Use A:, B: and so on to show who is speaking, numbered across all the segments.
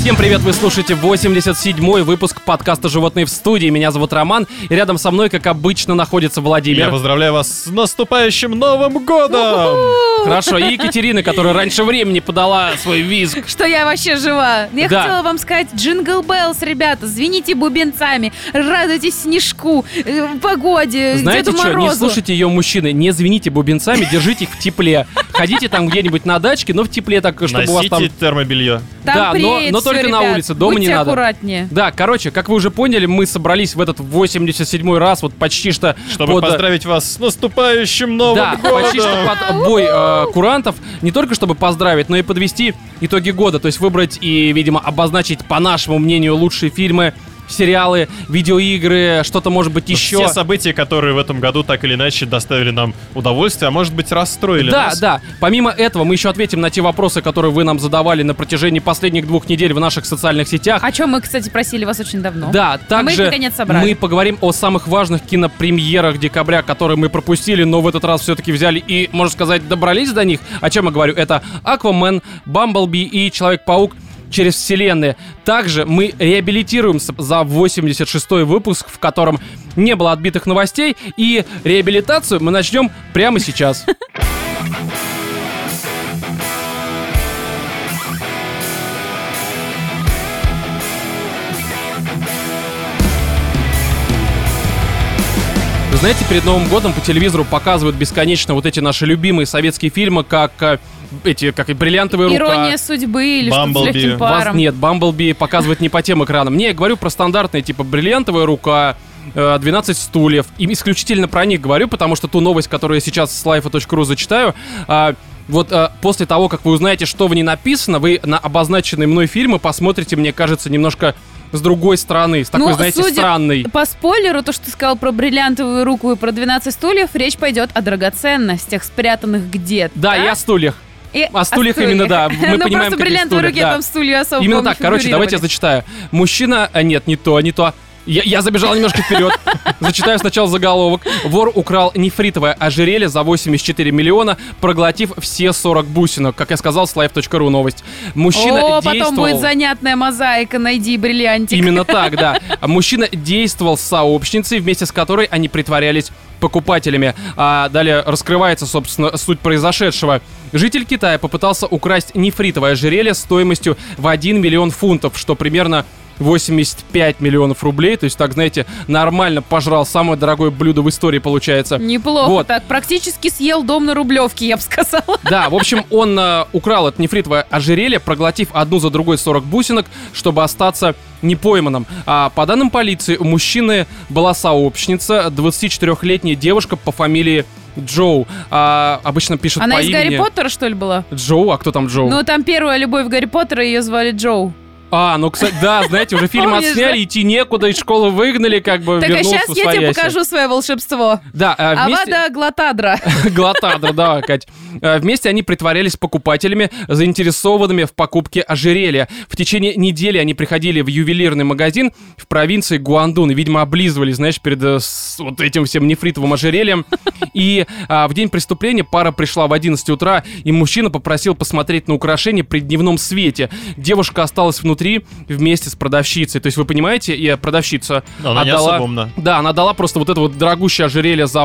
A: Всем привет, вы слушаете 87-й выпуск подкаста «Животные в студии». Меня зовут Роман, и рядом со мной, как обычно, находится
B: Я
A: Владимир.
B: поздравляю вас с наступающим Новым Годом!
A: Хорошо, и Екатерина, которая раньше времени подала свой визг.
C: Что я вообще жива? Я
A: Да.
C: хотела вам сказать, джингл беллс, ребята, звените бубенцами, радуйтесь снежку, э, погоде,
A: Знаете
C: Деду
A: что, не
C: Морозу.
A: слушайте ее мужчины, не звените бубенцами, держите их в тепле. Ходите там где-нибудь на дачке, но в тепле так, чтобы у вас
B: Носите
A: там...
B: термобелье.
C: Там
A: да, но-
C: преет
A: но
C: всё,
A: только на
C: ребят,
A: улице, дома
C: будьте
A: не надо.
C: аккуратнее.
A: Да, короче, как вы уже поняли, мы собрались в этот 87-й раз, вот почти что...
B: Чтобы
A: под, э,
B: поздравить вас с наступающим Новым
A: Да, почти что
B: Годом!
A: под бой э, курантов не только чтобы поздравить, но и подвести итоги года, то есть выбрать и, видимо, обозначить, по нашему мнению, лучшие фильмы, сериалы, видеоигры, что-то может быть еще.
B: Ну, Все события, которые в этом году так или иначе доставили нам удовольствие, а может быть расстроили
A: Да,
B: нас.
A: да. Помимо этого, мы еще ответим на те вопросы, которые вы нам задавали на протяжении последних двух недель в наших социальных сетях.
C: О чем мы, кстати, просили вас очень давно.
A: Да,
C: А мы их
A: также
C: наконец собрали.
A: мы поговорим о самых важных кинопремьерах декабря, которые мы пропустили, но в этот раз все-таки взяли и, можно сказать, добрались до них. О чем я говорю? Это Аквамен, Бамблби и Человек-паук через вселенные. Также мы реабилитируемся за 86-й выпуск, в котором не было отбитых новостей, и реабилитацию мы начнем прямо сейчас. Вы знаете, перед Новым годом по телевизору показывают бесконечно вот эти наши любимые советские фильмы, как э, эти, как и бриллиантовые рука.
C: Ирония судьбы или что-то с
B: Бамблби.
C: легким
A: Вас
C: паром.
A: нет, Бамблби показывает не по тем экранам. Не, я говорю про стандартные, типа бриллиантовая рука, э, 12 стульев. И исключительно про них говорю, потому что ту новость, которую я сейчас с life.ru зачитаю, а, вот э, после того, как вы узнаете, что в ней написано, вы на обозначенные мной фильмы посмотрите, мне кажется, немножко с другой стороны, с такой,
C: Ну,
A: знаете,
C: судя
A: странной.
C: По спойлеру, то, что ты сказал про бриллиантовую руку и про 12 стульев, речь пойдет о драгоценностях, спрятанных где-то.
A: Да, и о стульях.
C: И
A: О стульях именно, да. Мы
C: ну,
A: понимаем,
C: просто
A: какие
C: бриллиантовые
A: стулья,
C: руки,
A: да.
C: там стулья особо
A: Именно
C: не
A: так. Короче, давайте я
C: фигурировали.
A: зачитаю. Мужчина... а, Нет, не то, не то. Я, я забежал немножко вперед. Зачитаю сначала заголовок. Вор украл нефритовое ожерелье за 84 миллиона, проглотив все 40 бусинок. Как я сказал, с life.ru новость. Мужчина
C: О, потом
A: действовал...
C: будет занятная мозаика, найди бриллиантик.
A: Именно так, да. А Мужчина действовал с сообщницей, вместе с которой они притворялись покупателями. А далее раскрывается, собственно, суть произошедшего. Житель Китая попытался украсть нефритовое ожерелье стоимостью в 1 миллион фунтов, что примерно 85 миллионов рублей. То есть, так, знаете, нормально пожрал самое дорогое блюдо в истории, получается.
C: Неплохо
A: Вот.
C: так. Практически съел дом на Рублевке, я бы сказала.
A: Да, в общем, он э, украл это нефритовое ожерелье, проглотив одну за другой 40 бусинок, чтобы остаться непойманным. А по данным полиции, у мужчины была сообщница, 24-летняя девушка по фамилии Джоу. А, обычно пишут
C: Она
A: по
C: из
A: имени.
C: Гарри Поттера, что ли, была?
A: Джоу, а кто там Джоу?
C: Ну, там первая любовь Гарри Поттера, ее звали Джоу.
A: А, ну, кстати, да, знаете, уже фильм
C: Помнишь,
A: отсняли, идти некуда, из школы выгнали, как бы
C: Так, а
A: вернулся в
C: сейчас я тебе
A: свояси.
C: покажу свое волшебство.
A: Да, а вместе...
C: Авада Глотадра.
A: Глотадра, да, Кать. Э, Вместе они притворялись покупателями, заинтересованными в покупке ожерелья. В течение недели они приходили в ювелирный магазин в провинции Гуандун и, видимо, облизывались, знаешь, перед э, с- вот этим всем нефритовым ожерельем. И а, в день преступления пара пришла в 11 утра, и мужчина попросил посмотреть на украшение при дневном свете. Девушка осталась внутри вместе с продавщицей. То есть, вы понимаете, и продавщица
B: Она не
A: отдала...
B: особо умна.
A: Да, она дала просто вот это вот дорогущее ожерелье за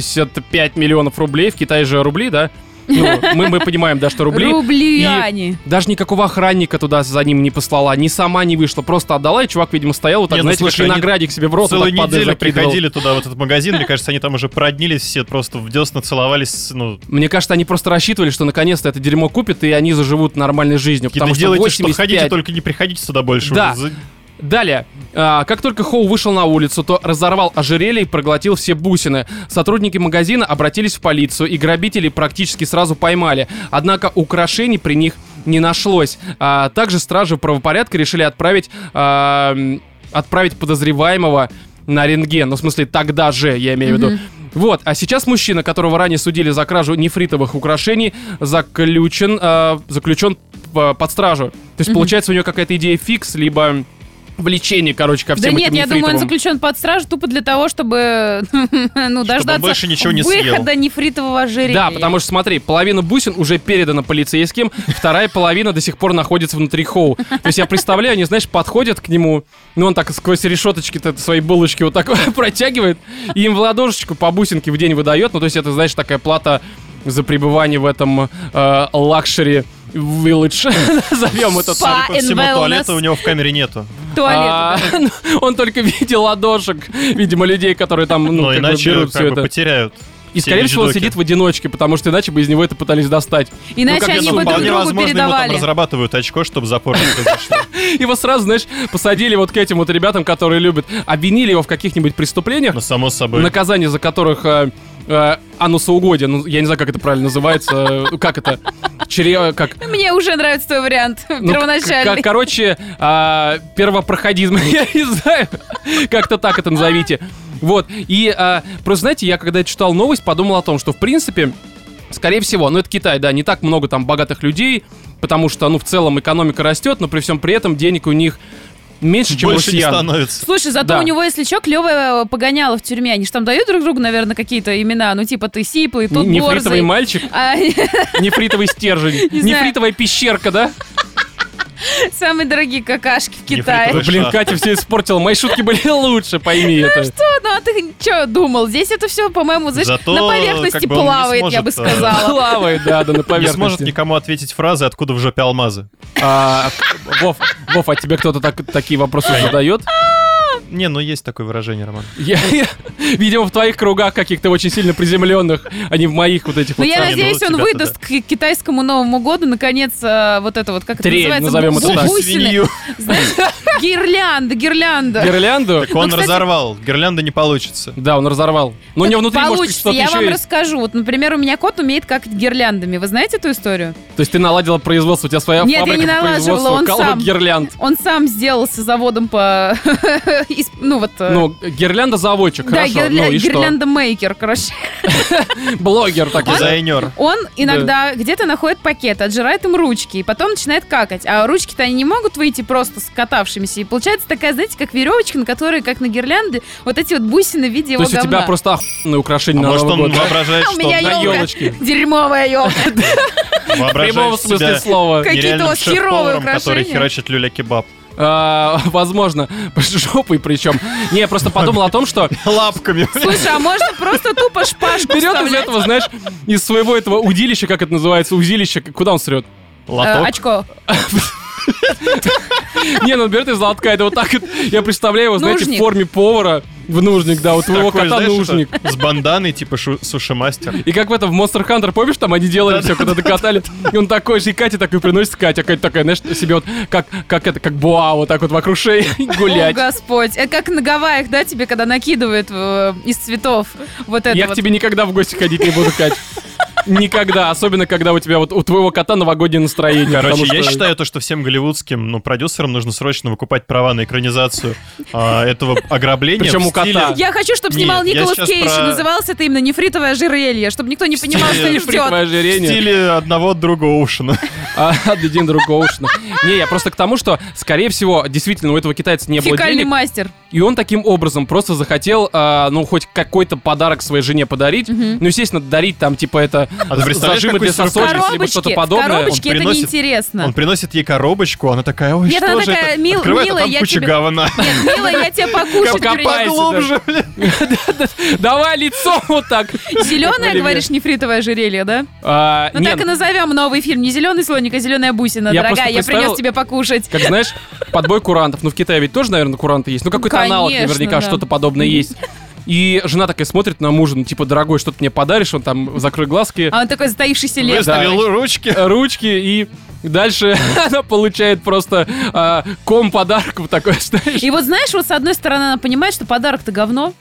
A: 85 миллионов рублей. В Китае же рубли, да? Ну, мы, мы понимаем, да, что рубли. И
C: Рублиане.
A: Даже никакого охранника туда за ним не послала, ни сама не вышла, просто отдала, и чувак, видимо, стоял вот так,
B: Не, ну,
A: знаете, как
B: слушай, они
A: виноградик себе в рот вот
B: Целую
A: так падая
B: неделю
A: закидывал.
B: приходили туда, в этот магазин. Мне кажется, они там уже проднились все, просто в десна целовались. Ну,
A: Мне кажется, они просто рассчитывали, что наконец-то это дерьмо купят, и они заживут нормальной жизнью, потому
B: «Киты,
A: что
B: делайте, что хотите,
A: 85
B: только не приходите сюда больше.
A: Да.
B: уже. За-
A: Далее. А, Как только Хоу вышел на улицу, то разорвал ожерелье и проглотил все бусины. Сотрудники магазина обратились в полицию, и грабителей практически сразу поймали. Однако украшений при них не нашлось. А, Также стражи правопорядка решили отправить, а, м, отправить подозреваемого на рентген. Ну, в смысле, тогда же, я имею в виду. Вот, а сейчас мужчина, которого ранее судили за кражу нефритовых украшений, заключен, а, заключен а, под стражу. То есть, получается, у него какая-то идея фикс, либо влечение, короче, ко
C: Да
A: всем
C: нет,
A: этим
C: я думаю, он
A: нефритовым.
C: заключен под стражу тупо для того, чтобы ну, дождаться
B: больше ничего не съел.
C: выхода нефритового ожерелья.
A: Да, потому что, смотри, половина бусин уже передана полицейским, вторая половина до сих пор находится внутри Хоу. То есть я представляю, они, знаешь, подходят к нему, ну он так сквозь решеточки свои булочки вот так протягивает, и им в ладошечку по бусинке в день выдает. Ну, то есть это, знаешь, такая плата за пребывание в этом э, лакшери вилледж, назовем это так.
B: Судя
C: Спа and
B: по всему,
C: wellness.
B: туалета у него в камере нету.
C: Туалет.
A: А, ну, он только видел ладошек, видимо, людей, которые там, ну,
B: Но
A: как бы
B: иначе
A: берут
B: как
A: все
B: бы
A: это.
B: потеряют.
A: И,
B: все
A: скорее всего, он
B: личидоки.
A: сидит в одиночке, потому что иначе бы из него это пытались достать. Ну,
C: Иначе
A: как
C: они
A: это
C: бы друг
B: Вполне
C: другу
B: возможно, ему там
C: передавали.
B: разрабатывают очко, чтобы запор не произошло.
A: Его сразу, знаешь, посадили вот к этим вот ребятам, которые любят. Обвинили его в каких-нибудь преступлениях,
B: Но само Ну, собой.
A: наказание за которых э, э, анусоугодие. Ну, я не знаю, как это правильно называется. э, Как это? Чере... Как?
C: Мне уже нравится твой вариант
A: Ну, к- к-
C: первоначальный.
A: короче, а, первопроходизм, я не знаю, как-то так это назовите. Вот, и а, просто, знаете, я когда читал новость, подумал о том, что, в принципе, скорее всего, ну это Китай, да, не так много там богатых людей, потому что, ну, в целом экономика растет, но при всем при этом денег у них меньше, чем у
B: Больше не
A: россиян.
B: становится.
C: Слушай, зато
A: Да.
C: у него, если чё, клевое погоняло в тюрьме. Они же там дают друг другу, наверное, какие-то имена. Ну, типа, ты сиплый, тот
A: Н- Нефритовый
C: борзый.
A: мальчик,
C: А,
A: нефритовый стержень,
C: Не знаю.
A: нефритовая пещерка, да?
C: самые дорогие какашки в
B: Нефритовый.
C: Китае.
B: Хорошо.
A: Блин, Катя все испортила, мои шутки были лучше, пойми это.
C: Что? Ну, а ты что думал? Здесь это все, по-моему, знаешь,
B: Зато,
C: на поверхности
B: как бы, он не
C: плавает, я бы
B: сможет, э,
C: сказала.
A: Плавает, да, да, на
B: Не
A: поверхности.
B: сможет никому ответить фразы, откуда в жопе алмазы.
A: А, Вов, Вов, а тебе кто-то так- такие вопросы задает?
B: Не, ну есть такое выражение, Роман.
A: Я- я- видимо, в твоих кругах каких-то очень сильно приземленных, а не в моих вот этих
C: Ну,
A: вот. а,
C: я
B: Не, ну,
C: надеюсь, он
B: тебя-то
C: выдаст к китайскому Новому году, наконец, э, вот это вот, как это
A: Трель,
C: называется?
A: назовем это
C: Бу-
A: так.
C: Бусины.
B: Свинью.
C: Знаешь, гирлянда, гирлянда.
A: Гирлянду?
B: Так он
C: Ну, кстати-
B: разорвал, гирлянда не получится.
A: Да, он разорвал. Но ну, у него внутри, может,
C: Получится,
A: что-то
C: я
A: еще
C: вам
A: есть.
C: расскажу. Вот, например, у меня кот умеет как гирляндами. Вы знаете эту историю?
A: То есть ты наладила производство, у тебя своя
C: Нет, я
A: фабрика
C: не
A: по
C: налаживала,
A: производству
C: он
A: колод
C: сам.
A: гирлянд.
C: Он сам сделался заводом по... из- Ну, вот... э,
A: Ну, гирлянда заводчик,
C: да,
A: хорошо.
C: гирля-
A: Ну и что?
C: гирляндомейкер, короче.
A: Блогер так называемый.
B: Дизайнер. А
C: Он иногда где-то находит пакет, отжирает им ручки, и потом начинает какать. А ручки-то они не могут выйти просто скатавшимися. И получается такая, знаете, как веревочка, на которой, как на гирлянде, вот эти вот бусины в виде
A: То
C: его
A: есть у тебя
C: говна.
A: просто охуенное
B: А
A: украшение на
B: может,
A: Новый
B: он
A: год. да?
B: воображает,
C: А у
B: что
C: меня
B: он
A: на
C: елка.
A: елочке.
C: Дерьмовая елка.
A: В прямом
B: воображает
A: смысле
B: себя
A: слова.
C: Какие-то у
B: нереальным
C: вас херовые
B: шеф-поваром, который
C: украшения.
B: херачит люля-кебаб.
A: А, Возможно, жопой причем. Не, я просто подумал о том, что
B: Лапками.
C: Слушай, а можно просто тупо шпажку
A: Берет из
C: вставлять?
A: этого, знаешь, из своего этого удилища, как это называется, узилища, к- куда он срет?
C: Э,
B: Лоток.
C: Очко.
A: Не, ну он берет из лотка, это вот так вот, я представляю его, знаете, в
C: Нужник.
A: форме повара, в нужник, да, у твоего
B: Такой,
A: кота
B: знаешь,
A: нужник.
B: что С банданой, типа шу- суши-мастер.
A: И как в этом в Monster Hunter, помнишь, там они делали все, когда докатали. И он такой же, и Катя такой приносит, Катя, Катя такая, знаешь, себе вот, как, как это, как боа, вот так вот вокруг шеи
C: О,
A: гулять.
C: Господь. Это как на Гавайях, да, тебе когда накидывают э, из цветов вот это
A: Я
C: вот.
A: к тебе никогда в гости ходить не буду, Катя. Никогда, особенно когда у тебя вот у твоего кота новогоднее настроение.
B: Короче,
A: потому
B: я
A: что-
B: считаю то, что всем голливудским ну, продюсерам нужно срочно выкупать права на экранизацию а, этого ограбления.
A: Причем
B: в
A: у кота.
B: стиле-
C: Я хочу, чтобы
B: Нет,
C: снимал
B: я
C: Николас
B: сейчас
C: Кейдж, и
B: про-
C: назывался это именно «Нефритовое ожерелье», чтобы никто не понимал, что их ждет.
A: Нефритовое
B: В
A: ожирение.
B: стиле одного друга Оушена.
A: А, Один Друкоушна. Не, я просто к тому, что, скорее всего, действительно, у этого китайца не было
C: Фекальный
A: денег,
C: мастер.
A: и он таким образом просто захотел, а, ну, хоть какой-то подарок своей жене подарить. Ну, естественно, дарить там, типа, это
B: А ты представляешь,
A: зажимы
B: какой
A: для
B: сюрприз?
A: сосочек, либо что-то
C: Коробочки, в
A: подобное.
C: коробочке это
B: приносит- Он
C: неинтересно.
B: приносит ей коробочку, она такая, ой,
C: Нет,
B: что
C: она
B: же
C: такая,
B: это?
C: «Мил-
B: Открывает, а
C: милая,
B: там
C: я
B: куча
C: тебе-
B: говна.
C: Нет, милая, я тебе покушать
A: Копай.
C: принесу.
B: Глубже, блин.
A: Давай лицо вот так.
C: Зеленое,
A: Оливия.
C: говоришь, нефритовое ожерелье, да?
A: А,
C: Ну
A: не,
C: так и назовем новый фильм. Не зеленый слоник, а зеленая бусина,
A: Я
C: дорогая.
A: просто
C: Я
A: представил-
C: принес тебе покушать.
A: Как знаешь, подбой курантов. Ну, в Китае ведь тоже, наверное, куранты есть. Ну, какой-то аналог
C: Конечно,
A: наверняка,
C: да.
A: что-то подобное есть. И жена такая смотрит на мужа, ну, типа, дорогой, что ты мне подаришь? Он там, закрой глазки.
C: А он такой затаившийся лес.
B: Выставил ручки.
A: ручки и дальше она получает просто а, ком подарков такой, знаешь.
C: И вот знаешь, вот с одной стороны она понимает, что подарок-то говно.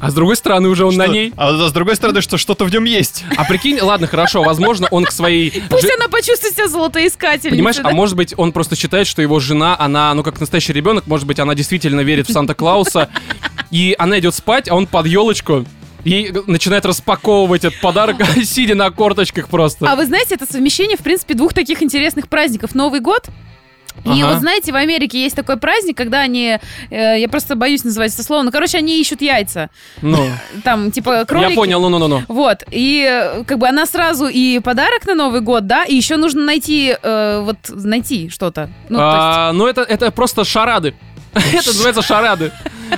A: А с другой стороны уже он на
B: Что-
A: ней.
B: А с другой стороны, что что-то в нем есть.
A: А прикинь, ладно, хорошо, возможно, он к своей...
C: Пусть
A: же-
C: она почувствует себя золотоискательницей.
A: Понимаешь,
C: да?
A: а может быть, он просто считает, что его жена, она, ну, как настоящий ребенок, может быть, она действительно верит в Санта-Клауса, и она идет спать, а он под елочку и начинает распаковывать этот подарок, сидя на корточках просто.
C: А вы знаете, это совмещение, в принципе, двух таких интересных праздников. Новый год И
A: Ага.
C: вот знаете, в Америке есть такой праздник, когда они, э, я просто боюсь называть это слово, ну, короче, они ищут яйца.
A: Ну,
C: Там, типа, кролики.
A: я понял, ну, ну-ну-ну.
C: Вот, и э, как бы она сразу и подарок на Новый год, да, и еще нужно найти, э, вот, найти что-то. Ну, то есть-
A: А, Ну, это, это просто шарады. Это называется шарады.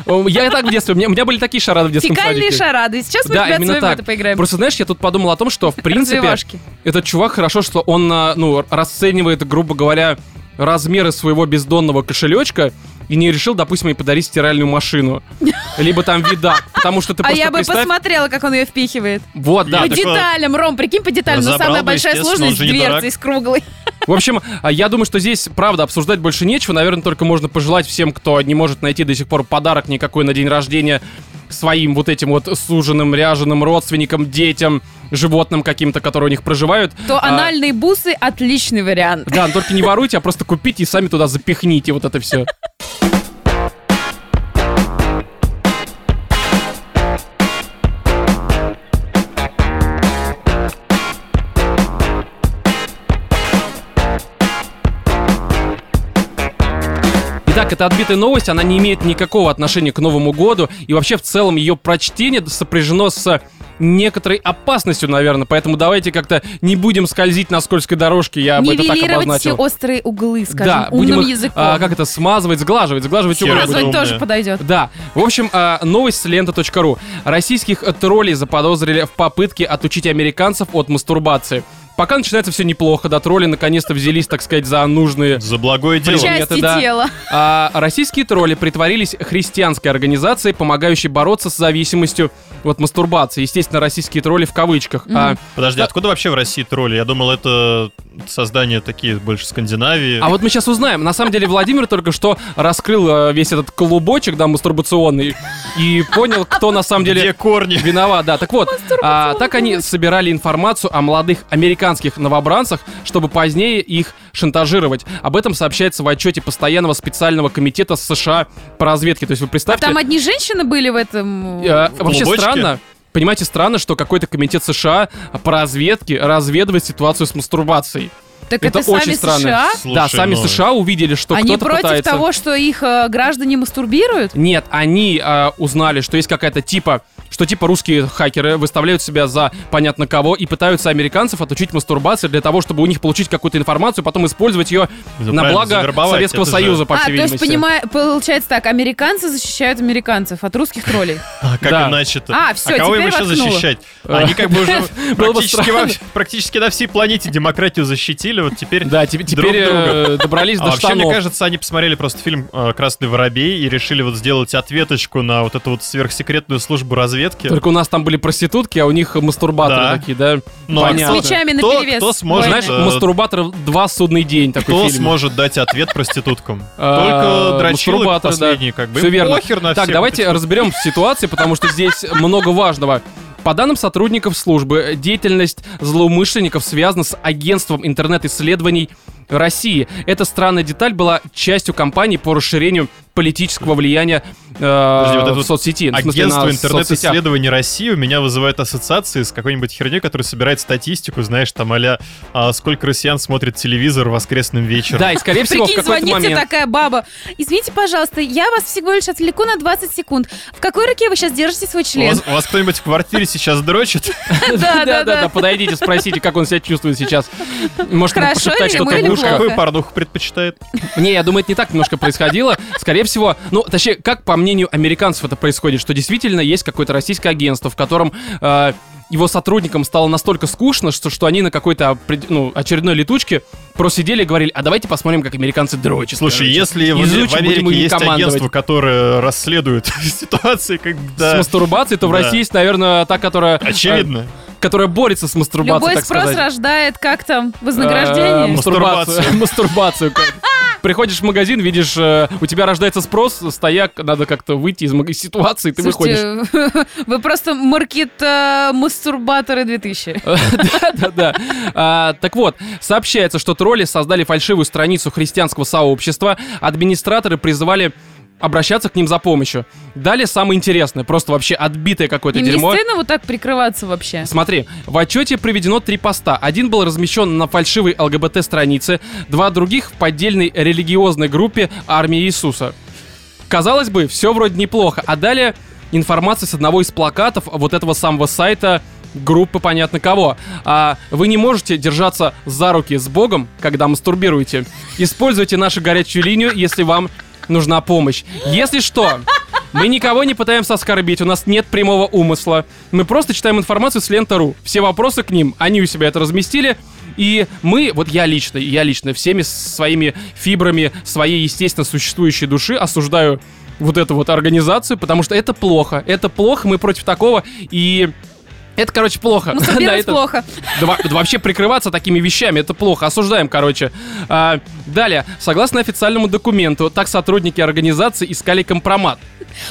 A: О, Я и так в детстве, у меня, у меня были такие шарады в детском
C: Фекальные
A: садике.
C: шарады. Сейчас мы,
A: Да,
C: ребят, с
A: именно
C: вами в
A: так.
C: это поиграем.
A: Просто, знаешь, я тут подумал о том, что, в принципе,
C: Развивашки.
A: этот чувак хорошо, что он, а, ну, расценивает, грубо говоря, размеры своего бездонного кошелечка и не решил, допустим, ей подарить стиральную машину. Либо там вида. Потому что ты
C: А
A: просто
C: я бы
A: представь-
C: посмотрела, как он ее впихивает.
A: Вот, да.
C: по
B: Я так вот-
C: деталям, Ром, прикинь, по деталям. Но
B: Разобрал
C: самая
B: бы,
C: большая
B: естественно, он
C: сложность
B: же не дурак.
C: дверцы с круглой.
A: В общем, а, я думаю, что здесь, правда, обсуждать больше нечего. Наверное, только можно пожелать всем, кто не может найти до сих пор подарок никакой на день рождения своим вот этим вот суженым, ряженым родственникам, детям, животным каким-то, которые у них проживают.
C: То
A: А,
C: анальные бусы отличный вариант.
A: Да, только не воруйте, а просто купите и сами туда запихните вот это все. Итак, эта отбитая новость, она не имеет никакого отношения к Новому году, и вообще в целом ее прочтение сопряжено с некоторой опасностью, наверное, поэтому давайте как-то не будем скользить на скользкой дорожке, я об этом так
C: Нивелировать все
A: обозначил.
C: острые углы, скажем,
A: Да, будем
C: умным
A: их,
C: языком.
A: а, как это, смазывать, сглаживать, сглаживать
B: Хер
A: углы.
B: его
A: будем.
C: Назвать
B: Разумные.
C: тоже подойдет.
A: Да. В общем, а, новость с лента.ру. Российских троллей заподозрили в попытке отучить американцев от мастурбации. Пока начинается все неплохо, да, тролли наконец-то взялись, так сказать, за нужные
B: За благое дело.
A: Блин.
C: Части
A: это да.
C: тела.
A: а российские тролли притворились христианской организацией, помогающей бороться с зависимостью от мастурбации. Естественно, российские тролли в кавычках. А,
B: Подожди, откуда вообще в России тролли? Я думал, это создания такие больше Скандинавии.
A: а вот мы сейчас узнаем. На самом деле Владимир только что раскрыл э, весь этот клубочек, да, мастурбационный, и понял, кто на самом деле...
B: Где корни?
A: Виноват, да. Так вот, а, так они собирали информацию о молодых американских новобранцах, чтобы позднее их шантажировать. Об этом сообщается в отчете постоянного специального комитета США по разведке. То есть вы представьте...
C: Там одни женщины были в этом...
A: Э, Вообще
B: Клубочки?
A: странно. Понимаете, странно, что какой-то комитет США по разведке разведывает ситуацию с мастурбацией.
C: Так
A: это
C: это,
A: очень
C: сами
A: странно.
C: США?
B: Слушай,
A: да, сами
B: ну,
A: США увидели, что
C: Они
A: кто-то
C: против
A: пытается...
C: того, что их э, граждане мастурбируют?
A: Нет, они э, узнали, что есть какая-то типа, что типа русские хакеры выставляют себя за понятно кого и пытаются американцев отучить мастурбации для того, чтобы у них получить какую-то информацию, потом использовать ее
B: Ну,
A: на
B: правильно,
A: благо
B: завербовать,
A: Советского
B: это же-
A: Союза, по
C: а,
A: всей
C: то
A: видимости.
C: есть, понимаю, получается так, американцы защищают американцев от русских троллей.
B: А как
A: Да.
B: иначе-то?
C: А, всё,
B: а кого им
C: теперь
B: еще
C: воткнуло.
B: защищать? Они как бы уже
A: А. Было бы
B: практически,
A: странно.
B: во- практически на всей планете демократию защитили, вот теперь
A: Да, те- теперь
B: друг друга.
A: э, добрались
B: А
A: до
B: вообще, мне
A: штанов.
B: кажется, они посмотрели просто фильм э, «Красный воробей» и решили вот сделать ответочку на вот эту вот сверхсекретную службу разведки.
A: Только у нас там были проститутки, а у них мастурбаторы
B: Да.
A: такие, да?
B: Ну, а
A: Понятно.
C: С мечами
B: Кто-
C: наперевес.
B: кто сможет,
C: Больно.
A: Знаешь,
B: Э,
A: мастурбаторов два судный день такой
B: Кто
A: фильм.
B: сможет дать ответ проституткам?
A: А,
B: Только дрочилы
A: мастурбаторы, да.
B: последние, как бы.
A: Все
B: Им
A: верно.
B: Похер на
A: так,
B: всех
A: давайте разберем ситуацию, потому что здесь много важного. По данным сотрудников службы, деятельность злоумышленников связана с агентством интернет-исследований России. Эта странная деталь была частью кампании по расширению политического влияния э,
B: Подожди, вот это
A: в
B: вот
A: соцсети. ну, в смысле,
B: Агентство
A: на соцсетях.
B: интернет-исследований России у меня вызывает ассоциации с какой-нибудь херней, которая собирает статистику, знаешь, там а-ля а, сколько россиян смотрит телевизор воскресным вечером.
A: Да, и скорее всего, в
C: Прикинь,
A: какой-то
C: звоните
A: момент...
C: такая баба. Извините, пожалуйста, я вас всего лишь отвлеку на 20 секунд. В какой руке вы сейчас держите свой
B: У
C: член?
B: вас, у вас кто-нибудь в квартире сейчас дрочит?
A: Да, да, да,
C: да.
A: подойдите, спросите, как он себя чувствует сейчас. Может, ему
C: Хорошо
A: пошептать
C: ли ему
A: что-то
C: или
A: в
B: Муж
A: ушко.
C: плохо?
B: какую порнуху предпочитает?
A: Не, я думаю, это не так немножко происходило. Скорее всего, ну, точнее, как по мнению американцев это происходит, что действительно есть какое-то российское агентство, в котором э, его сотрудникам стало настолько скучно, что, что они на какой-то опред- ну, очередной летучке просидели и говорили, а давайте посмотрим, как американцы дрочат.
B: Слушай,
A: короче.
B: если в,
A: Изучим,
B: в Америке
A: будем ими
B: есть
A: командовать.
B: агентство, которое расследует ситуации,
A: С
B: когда...
A: мастурбацией, то в
B: Да.
A: России есть, наверное, та, которая... э,
B: Очевидно.
A: которая борется с мастурбацией,
C: Любой
A: так
C: спрос
A: сказать.
C: рождает, как там,
A: Э,
C: вознаграждение?
A: Мастурбацию. Мастурбацию. как. Приходишь в магазин, видишь, э, у тебя рождается спрос, стояк, надо как-то выйти из мага- ситуации, ты выходишь.
C: Слушайте, вы просто э, маркет-мастурбаторы 2000.
A: А, Да-да-да. А, Так вот, сообщается, что тролли создали фальшивую страницу христианского сообщества. Администраторы призывали обращаться к ним за помощью. Далее самое интересное, просто вообще отбитое какое-то
C: Им
A: дерьмо.
C: не стыдно вот так прикрываться вообще?
A: Смотри, в отчете приведено три поста. Один был размещен на фальшивой ЛГБТ-странице, два других в поддельной религиозной группе «Армии Иисуса». Казалось бы, все вроде неплохо. А далее информация с одного из плакатов вот этого самого сайта группы понятно кого. А вы не можете держаться за руки с Богом, когда мастурбируете. Используйте нашу горячую линию, если вам нужна помощь. Если что, мы никого не пытаемся оскорбить, у нас нет прямого умысла. Мы просто читаем информацию с лента.ру. Все вопросы к ним, они у себя это разместили. И мы, вот я лично, я лично всеми своими фибрами своей естественно существующей души осуждаю вот эту вот организацию, потому что это плохо. Это плохо, мы против такого, и это, короче, плохо. Да,
C: Мастурбировать
A: это-
C: Ну, плохо.
A: да, во- да вообще прикрываться такими вещами, это плохо. Осуждаем, короче. А, далее. Согласно официальному документу, так сотрудники организации искали компромат.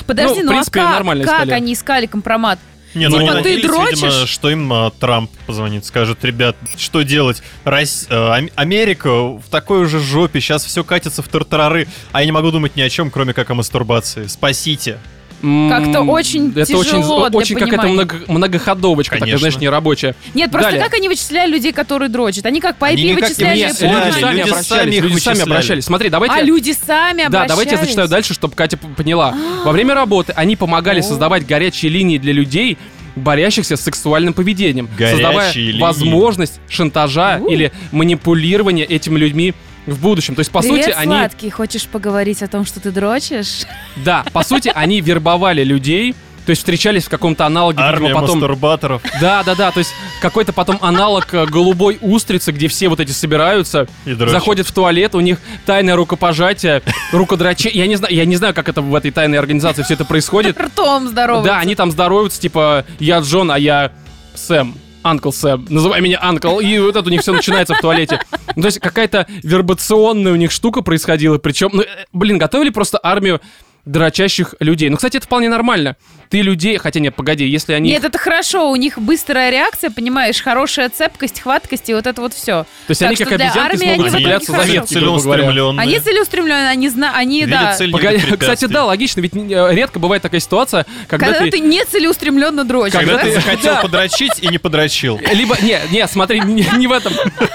C: Подожди,
A: Ну, в
C: ну,
A: принципе,
C: а как,
A: нормально
C: как
A: искали.
C: они искали компромат?
B: Не, ну
A: Типа
B: они
A: ты
B: надеялись, видимо,
C: дрочишь?
B: что им а, Трамп позвонит, скажет, ребят, что делать? Рос- э, Ам- Америка в такой уже жопе, сейчас все катится в тартарары, а я не могу думать ни о чем, кроме как о мастурбации. Спасите.
A: М,
C: Как-то очень
A: это
C: тяжело
A: очень, зло-
C: для
A: очень какая-то
C: понимания.
A: много- многоходовочка, такая,
B: Конечно.
A: знаешь, нерабочая.
C: Нет, просто
A: Далее.
C: как они вычисляли людей, которые дрочат? Они как по IP
B: Они никак не
C: вычисляли
B: Нет,
A: люди
B: вычисляли,
C: порно?
A: сами
B: люди
A: обращались,
B: сами их
A: люди сами
B: вычисляли.
A: обращались. Смотри, давайте...
C: А люди сами
A: Да,
C: обращались? А.
A: давайте я зачитаю дальше, чтобы Катя п- поняла. Во время работы они помогали создавать горячие линии для людей, борящихся с сексуальным поведением,
B: Горячие
A: создавая
B: линии.
A: возможность шантажа
C: У.
A: или манипулирования этими людьми в будущем. То есть, по
C: Привет,
A: сути, они...
C: сладкий, хочешь поговорить о том, что ты дрочишь?
A: Да, по сути, они вербовали людей, то есть встречались в каком-то аналоге, видимо,
B: Армия
A: потом...
B: мастурбаторов.
A: Да, да, да, то есть какой-то потом аналог э, голубой устрицы, где все вот эти собираются,
B: И дрочат.
A: заходят в туалет, у них тайное рукопожатие, рукодраче. Я не знаю, я не знаю, как это в этой тайной организации все это происходит.
C: Ртом здоровый.
A: Да, они там здороваются, типа, я Джон, а я Сэм. Анкл Сэм, называй меня Анкл, и вот это у них все начинается в туалете. Ну, то есть какая-то вербационная у них штука происходила, причем, ну, э, блин, готовили просто армию дрочащих людей. Ну, кстати, это вполне нормально. Ты людей, хотя нет, погоди, если они...
C: Нет, это хорошо, у них быстрая реакция, понимаешь, хорошая цепкость, хваткость и вот это вот все.
A: То есть они
C: Так
A: как
C: что для
A: обезьянки
C: армии
A: смогут
C: они вот
A: цепляться за
C: такие хорошо.
A: ветки, грубо говоря.
B: целеустремленные.
C: Они целеустремленные, они, зна... они да.
B: Видят цель,
A: Погоди,
B: видят
A: кстати,
B: препятствия.
A: да, логично, ведь э, редко бывает такая ситуация, когда,
C: Когда ты,
A: ты...
C: нецелеустремленно дрочишь.
B: Когда
C: да?
B: ты захотел
A: Да.
B: подрочить и не подрочил.
A: Либо, не, не, смотри, не, не в этом.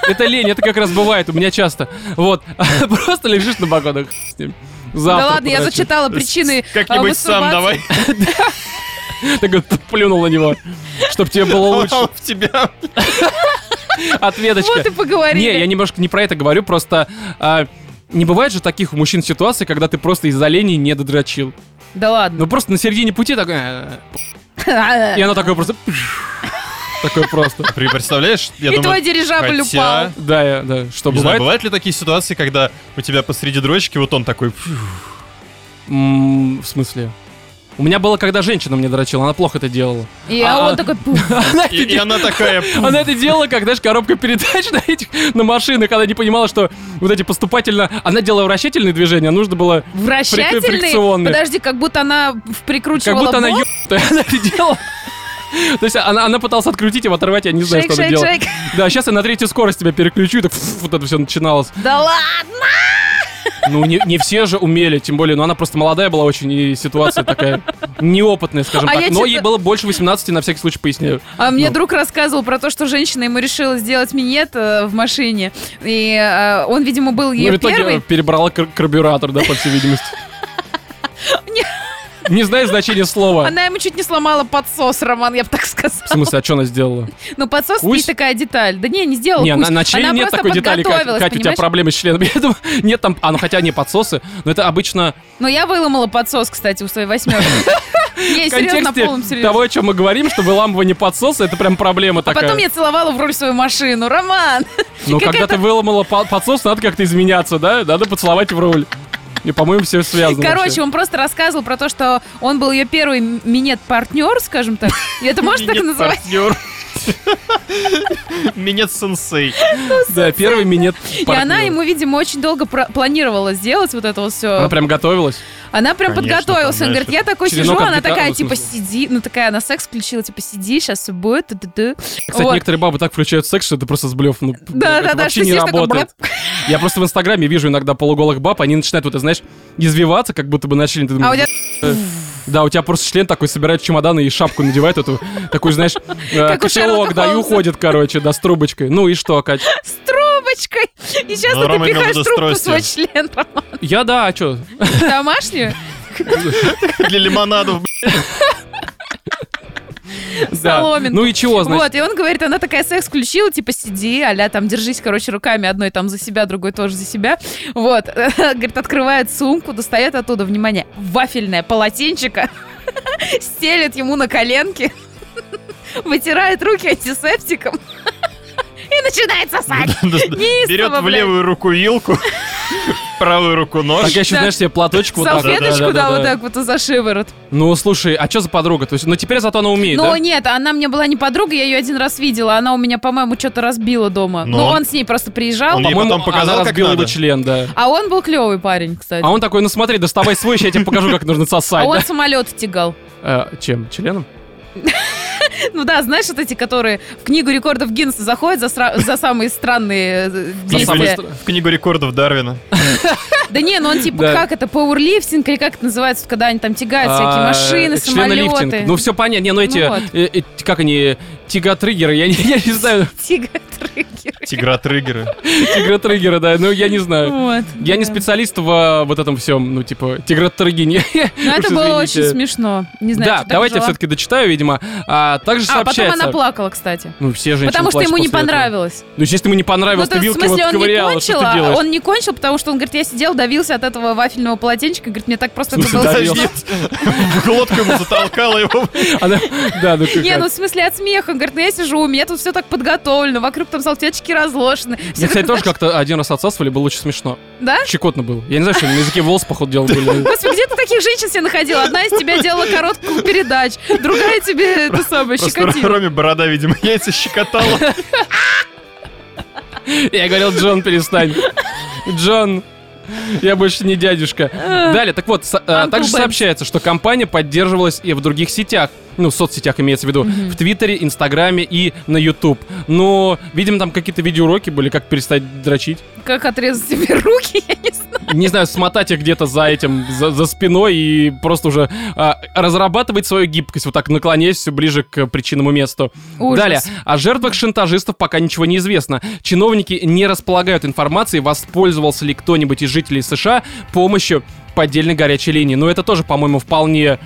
A: Это лень, это как раз бывает у меня часто. Вот, просто лежишь на погодах.
C: Да ладно, я зачитала причины а,
B: Как-нибудь сам
C: мастурбации.
B: давай.
A: Такой п- плюнул на него, чтобы тебе было лучше.
B: в тебя.
A: Ответочка.
C: Вот и поговорили.
A: Не, я немножко не про это говорю, просто... а, не бывает же таких у мужчин ситуаций, когда ты просто из-за лени не додрочил.
C: Да ладно. А,
A: Ну просто на середине пути такой... «Э, И оно такое просто... пш, Такое просто.
B: При- Представляешь, я
C: И
B: думаю,
C: твой дирижабль
B: хотя-
C: упал.
A: Да, я- да. Что
B: Не
A: бывает?
B: знаю, бывают ли такие ситуации, когда у тебя посреди дрочки вот он такой... «Фу».
A: М, В смысле? У меня было, когда женщина мне дрочила, она плохо это делала.
C: И а
A: А.
C: он такой, «Пу».
B: И, и она такая... «Фу».
A: Она это делала, как, знаешь, коробка передач на этих, на машинах. Она не понимала, что вот эти поступательно... Она делала вращательные движения, а нужно было... Фрик-
C: вращательный.
A: фрикционный.
C: Подожди, как будто она в-
A: Как
C: прикручивала
A: будто она
C: болт.
A: ёбнутая, она это делала. То есть она, она пыталась открутить его, оторвать, я не знаю,
C: Шейк,
A: что она
C: шейк,
A: делала.
C: шейк.
A: Да, сейчас я на третью скорость тебя переключу, и так фу, вот это все начиналось.
C: Да ладно!
A: Ну, не, не все же умели, тем более, но она просто молодая была очень, и ситуация такая неопытная, скажем
C: А
A: так.
C: я
A: Но
C: честно-
A: ей было больше 18, на всякий случай поясняю.
C: А мне
A: Ну.
C: друг рассказывал про то, что женщина ему решила сделать минет э, в машине. И э, он, видимо, был
A: Ну,
C: ее
A: в итоге
C: первый.
A: перебрала кар- карбюратор, да, по всей видимости. Не знаешь значения слова.
C: Она ему чуть не сломала подсос, Роман, я бы так
A: В
C: сказала.
A: смысле, а что она сделала?
C: Ну, подсос
A: Кусь?
C: есть такая деталь. Да не, не сделала
A: Не, на,
C: кусь.
A: на члене
C: Она
A: нет
C: просто
A: такой детали, Катя.
C: подготовилась,
A: Катя, у тебя
C: понимаешь?
A: проблемы с членом. Я думаю, нет там... А, ну хотя не подсосы, но это обычно
C: Но я выломала подсос, кстати, у своей восьмерки. Не,
A: в
C: серьезно, на
A: контексте
C: полном серьезе.
A: того, о чем мы говорим, что выламывание подсоса, это прям проблема
C: А
A: такая.
C: потом я целовала в руль свою машину. Роман!
A: Ну,
C: Как
A: когда
C: это-
A: ты выломала по- подсос, надо как-то изменяться, да? Надо поцеловать в руль. И, по-моему, все связано.
C: Короче,
A: вообще.
C: он просто рассказывал про то, что он был ее первый минет-партнер, скажем так. И это можно так называть?
B: Партнер. Минет сенсей.
A: Да, первый минет
C: И она ему, видимо, очень долго про- планировала сделать вот это вот все.
A: Она прям готовилась.
C: Она прям
B: Конечно,
C: подготовилась.
B: там, знаешь,
C: Он говорит, я такой
A: черенок
C: сижу,
A: от
C: она
A: гитары,
C: такая,
A: в
C: типа,
A: смысле.
C: сиди. Ну, такая, она секс включила, типа, сиди, сейчас все будет. ту-ту-ту».
A: Кстати,
C: Вот.
A: некоторые бабы так включают секс, что это просто с блеф. Ну,
C: Да,
A: это
C: да, да,
A: вообще
C: что
A: не
C: сидишь такой,
A: работает. Я просто в Инстаграме вижу иногда полуголых баб, они начинают, вот, ты знаешь, извиваться, как будто бы начали. Ты
C: А у
A: думаешь,
C: тебя
A: «Э, Да, у тебя просто член такой собирает чемоданы и шапку надевает эту, такую, знаешь, э,
C: Как у Шерлока
A: кошелок, да, и
C: Холмса.
A: уходит, короче, да, с трубочкой. Ну и что, Кать?
C: с трубочкой. И сейчас
B: Ну,
C: ты
B: Рома имел в
C: пихаешь
B: виду
C: трубку в
B: с тростью.
C: свой член, Рома.
A: Я, да, а что?
C: Домашнюю?
B: Для лимонадов, блин.
C: Соломинку.
A: Ну и чего, значит?
C: Вот, и он говорит, она такая секс включила, типа, сиди, а там, держись, короче, руками одной там за себя, другой тоже за себя. Вот. Говорит, открывает сумку, достает оттуда, внимание, вафельное полотенчико, стелет ему на коленки, вытирает руки антисептиком и начинает сосать. Неистово,
B: Берет в
C: блядь.
B: левую руку вилку, в правую руку
A: Так
B: нож.
A: я еще,
C: Да.
A: знаешь, себе платочек вот так.
C: Салфеточку, да, вот
A: да-да-да-да.
C: так вот за шиворот.
A: Ну, слушай, а что за подруга? То есть, ну теперь зато она умеет,
C: Но
A: да?
C: нет, она мне была не подруга, я ее один раз видела. Она у меня, по-моему, что-то разбила дома.
B: Но
C: Но
B: он-
C: он с ней просто приезжал.
B: он ей
A: По-моему,
B: потом показал,
A: она
B: как
A: разбила
B: надо.
A: бы член, да.
C: А он был клевый парень, кстати.
A: А он такой, ну смотри, доставай свой, ща я тебе покажу, как нужно
C: А
A: сосать,
C: он
A: да?
C: самолет тягал.
A: Э, Чем? Членом?
C: Ну да, знаешь, вот эти, которые в книгу рекордов Гиннесса заходят за, сра- за самые странные э,
A: За самые
C: действия.
A: стра-
B: В книгу рекордов Дарвина.
C: Да не, ну он типа
A: Да.
C: как это, пауэрлифтинг или как это называется, вот когда они там тягают всякие
A: А,
C: машины,
A: членолифтинг.
C: самолеты.
A: Ну все понятно. Не, ну эти,
C: Ну вот.
A: э, э, как они, тиготриггеры, я не, я не знаю,
C: Тигр-триггер.
B: Тигротрыгеры.
A: тигротриггеры, да, ну я не знаю.
C: Вот,
A: Я не
C: да.
A: специалист в э, вот этом всем, ну типа тигротрыгине.
C: Ну это было очень смешно. Не знаю,
A: Да,
C: что так
A: давайте я
C: жила.
A: все-таки дочитаю, видимо. А также
C: А потом
A: сообщается.
C: она плакала, кстати.
A: Ну все женщины
C: Потому что
A: плачут
C: ему не
A: после этого.
C: понравилось.
A: Ну если ему не
C: Ну,
A: понравилось,
C: то
A: ты
C: в
A: вилкой
C: смысле,
A: вот
C: он не
A: ковыряла,
C: кончил,
A: что ты
C: а
A: делаешь?
C: он не кончил, потому что он говорит, я сидел, давился от этого вафельного полотенчика, говорит, мне так просто
A: В смысле,
C: было
A: давился?
C: смешно.
B: Ну, В глотку ему затолкала его.
A: Она- Да, ну как.
C: Не, ну в смысле от смеха. Он говорит, ну я сижу, у меня тут все так подготовлено, вокруг там салфеточки разложены. Всё
A: Мне, Ну, кстати,
C: так-
A: тоже как-то один раз отсасывали, было очень смешно.
C: Да?
A: Щекотно было. Я не знаю, что на языке волос, походу, делал были.
C: Господи, где ты таких женщин себе находила? Одна из тебя делала короткую передач, другая тебе это самое
B: Просто
C: щекотила.
B: Роме борода, видимо, яйца щекотала.
A: Я говорил, Джон, перестань. Джон, я больше не дядюшка. Далее, так вот, со- а,
C: Uncle
A: также
C: Ben.
A: сообщается, что компания поддерживалась и в других сетях. Ну, в соцсетях имеется в виду. В Твиттере, Инстаграме и на YouTube. Но, видимо, там какие-то видеоуроки были, как перестать дрочить.
C: Как отрезать себе руки, я не знаю.
A: Не знаю, смотать их где-то за этим, за, за спиной и просто уже а, разрабатывать свою гибкость. Вот так наклоняясь все ближе к причинному месту.
C: Ужас.
A: Далее. О жертвах шантажистов пока ничего не известно. Чиновники не располагают информацией, воспользовался ли кто-нибудь из жителей США помощью поддельной горячей линии. Но это тоже, по-моему, вполне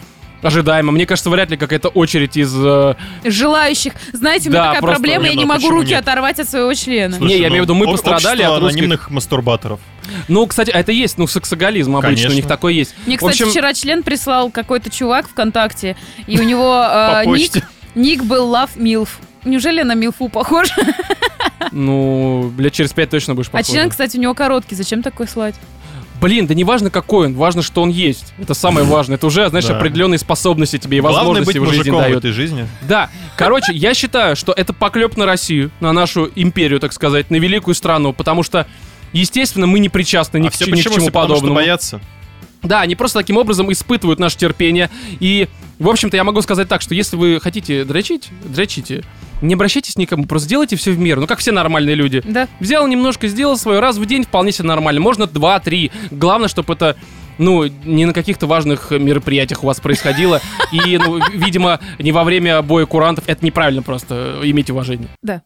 A: ожидаемо. Мне кажется, вряд ли какая-то очередь из... э,
C: Желающих. Знаете, у
A: Да,
C: меня такая
A: просто-
C: проблема,
B: Не,
C: я
B: ну
C: не
B: а
C: могу
B: почему
C: руки
B: нет?
C: оторвать от своего члена.
A: Не, я
B: ну,
A: имею в виду, мы
B: об-
A: пострадали
B: общество
A: от русских.
B: анонимных мастурбаторов.
A: Ну, кстати, а это есть, ну, сексоголизм обычно, у них
B: Конечно.
A: такой есть.
C: Мне,
A: В
C: кстати,
A: общем,
C: вчера член прислал какой-то чувак ВКонтакте, и у него э,
B: По
C: ник,
B: почте.
C: ник был Love Milf. Неужели на Милфу похожа?
A: ну, лет через пять точно будешь
C: А
A: похожа.
C: член, кстати, у него короткий. Зачем такой слать?
A: Блин, да не важно, какой он, важно, что он есть. Это самое важное. Это уже, знаешь,
B: Да.
A: определенные способности тебе и
B: Главное
A: возможности
B: быть
A: в жизни
B: мужиком в
A: дает.
B: этой жизни.
A: Да, короче, я считаю, что это поклеп на Россию, на нашу империю, так сказать, на великую страну, потому что, естественно, мы не причастны ни,
B: а
A: к,
B: все
A: чи- ни к
B: почему?
A: чему
B: Все потому что
A: подобному.
B: боятся.
A: Да, они просто таким образом испытывают наше терпение. И, в общем-то, я могу сказать так, что если вы хотите дрочить, дрочите. Не обращайтесь никому, просто делайте все в меру. Ну, как все нормальные люди.
C: Да.
A: Взял немножко, сделал свое раз в день, вполне себе нормально. Можно два-три. Главное, чтобы это, ну, не на каких-то важных мероприятиях у вас происходило. И, ну, видимо, не во время боя курантов. Это неправильно просто. Имейте уважение.
C: Да.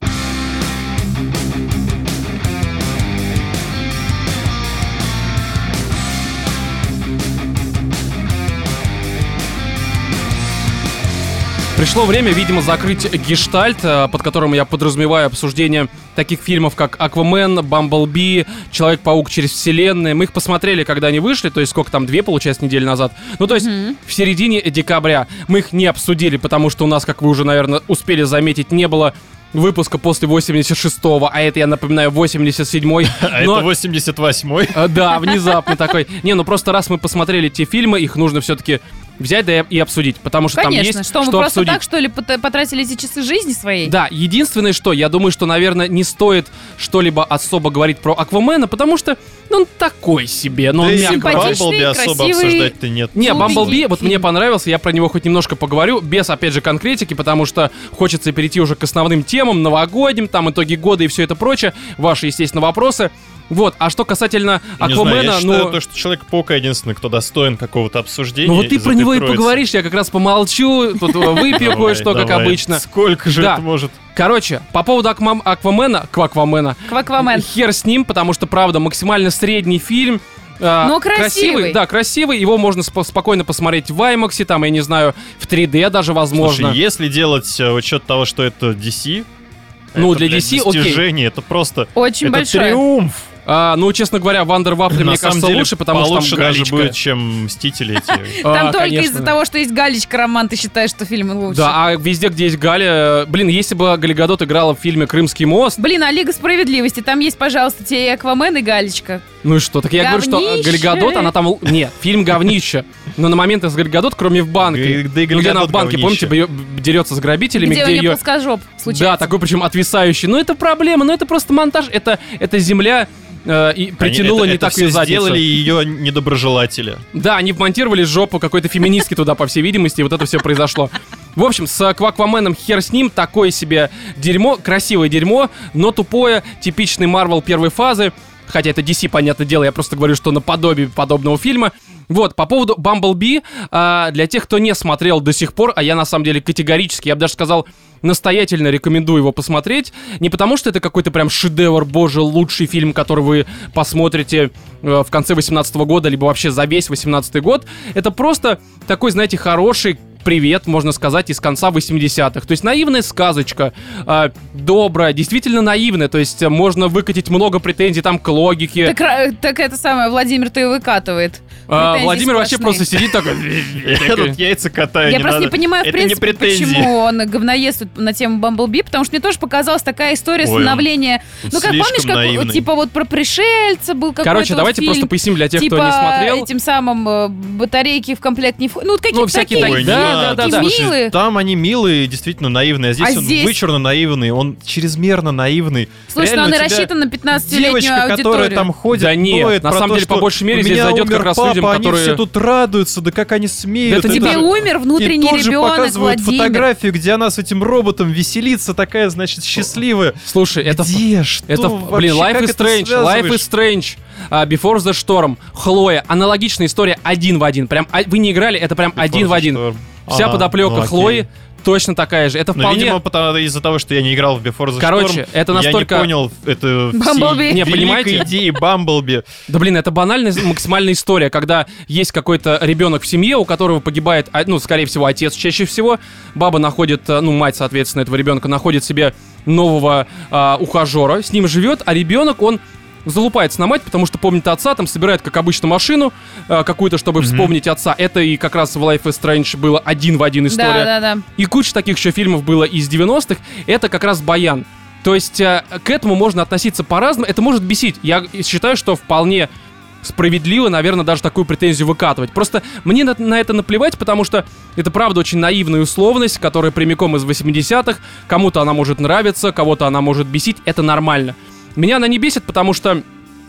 A: Пришло время, видимо, закрыть гештальт, э, под которым я подразумеваю обсуждение таких фильмов, как «Аквамен», «Бамблби», «Человек-паук через вселенные». Мы их посмотрели, когда они вышли, то есть сколько там, две, получается, недели назад. Ну, то есть в середине декабря. Мы их не обсудили, потому что у нас, как вы уже, наверное, успели заметить, не было выпуска после 86-го, а это, я напоминаю, 87-й.
B: А
A: Но-
B: это 88-й.
A: Э, Да, внезапно такой. Не, ну просто раз мы посмотрели те фильмы, их нужно все-таки взять да и- и обсудить, потому что там
C: Конечно.
A: есть
C: Что, мы просто
A: обсудить.
C: так, что ли, пот- потратили эти часы жизни своей?
A: Да, единственное, что я думаю, что, наверное, не стоит что-либо особо говорить про Аквамена, потому что ну, он такой себе, но он
B: и
A: мягко.
C: симпатичный,
B: Бамблби особо
C: красивый.
B: обсуждать-то нет.
A: Не,
C: Ну,
A: Бамблби,
C: беги,
A: вот
C: фильм.
A: мне понравился, я про него хоть немножко поговорю, без, опять же, конкретики, потому что хочется перейти уже к основным темам, новогодним, там, итоги года и все это прочее. Ваши, естественно, вопросы. Вот, а что касательно
B: Не знаю,
A: Аквамена,
B: я считаю,
A: ну...
B: то, что Человек-паук единственный, кто достоин какого-то обсуждения.
A: Ну вот ты
B: из
A: про
B: этой
A: него и
B: троицы.
A: поговоришь, я как раз помолчу, тут э, выпью
B: Давай,
A: кое-что, как
B: давай.
A: обычно.
B: Сколько же
A: Да.
B: это может?
A: Короче, по поводу Аквам- Аквамена, Кваквамена,
C: Кваквамен.
A: Хер с ним, потому что, правда, максимально средний фильм. А,
C: Но красивый.
A: Да, красивый. Его можно спо- спокойно посмотреть в IMAX, там, я не знаю, в 3D даже, возможно.
B: Слушай, если делать э, учет того, что это DC,
A: Ну,
B: это,
A: для
B: блядь,
A: DC, окей.
B: достижение, это просто...
C: Очень
B: это
C: большой.
B: триумф.
A: А, ну, честно говоря, Вандер Вафли,
B: На
A: мне
B: самом
A: кажется,
B: деле,
A: лучше, потому что
B: получше
A: там
B: даже
A: галечка.
B: будет, чем Мстители эти.
A: А,
C: Там только
A: конечно.
C: из-за того, что есть галечка, Роман, ты считаешь, что фильм лучше.
A: Да, а везде, где есть Галя... э, Блин, если бы Галя Гадот играла в фильме «Крымский мост»,
C: Блин, а Лига Справедливости, там есть, пожалуйста, тебе и Аквамен, и Галечка.
A: ну и что? Так я говорю, что э,
C: Говнище.
A: Галя Гадот, она там... л- Нет, фильм говнище. Но на момент с Галь Гадот, кроме в банке.
B: Да и
A: Ну, где она в
B: Галгадот
A: банке, помните,
B: говнище.
A: бьё- дерется с грабителями,
C: Где у нее
A: ее...
C: плоскожоп
A: Да,
C: случается.
A: такой причем отвисающий. Ну это проблема, ну это просто монтаж, это, это земля э, и притянула
B: Они-
A: не
B: это-
A: так
B: это все
A: и задницу.
B: сделали ее недоброжелатели.
A: Да, они вмонтировали жопу какой-то феминистки туда, по всей видимости, и вот это все произошло. В общем, с Квакваменом хер с ним, такое себе дерьмо, красивое дерьмо, но тупое, типичный Марвел первой фазы. Хотя это DC, понятное дело, я просто говорю, что наподобие подобного фильма. Вот, по поводу Бамблби, а, для тех, кто не смотрел до сих пор, а я на самом деле категорически, я бы даже сказал, настоятельно рекомендую его посмотреть. Не потому, что это какой-то прям шедевр, боже, лучший фильм, который вы посмотрите э, в конце 18 года, либо вообще за весь 18 год. Это просто такой, знаете, хороший привет, можно сказать, из конца 80-х. То есть наивная сказочка, э, добрая, действительно наивная. То есть э, можно выкатить много претензий там к логике.
C: Так, ра- так это самое, Владимир-то и выкатывает.
A: А,
C: Претензии
A: Владимир вообще
C: сплошные.
A: просто сидит такой...
B: Этот яйца
A: Э,
B: катаю,
C: Я
B: не
C: просто не
B: надо.
C: понимаю, в
B: Это не
C: принципе,
B: претензии.
C: почему он говноест тут на тему Бамблби, потому что мне тоже показалась такая история
B: Ой, он
C: становления...
B: тут
C: Ну, как
B: слишком
C: помнишь, как
B: наивный.
C: типа вот про пришельца был какой-то
A: Короче,
C: вот
A: давайте
C: фильм,
A: просто поясним для тех,
C: типа
A: кто не смотрел.
C: этим самым э, батарейки в комплект не входят. Ну, вот какие-то
A: Ну, всякие
C: такие.
A: такие. Да, да, да,
B: надо.
A: да.
C: такие милые.
B: Там они милые, действительно наивные, а здесь
C: А
B: он
C: здесь-
B: вычурно наивный, он чрезмерно наивный.
C: Слушай,
B: Реально,
C: ну, он и
B: у тебя
C: рассчитан на 15-летнюю
B: Девочка,
C: аудиторию.
B: которая там ходит,
A: Да нет,
B: ноет
A: на
B: про
A: самом
B: то,
A: деле,
B: что
A: по большей мере,
B: «У
A: здесь
B: меня
A: зайдет как
B: умер
A: раз
B: папа,
A: людям,
B: они
A: которые-
B: все тут радуются, да как они смеют.
A: Да это
C: Тебе
A: же-
C: типа, умер внутренний
B: и тут же
C: ребенок,
B: показывают
C: Владимир.
B: фотографию, где она с этим роботом веселится, такая, значит, счастливая.
A: Слушай, это...
B: Где? Что
A: Это,
B: вообще?
A: блин, Life
B: Как
A: is
B: это
A: Strange, Life
B: связываешь?
A: is Strange, а, Before the Storm, Хлоя, аналогичная история один в один, прям, а, вы не играли, это прям один в один, вся
B: А,
A: подоплека
B: ну окей.
A: Хлои точно такая же, это
B: Ну,
A: вполне...
B: видимо, потому- из-за того, что я не играл в Before the
A: Короче,
B: Storm,
A: это настолько-
B: Я не понял это всей
C: Бамблби.
A: Не,
B: великой
A: понимаете?
B: идеи Бамблби.
A: Да блин, это банальная максимальная история, когда есть какой-то ребенок в семье, у которого погибает, а, ну, скорее всего, отец чаще всего. Баба находит, э, ну, мать, соответственно, этого ребенка находит себе нового а, ухажера, с ним живет, а ребенок, он залупается на мать, потому что помнит отца, там собирает, как обычно, машину э, какую-то, чтобы вспомнить отца. Это и как раз в Life is Strange было один в один история.
C: Да, да, да.
A: И куча таких еще фильмов было из 90-х. Это как раз Баян. То есть э, к этому можно относиться по-разному. Это может бесить. Я считаю, что вполне справедливо, наверное, даже такую претензию выкатывать. Просто мне на, на это наплевать, потому что это, правда, очень наивная условность, которая прямиком из 80-х. Кому-то она может нравиться, кого-то она может бесить. Это нормально. Меня она не бесит, потому что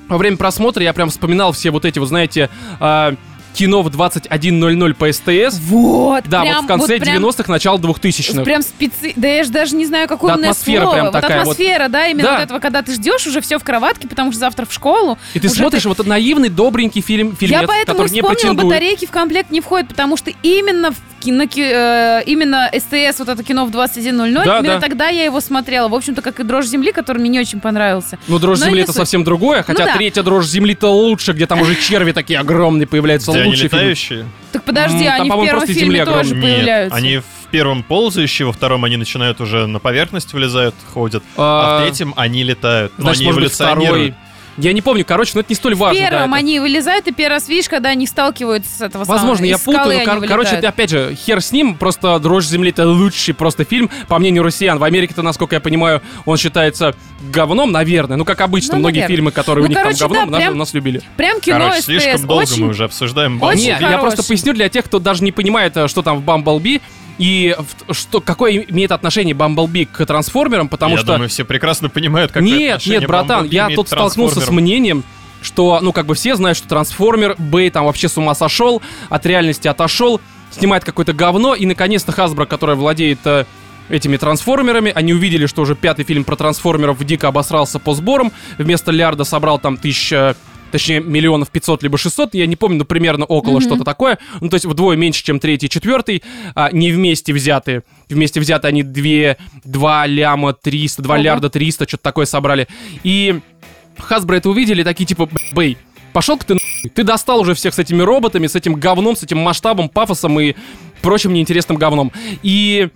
A: во время просмотра я прям вспоминал все вот эти, вот знаете, э, кино в 21.00 по СТС.
C: Вот,
A: Да,
C: прям,
A: вот в конце
C: прям
A: 90-х, начало 2000-х.
C: Прям специ... Да я же даже не знаю, какое
A: Да,
C: умное
A: атмосфера
C: слово.
A: прям
C: вот
A: такая вот.
C: атмосфера, да, именно
A: Да.
C: вот этого, когда ты ждешь уже все в кроватке, потому что завтра в школу.
A: И ты
C: уже
A: смотришь вот этот наивный, добренький фильм, фильмец,
C: Я поэтому и
A: который не
C: вспомнила,
A: претендует.
C: батарейки в комплект не входят, потому что именно в кино, ки- э, именно СТС, вот это кино в 21.00,
A: Да,
C: именно
A: да.
C: тогда я его смотрела. В общем-то, как и «Дрожь земли», который мне не очень понравился.
A: Ну, дрожь
C: Но
A: земли
C: не
A: это
C: суть.
A: совсем другое, хотя
C: Ну да.
A: третья дрожь земли-то лучше, где там уже черви такие огромные появляются.
B: Где они
A: лучший фильм.
B: летающие?
C: Так
A: М,
C: подожди,
A: там,
C: они в
A: по-моему,
C: первом
A: просто
C: фильме
A: земля
C: тоже
A: огромная.
B: Нет,
C: появляются.
B: они в первом ползающие, во втором они начинают уже на поверхность вылезают, ходят.
A: А,
B: А, в третьем они летают. Но
A: Значит,
B: они
A: может быть,
B: эволюционируют.
A: второй. Я не помню, короче, но это не столь
C: В
A: важно. да,
C: первом
A: это-
C: они вылезают, и первый раз видишь, когда они сталкиваются с этого самого-
A: Возможно, я
C: из скалы
A: путаю.
C: они
A: Кор- короче,
C: вылетают.
A: это, опять же, хер с ним. Просто «Дрожь земли» — это лучший просто фильм, по мнению россиян. В Америке-то, насколько я понимаю, он считается говном, наверное. Ну, как обычно,
C: Ну,
A: многие
C: наверное.
A: фильмы, которые
C: Ну,
A: у них
C: короче,
A: там говном,
C: да,
A: нас,
C: прям-
A: нас любили.
C: Прям кино
B: Короче,
C: СТС.
B: слишком долго
C: очень
B: мы уже обсуждаем
C: очень
B: Бамблби.
A: Нет, я
C: хороший.
A: просто поясню для тех, кто даже не понимает, э, что там в Бамблби и в- что, какое имеет отношение Бамблби к трансформерам, потому
B: Я
A: что...
B: думаю, все прекрасно понимают, как
A: нет, нет, братан, я тут столкнулся с мнением, что, ну, как бы все знают, что трансформер, Бэй там вообще с ума сошел, от реальности отошел, снимает какое-то говно, и, наконец-то, Хасбро, которая владеет э, этими трансформерами. Они увидели, что уже пятый фильм про трансформеров дико обосрался по сборам. Вместо Лярда собрал там тысяча точнее, миллионов 500 либо 600, я не помню, но примерно около
C: Мгм.
A: что-то такое. Ну, то есть вдвое меньше, чем третий и четвертый, а, не вместе взятые. Вместе взятые они 2, 2 ляма 300, 2
C: Ого.
A: лярда 300, что-то такое собрали. И Хасбро это увидели, и такие типа, «Б- бей, пошел ты нахуй. ты достал уже всех с этими роботами, с этим говном, с этим масштабом, пафосом и прочим неинтересным говном. И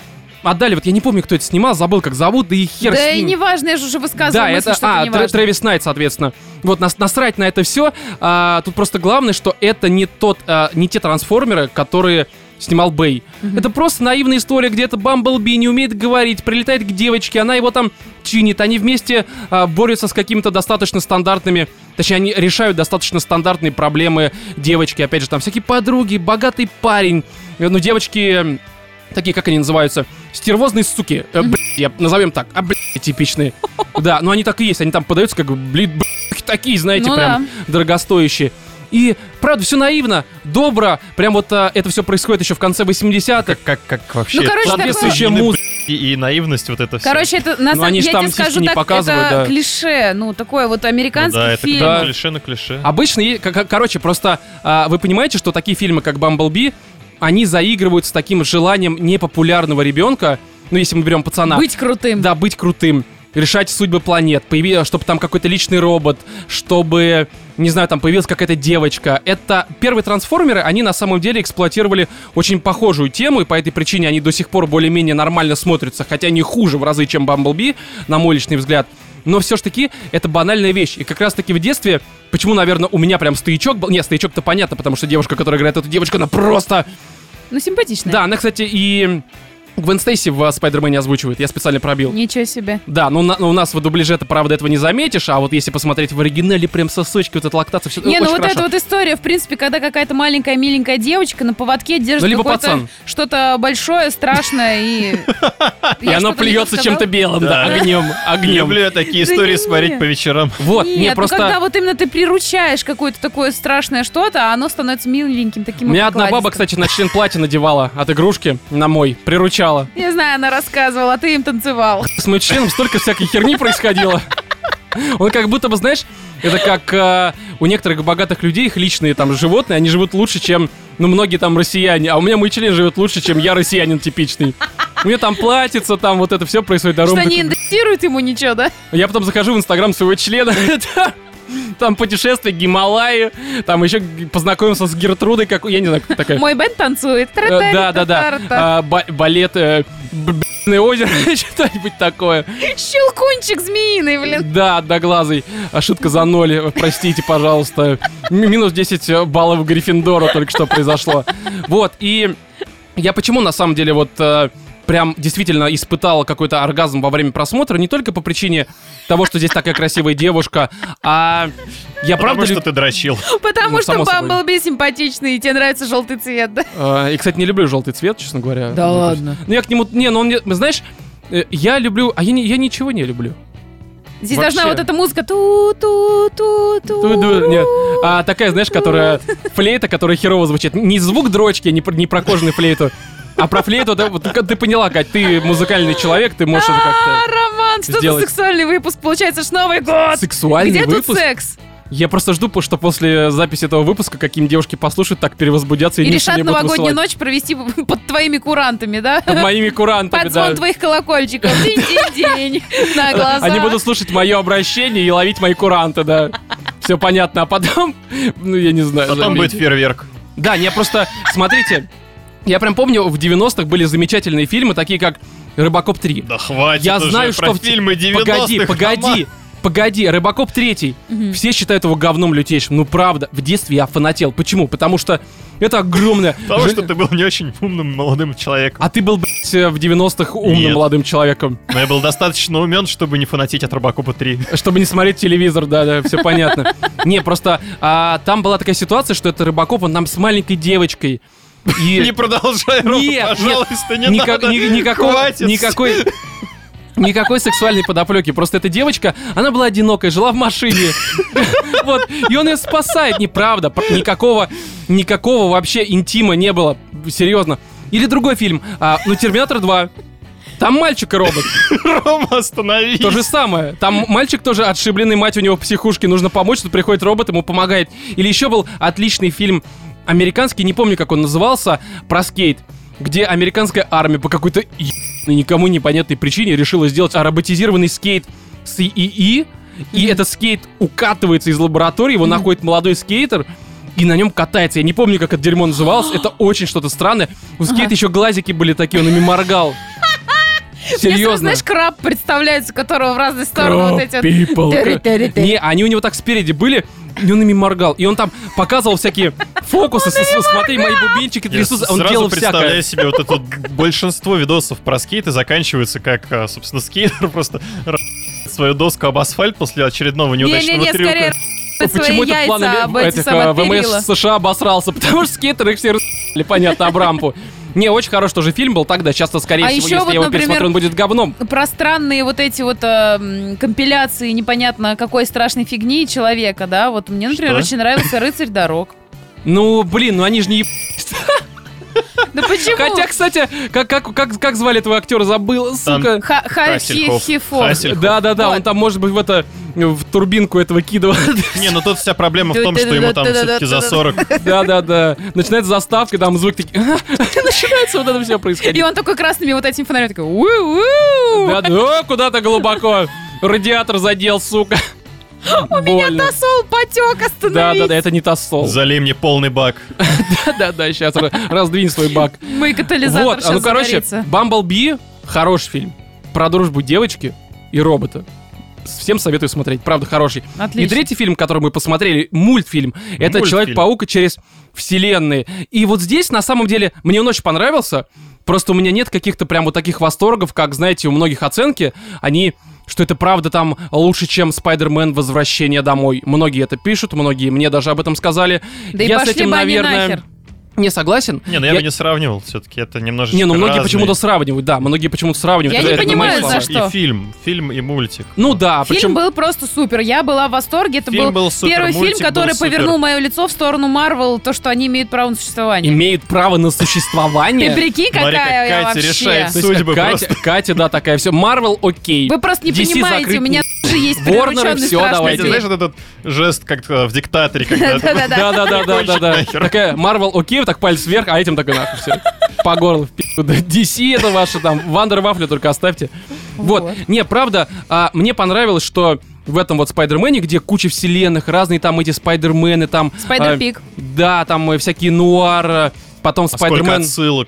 A: отдали, вот я не помню, кто это снимал, забыл, как зовут, да и хер
C: Да
A: с
C: и
A: ним.
C: неважно, я же уже высказывала
A: Да,
C: мысль,
A: это,
C: что
A: а,
C: это
A: Тре-
C: неважно.
A: Трэвис Найт, соответственно. Вот, нас, насрать на это все. тут просто главное, что это не тот, а, не те трансформеры, которые снимал Бэй. Это просто наивная история, где это Бамблби не умеет говорить, прилетает к девочке, она его там чинит, они вместе а, борются с какими-то достаточно стандартными, точнее, они решают достаточно стандартные проблемы девочки, опять же, там всякие подруги, богатый парень, Э, ну, девочки, м, такие, как они называются, стервозные суки, Э, блядь, я назовем так, а, блядь, типичные. Да, но они так и есть, они там подаются как, блин, блядь, такие, знаете,
C: Ну
A: прям дорогостоящие. И, правда, все наивно, добро, прям вот а, это все происходит еще в конце 80-х,
B: Как, как вообще?
C: Ну, короче,
A: соответствующая
B: такое-
A: музыка.
B: И, и наивность вот это все.
C: Короче, это на
A: Ну,
C: самом
A: они ж
C: я
A: там
C: тебе
A: сиськи
C: скажу
A: не
C: так,
A: показывают,
C: это
A: да.
C: клише, ну такой вот американский
B: Ну да, это
C: фильм.
A: да.
B: клише на клише.
A: Обычно, е- ко- ко- короче, просто а, вы понимаете, что такие фильмы, как «Бамблби», они заигрывают с таким желанием непопулярного ребенка, ну, если мы берем пацана,
C: Быть крутым.
A: да, быть крутым, решать судьбы планет, появи- чтобы там какой-то личный робот, чтобы, не знаю, там появилась какая-то девочка. Это первые трансформеры, они на самом деле эксплуатировали очень похожую тему, и по этой причине они до сих пор более-менее нормально смотрятся, хотя не хуже в разы, чем Бамблби, на мой личный взгляд. Но все ж таки, это банальная вещь. И как раз таки в детстве, почему, наверное, у меня прям стоячок был... Нет, стоячок-то понятно, потому что девушка, которая играет эту девочку, она просто...
C: Ну симпатичный.
A: Да, она, кстати, и Гвен Стейси в «Спайдермене» озвучивает. Я специально пробил.
C: Ничего себе.
A: Да, ну, на- ну, у нас в дубляже ты, правда, этого не заметишь, а вот если посмотреть в оригинале, прям сосочки, вот эта лактация, все
C: Не,
A: очень
C: ну вот
A: хорошо.
C: эта вот история, в принципе, когда какая-то маленькая миленькая девочка на поводке держит
A: Ну, либо
C: какое-то
A: пацан.
C: что-то большое, страшное и...
A: И оно плюется чем-то белым, да,
B: Да.
A: огнем, огнем.
B: Люблю я такие
C: Да
B: истории
C: не-не-не.
B: смотреть по вечерам.
A: Вот,
C: Нет,
A: не,
C: ну
A: просто...
C: когда вот именно ты приручаешь какое-то такое страшное что-то, а оно становится миленьким
A: У
C: таким
A: меня одна
C: покладистым.
A: баба, кстати, на член платье надевала от игрушки на мой, приручала.
C: Не знаю, она рассказывала, а ты им танцевал.
A: С моим членом столько всякой херни происходило. Он как будто бы, знаешь, это как э, у некоторых богатых людей их личные там животные, они живут лучше, чем, ну, многие там россияне. А у меня мой член живет лучше, чем я россиянин типичный. У меня там платится, там вот это все происходит. а
C: Что
A: Рома
C: не индексирует ему ничего, да?
A: Я потом захожу в инстаграм своего члена, там- там путешествие, Гималаи, там еще г- познакомился с Гертрудой, как, я не знаю, как такая.
C: Мой Бен танцует.
A: Э, Да, да, да. А, ба- Балет, э, б- б***ное озеро, что-нибудь такое.
C: Щелкунчик змеиный, блин.
A: Да, одноглазый. Ошибка за ноль, э, простите, пожалуйста. М- Минус 10 э, баллов Гриффиндору только что произошло. Вот, и я почему на самом деле вот э, прям действительно испытал какой-то оргазм во время просмотра, не только по причине того, что здесь такая красивая девушка, а я правда...
B: Потому что
A: лю-
B: ты дрочил.
C: Потому
A: Ну,
C: что
A: само собой.
C: Бамблби симпатичный, и тебе нравится желтый цвет, да?
A: Э, И, кстати, не люблю желтый цвет, честно говоря.
C: Да
A: Ну, то есть-
C: ладно.
A: Ну, я к нему... Не, ну он... мне- Знаешь, э, я люблю... А я, не- я ничего не люблю.
C: Здесь
A: Вообще.
C: должна вот эта музыка ту-ту-ту-ту.
A: Ту- ду- Нет. А, такая, знаешь, которая флейта, которая херово звучит. Не звук дрочки, не про, не про кожаную флейту. А про флейту, да, вот ты- ты поняла, Кать, ты музыкальный человек, ты можешь это
C: А,
A: как-то...
C: Роман, что за
A: сделать.
C: сексуальный выпуск? Получается, ж Новый год.
A: Сексуальный
C: Где тут
A: выпуск?
C: секс?
A: Я просто жду, что после записи этого выпуска какие-нибудь девушки послушают, так перевозбудятся и,
C: И
A: не
C: решат
A: мне будут
C: новогоднюю
A: высылать.
C: ночь провести под твоими курантами, да?
A: Под моими курантами,
C: Под звон
A: да.
C: твоих колокольчиков. День-день-день. На глаза.
A: Они будут слушать мое обращение и ловить мои куранты, да. Все понятно, а потом, ну я не знаю.
B: Потом
A: забейте.
B: будет фейерверк.
A: Да, я просто, смотрите, я прям помню, в 90-х были замечательные фильмы, такие как «Рыбакоп 3».
B: Да хватит
A: Я
B: уже
A: знаю,
B: про
A: что... в те-
B: фильмы
A: Погоди,
B: 90-х.
A: погоди, погоди, «Рыбакоп 3».
C: Мгм.
A: Все считают его говном лютейшим. Ну, правда, в детстве я фанател. Почему? Потому что это огромное...
B: Потому
A: Жен-
B: что ты был не очень умным молодым человеком.
A: А ты был, блядь, в 90-х умным
B: Нет.
A: молодым человеком,
B: Но я был достаточно умен, чтобы не фанатить от Робокопа 3.
A: чтобы не смотреть телевизор, да-да, все понятно. Не, просто а, там была такая ситуация, что это Рыбакоп, он там с маленькой девочкой. И...
B: Не продолжай, Рома,
A: Нет, нет.
B: пожалуйста, не
A: Никак-
B: надо.
A: ни- никакого-
B: Хватит.
A: Никакой... Никакой сексуальной подоплеки. Просто эта девочка, она была одинокая, жила в машине. Вот. И он ее спасает, неправда. Пр- Никакого, никакого вообще интима не было. Серьезно. Или другой фильм. А, Ну, Терминатор 2. Там мальчик и робот.
B: Рома, остановись.
A: То же самое. Там мальчик тоже отшибленный, мать у него в психушке, нужно помочь, тут приходит робот, ему помогает. Или еще был отличный фильм американский, не помню, как он назывался, про скейт, где американская армия по какой-то ебаной, никому непонятной причине решила сделать роботизированный скейт с ИИ, и этот скейт укатывается из лаборатории, его находит молодой скейтер, и на нем катается. Я не помню, как это дерьмо называлось. Это очень что-то странное. У скейта еще глазики были такие, он ими моргал.
C: Мне сразу,
A: Серьезно.
C: знаешь, краб представляется, у которого в разные стороны
A: Crop
C: вот эти вот-
A: people.
C: Тыры-тыры-тыры.
A: Не, они у него так спереди были, и он ими моргал. И он там показывал всякие фокусы. со- со- Смотри, мои бубенчики
B: Я
A: трясутся.
B: сразу
A: Он делал всякое.
B: представляю себе вот это вот большинство видосов про скейты заканчивается как, а, собственно, скейтер просто ра- свою доску об асфальт после очередного неудачного
C: Не-не-не,
B: трюка.
C: скорее р- свои
A: этот план
C: яйца
A: М-
C: об эти
A: этих, э, ВМС
C: самопилила.
A: США обосрался? Потому что скейтеры их все раз***ли, понятно, об рампу. Не, очень хороший тоже фильм был тогда. Часто, скорее
C: А
A: всего,
C: еще
A: если
C: вот,
A: я его
C: например,
A: пересмотрю, он будет говном.
C: Про странные вот эти вот э, м, компиляции непонятно какой страшной фигни человека, да? Вот мне, например,
B: Что?
C: очень нравился «Рыцарь дорог».
A: Ну, блин, ну они же не еб-
C: Да почему?
A: Хотя, кстати, как, как, как, как звали этого актера? Забыл,
B: Там-
A: сука.
C: Ха- Ха- Хи-
B: Хассельхоф.
C: Хифор.
B: Хассельхоф. Хасельхов.
A: Да-да-да,
C: Вот.
A: он там, может быть, в это в турбинку этого кидал.
B: Не, ну тут вся проблема в том, что ему там все-таки за 40.
A: Да-да-да. Начинается заставка, там звук такие... Начинается вот это все
C: И
A: происходить.
C: он такой красными вот этим фонарем такой «Ууу!»
A: Да, да, о, куда-то глубоко. Радиатор задел, сука. У
C: Меня тосол потек, остановись.
A: Да, да, да, это не тосол.
B: Залей мне полный бак.
A: Да, да, да, сейчас раздвинь свой бак.
C: Мой катализатор
A: Вот, а
C: щас
A: ну короче,
C: загорится.
A: Бамблби хороший фильм. Про дружбу девочки и робота. Всем советую смотреть, правда, хороший. И
C: Отлично.
A: третий фильм, который мы посмотрели, мультфильм, это
B: Мультфильм.
A: Человек-паук через вселенные. И вот здесь, на самом деле, мне он очень понравился. Просто у меня нет каких-то прям вот таких восторгов, как, знаете, у многих оценки. Они что это правда там лучше, чем Спайдермен Возвращение домой. Многие это пишут, многие мне даже об этом сказали.
C: Да и
A: я
C: пошли
A: с этим,
C: бы они
A: наверное,
C: нахер.
A: не согласен.
B: Не, ну я бы не сравнивал, все-таки это немножечко
A: Не, ну многие
B: разные.
A: почему-то сравнивают, да, многие почему-то сравнивают.
C: Я
A: это-
C: не
A: это мои
C: понимаю,
A: слова.
C: за что.
B: И фильм, фильм и мультик.
A: Ну да,
C: Фильм
A: причем...
C: был просто супер. Я была в восторге. Это
B: Фильм
C: был,
B: был супер,
C: первый фильм,
B: мультик был
C: который
B: супер.
C: повернул мое лицо в сторону Марвел, то, что они имеют право на существование.
A: имеют право на существование.
C: Ты прикинь, какая
B: Смотри, как
C: я
B: Катя
C: вообще.
B: решает.
A: То есть,
B: Судьбы
A: Катя, Катя, да, такая, все, Марвел, окей.
C: Вы просто не
A: DC
C: понимаете,
A: закрыт.
C: у меня тоже есть
A: Ворнеры,
C: прирученный
A: всё,
C: страшный
A: давайте.
B: Знаете,
C: зверь.
B: знаешь, вот этот жест, как э, в диктаторе, когда
C: Да-да-да.
A: Да-да-да-да-да.
B: Кончик нахер.
A: Такая Marvel, окей, вот так палец вверх, а этим так и нахуй все. По горлу в пи***у. Да, DC это ваше там, Вандер Вафлю только оставьте. Вот.
C: Вот.
A: Не, правда, а, мне понравилось, что в этом вот Спайдермене, где куча вселенных, разные там эти Спайдермены, там...
C: Спайдерпик.
A: а, Да, там э, всякие нуар, э, потом
B: А Сколько
A: Спайдермен...
B: отсылок.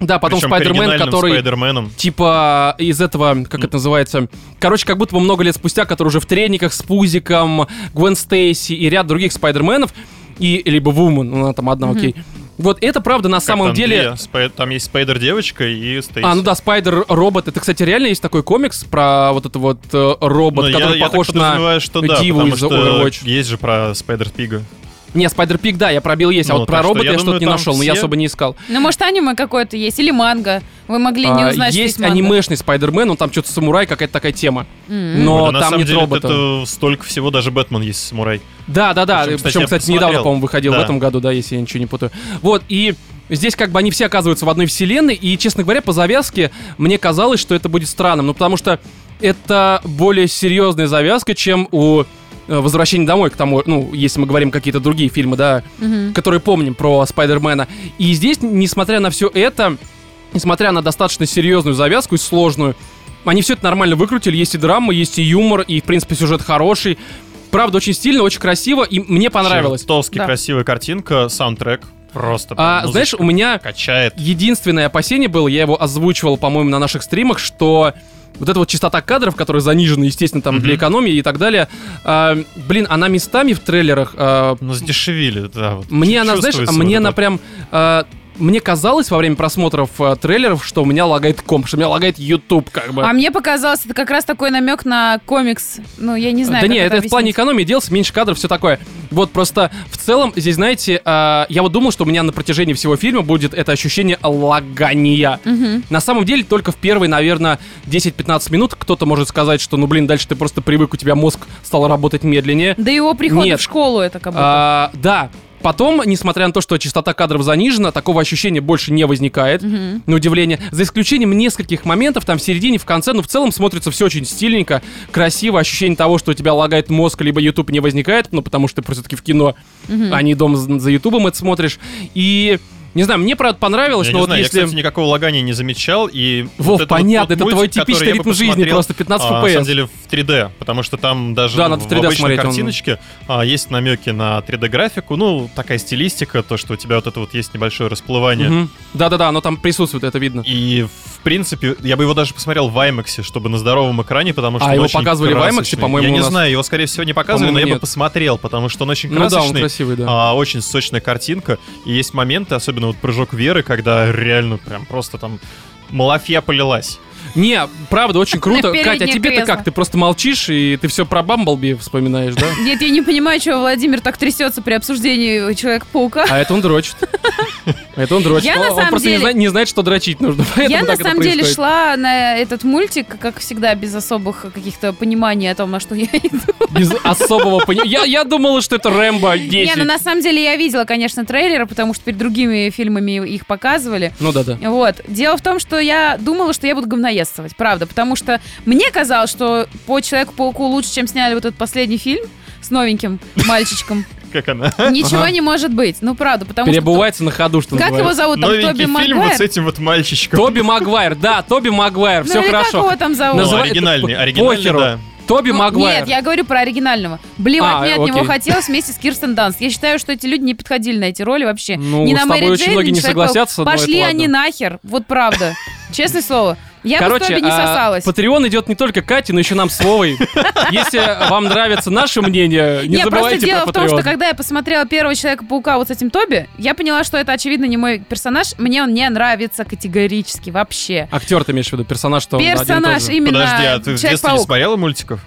A: Да, потом
B: Причем к
A: Спайдермен,
B: оригинальным
A: который...
B: Спайдерменам.
A: типа из этого, как это называется, короче, как будто бы много лет спустя, который уже в трениках с Пузиком, Гвен Стейси и ряд других Спайдерменов, и, либо Вумен, ну, она там одна, окей. Вот это правда на
B: Как
A: самом
B: там
A: деле...
B: две? Спай- Там есть Спайдер-девочка и Стейси.
A: А, ну да, Спайдер-робот. Это, кобот. кстати, реально есть такой комикс про вот этот вот э, робот,
B: Но Ну, я-
A: который
B: я так
A: похож на
B: подразумеваю, что да,
A: Диву
B: потому
A: из
B: что
A: Overwatch.
B: Есть же про Спайдер-пига.
A: Не, Спайдер-пик, да, я пробил есть, а
B: Ну,
A: вот
B: так
A: про
B: что
A: робота
B: я
A: я,
B: думаю,
A: что-то не
B: там
A: нашел, но я
B: все-
A: особо не искал.
C: Ну, может, аниме какое-то есть, или манго. Вы могли не
A: А,
C: узнать, что
A: есть
C: манго.
A: анимешный Спайдермен, он там что-то самурай, какая-то такая тема.
C: М.
A: Но
B: Да, а на
A: там
B: самом
A: нет
B: деле,
A: робота.
B: это столько всего, даже Бэтмен есть самурай.
A: Да, да, да.
B: Причем,
A: Причем,
B: кстати,
A: кстати,
B: я
A: недавно,
B: посмотрел.
A: по-моему, выходил в
B: Да.
A: этом году, да, если я ничего не путаю. Вот, и здесь как бы они все оказываются в одной вселенной, и, честно говоря, по завязке мне казалось, что это будет странным, ну потому что это более серьезная завязка, чем у э, «Возвращения домой», к тому, ну, если мы говорим какие-то другие фильмы, да,
C: Мгм.
A: которые помним про Спайдермена. И здесь, несмотря на все это, несмотря на достаточно серьезную завязку и сложную, они все это нормально выкрутили. Есть и драма, есть и юмор, и, в принципе, сюжет хороший. Правда, очень стильно, очень красиво, и мне понравилось.
B: Толстый,
C: Да.
B: красивая картинка, саундтрек. Просто.
A: А,
B: прям
A: знаешь,
B: музычка
A: у меня
B: качает.
A: единственное опасение было, я его озвучивал, по-моему, на наших стримах, что вот эта вот частота кадров, которая занижена, естественно, там для
B: Мгм.
A: экономии и так далее, а, блин, она местами в трейлерах а,
B: Ну, задешевили, да. вот.
A: Мне она, знаешь,
B: Чувствуется вот
A: мне
B: это
A: она
B: вот.
A: прям... э, мне казалось во время просмотров э, трейлеров, что у меня лагает комп, что у меня лагает YouTube, как бы.
C: А мне показалось, это как раз такой намек на комикс. Ну, я не знаю,
A: да
C: как
A: не, это, в плане
C: объяснить.
A: экономии делся, меньше кадров, все такое. Вот просто в целом здесь, знаете, э, я вот думал, что у меня на протяжении всего фильма будет это ощущение лагания.
C: Мгм.
A: На самом деле, только в первые, наверное, 10-15 минут кто-то может сказать, что, ну, блин, дальше ты просто привык, у тебя мозг стал работать медленнее.
C: Да его приход
A: Нет.
C: в школу это как будто.
A: А, да, Потом, несмотря на то, что частота кадров занижена, такого ощущения больше не возникает,
C: Мгм.
A: на удивление. За исключением нескольких моментов, там в середине, в конце, но в целом смотрится все очень стильненько, красиво, ощущение того, что у тебя лагает мозг, либо YouTube не возникает, ну, потому что ты все-таки в кино, а не дома за за Ютубом это смотришь. И, не знаю, мне, правда, понравилось,
B: Я
A: но
B: не
A: вот
B: знаю,
A: если...
B: я, кстати, никакого лагания не замечал, и...
A: Вов,
B: вот это вот
A: понятно,
B: тот
A: это
B: мультик,
A: твой
B: который
A: типичный
B: я бы
A: ритм жизни,
B: посмотрел,
A: просто 15
B: а, на самом
A: FPS.
B: деле в 3D, потому что там даже
A: Да, надо в
B: в
A: 3D
B: обычной
A: смотреть, он-
B: картиночке а, есть намеки на 3D-графику, ну, такая стилистика, то, что у тебя вот это вот есть небольшое расплывание.
A: Мгм. Да-да-да, оно там присутствует, это видно.
B: И, в принципе, я бы его даже посмотрел в IMAX, чтобы на здоровом экране, потому что
A: А,
B: он
A: его
B: очень
A: показывали в IMAX,
B: красочный.
A: по-моему,
B: Я
A: у
B: не
A: нас?
B: знаю, его, скорее всего, не показывали, но
A: По-моему, нет.
B: я бы посмотрел, потому что он очень
A: Ну да, он
B: красочный.
A: красивый, да.
B: А, очень сочная картинка. И есть моменты, особенно вот прыжок Веры, когда реально прям просто там малафья полилась.
A: Не, правда, очень круто.
C: переднее
A: Катя, а тебе-то
C: кресло.
A: как? Ты просто молчишь, и ты все про Бамблби вспоминаешь, да?
C: Нет, я не понимаю, чего Владимир так трясется при обсуждении Человека-паука.
A: А это он дрочит. Это он дрочит.
C: Я
A: Он-
C: на
A: Он
C: самом
A: просто не
C: деле-
A: знает- не знает, что дрочить нужно.
C: Я
A: поэтому
C: на
A: так А это
C: самом деле
A: происходит.
C: шла на этот мультик, как всегда, без особых каких-то пониманий о том, на что я иду.
A: Без особого понимания. Я, я думала, что это Рэмбо
C: Не,
A: 10.
C: ну на самом деле я видела, конечно, трейлеры, потому что перед другими фильмами их показывали.
A: Ну да-да.
C: Вот. Дело в том, что я думала, что я буду говноедствовать, правда. Потому что мне казалось, что по Человеку-пауку лучше, чем сняли вот этот последний фильм с новеньким мальчиком.
B: Как она?
C: Ничего не может быть. Ну, правда, потому что...
A: Перебывается на ходу, что
C: Как его
A: называется.
C: зовут? Ну, Там
B: Новенький
C: Тоби
B: фильм вот с
C: Магуайр?
B: этим вот мальчиком.
A: Тоби Магуайр, да, Тоби Магуайр,
C: Ну
A: все
C: или как
A: хорошо.
C: его там зовут?
B: Ну,
A: Называй-
B: оригинальный,
A: это
B: оригинальный,
A: похеру.
B: да.
A: Тоби
C: Ну,
A: Магуайр.
C: Нет, я говорю про оригинального. Блевать
A: А,
C: мне от
A: окей.
C: него хотелось вместе с Кирстен Данст. Я считаю, что эти люди не подходили на эти роли вообще.
A: Ну,
C: ни
A: с
C: на
A: тобой
C: Мэри
A: очень
C: Джейн,
A: многие
C: ни
A: не
C: на Человека-паука.
A: согласятся, но это
C: Пошли они
A: ладно.
C: нахер, вот правда. Честное слово. Я бы с
A: Короче,
C: Тоби не
A: а,
C: сосалась.
A: Патреон идет не только Кате, но еще нам с Вовой. Если вам нравится наше мнение, не
C: Нет, просто
A: забывайте
C: дело
A: про
C: в том, что
A: Патреон.
C: когда я посмотрела первого Человека-паука вот с этим Тоби, я поняла, что это, очевидно, не мой персонаж. Мне он не нравится категорически вообще.
A: Актер ты имеешь в виду, персонаж, что он один и тот
C: Персонаж
A: же.
C: именно
B: Подожди, а ты в детстве не
C: Человек-паук.
B: смотрела мультиков?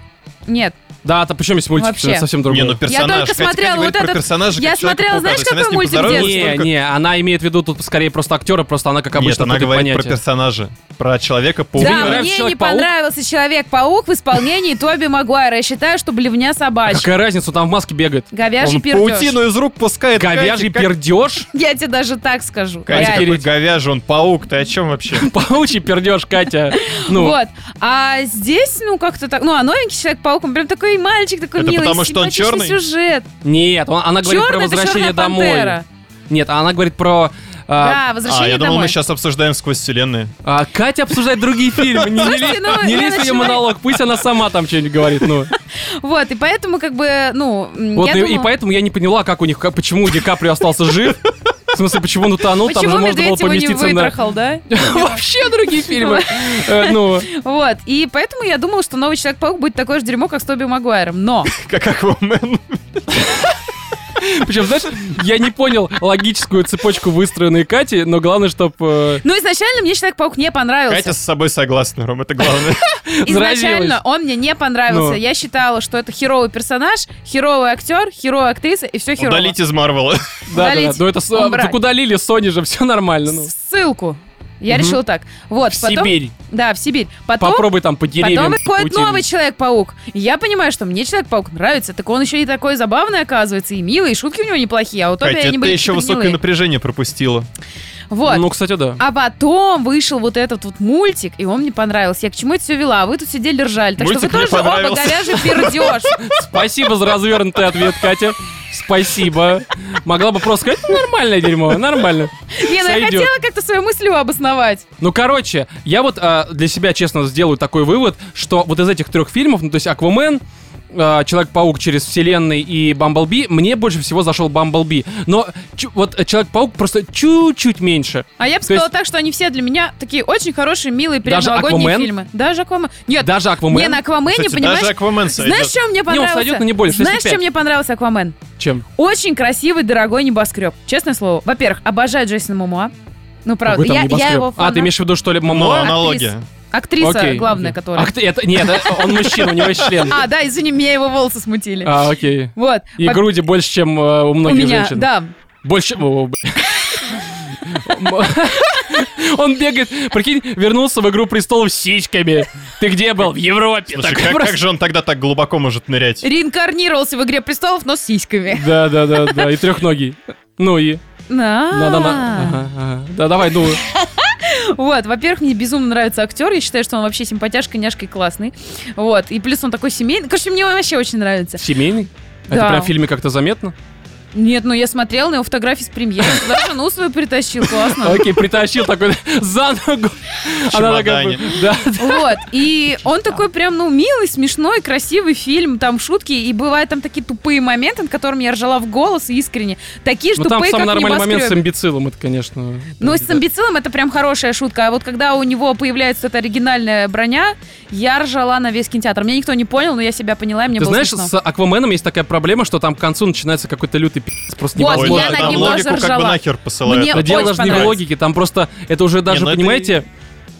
C: Нет.
A: Да, там причем есть мультик,
C: Вообще.
A: это совсем другой.
B: Не, ну персонаж.
C: только
B: Катя
C: смотрела
B: говорит
C: вот
B: про
C: этот-
B: персонажа,
C: я
B: как
C: смотрела,
B: Человека-паука.
C: знаешь,
B: То есть она с
C: какой
B: ним
C: мультик в
B: поздоровалась
C: детстве?
A: не,
B: только-
A: не, она имеет в виду тут пускорее просто актера, просто она, как
B: Нет,
A: обычно,
B: она
A: путает
B: говорит про
A: понятия.
B: персонажа, про человека
A: Тебе не
C: да,
A: нравится
C: мне не
A: Человек-паук?
C: понравился Человек-паук в исполнении Тоби Магуайра. Я считаю, что блевня собачья.
A: Какая разница, он там в маске бегает.
C: Говяжий
B: Он
C: пердеж.
B: паутину из рук пускает.
A: Говяжий
B: Катя, как-
A: пердеж?
C: Я тебе даже так скажу.
B: Катя,
C: реально.
B: какой говяжий, он паук, ты о чем вообще?
A: Паучий пердеж, Катя. Ну,
C: Вот. А здесь, ну, как-то так... Ну, а новенький Человек-паук, он прям такой мальчик, такой
B: Это
C: милый,
B: потому, что он черный?
C: симпатичный сюжет.
A: нет, он- она говорит про
C: Черный — это
A: возвращение
C: черная
A: домой.
C: пантера.
A: Нет, она говорит про... а,
C: Да,
B: А,
C: возвращение
B: я думал,
C: домой.
B: мы сейчас обсуждаем сквозь вселенные.
A: а, Катя обсуждает другие фильмы. Не, не,
C: Слушайте, ну,
A: не
C: я
A: лезь в ее
C: начала-
A: монолог, пусть она сама там что-нибудь говорит. Ну.
C: Вот, и поэтому, как бы, ну, м,
A: Вот,
C: я
A: и, и
C: думала,
A: поэтому я не поняла, как у них, как- почему Ди Каприо остался жив. В смысле, почему он утонул, там же
C: почему
A: можно было
C: медведь его не
A: поместиться на...
C: вытрахал, да?
A: Вообще другие фильмы. Э, Ну,
C: Вот, и поэтому я думала, что новый Человек-паук будет такое же дерьмо, как с Тоби Магуайром. Но
B: Как Аквамен.
A: причем, знаешь, я не понял логическую цепочку выстроенной Кати, но главное, э, чтобы...
C: Ну, изначально мне Человек-паук не
B: Катя
C: понравился.
B: с собой согласна, Ром, это главное.
A: заразилась.
C: Изначально он мне не понравился.
A: Ну.
C: Я считала, что это херовый персонаж, херовый актер, херовая актриса и все херово.
B: Удалить из Марвела.
A: Да, да, да.
C: удалить,
A: Ну, это с-
C: убрать.
A: так удалили Sony же, все нормально. ну.
C: Ссылку. Я
A: Мгм.
C: решила так. Вот,
A: В
C: потом...
A: Сибирь.
C: Да, в Сибирь. Потом...
A: Попробуй там по деревьям.
C: Потом приходит
A: паутину.
C: новый Человек-паук. И я понимаю, что мне Человек-паук нравится, так он еще и такой забавный оказывается, и милый, и шутки у него неплохие, а у Тоби
B: Катя,
C: они
B: ты
C: были
B: еще
C: какие-то
B: высокое
C: гнилые.
B: напряжение пропустила.
C: Вот.
A: Ну, кстати, да.
C: А потом вышел вот этот вот мультик, и он мне понравился. Я к чему это все вела? А Вы тут сидели ржали. Так
B: Мультик
C: что вы
B: мне
C: тоже оба
B: понравился.
C: говяжий пердеж.
A: Спасибо за развернутый ответ, Катя. Спасибо. Могла бы просто сказать, «Ну, нормальное дерьмо, нормально.
C: Не, ну я
A: Сойдет.
C: хотела как-то свою мыслью обосновать.
A: Ну, короче, я вот а, для себя, честно, сделаю такой вывод, что вот из этих трех фильмов, ну, то есть Аквамен, а, Человек-паук через вселенной и Бамблби, мне больше всего зашел Бамблби. Но чу- вот э, Человек-паук просто чуть-чуть меньше.
C: А я бы
A: То есть-
C: сказала так, что они все для меня такие очень хорошие, милые,
A: Даже
C: предновогодние
A: «Аквамен»?
C: фильмы. Даже Аквамен. Нет,
A: Даже Аквамен.
C: не, на Аквамене,
B: Кстати,
C: понимаешь?
B: даже Аквамен
C: Знаешь,
B: сойдет.
C: что мне
A: он
C: понравился?
A: сойдет, но не более,
C: Знаешь,
A: 65.
C: чем мне понравился Аквамен?
A: Чем?
C: Очень красивый, дорогой небоскреб. Честное слово. Во-первых, обожаю Джейсона Мамуа. Ну, правда,
A: Какой там
C: я, я
A: небоскреб?
C: его
A: А,
C: фанат.
A: ты имеешь в виду, что ли,
B: Ну,
A: Мамуа?
B: аналогия.
C: Актриса
A: Окей,
C: главная,
A: окей.
C: которая.
A: Ах ты, это, нет, это- он мужчина, у него есть член.
C: А, да, извини, меня его волосы смутили.
A: А, окей.
C: Вот.
A: И
C: Во-
A: груди больше, чем э, у
C: у
A: многих
C: меня,
A: женщин.
C: да.
A: Больше... о, б- Он бегает, прикинь, вернулся в «Игру престолов» с сиськами. Ты где был? В Европе.
B: Слушай,
A: Так
B: как,
A: просто-
B: как же он тогда так глубоко может нырять?
C: Реинкарнировался в «Игре престолов», но с сиськами.
A: Да, да, да, да, и трехногий. Ну и. Да, да,
C: А.
A: да. Да, давай, ну.
C: Вот, во-первых, мне безумно нравится актер. Я считаю, что он вообще симпатяшка, няшка и классный. Вот, и плюс он такой семейный. Короче, мне он вообще очень нравится.
A: Семейный? А Это
C: Да.
A: прям в фильме как-то заметно?
C: Нет, ну я смотрела на его фотографии с премьеры. Туда жену свою притащил, классно.
A: Окей, притащил такой за ногу. Она такая,
B: чемодане.
A: да,
C: Вот, и он такой прям, ну, милый, смешной, красивый фильм, там шутки, и бывают там такие тупые моменты, над которыми я ржала в голос и искренне. Такие же
A: Ну там
C: тупые,
A: самый
C: как
A: нормальный момент с
C: небоскребы.
A: имбецилом, это, конечно.
C: Ну,
A: да,
C: с
A: да.
C: амбицилом это прям хорошая шутка, а вот когда у него появляется эта оригинальная броня, я ржала на весь кинотеатр. Меня никто не понял, но я себя поняла, и мне
A: Ты
C: было
A: знаешь,
C: смешно.
A: с Акваменом есть такая проблема, что там к концу начинается какой-то лютый пи***ц, просто
C: Вот,
B: Ой,
A: невозможно.
C: я
B: да,
C: на
B: там
C: нем
B: логику
C: тоже
B: как бы
C: ржала.
B: нахер посылают.
C: Мне
A: Но дело
C: очень
A: даже не в
C: понравилось.
A: логике, там просто, это уже даже,
B: ну это-
A: понимаете,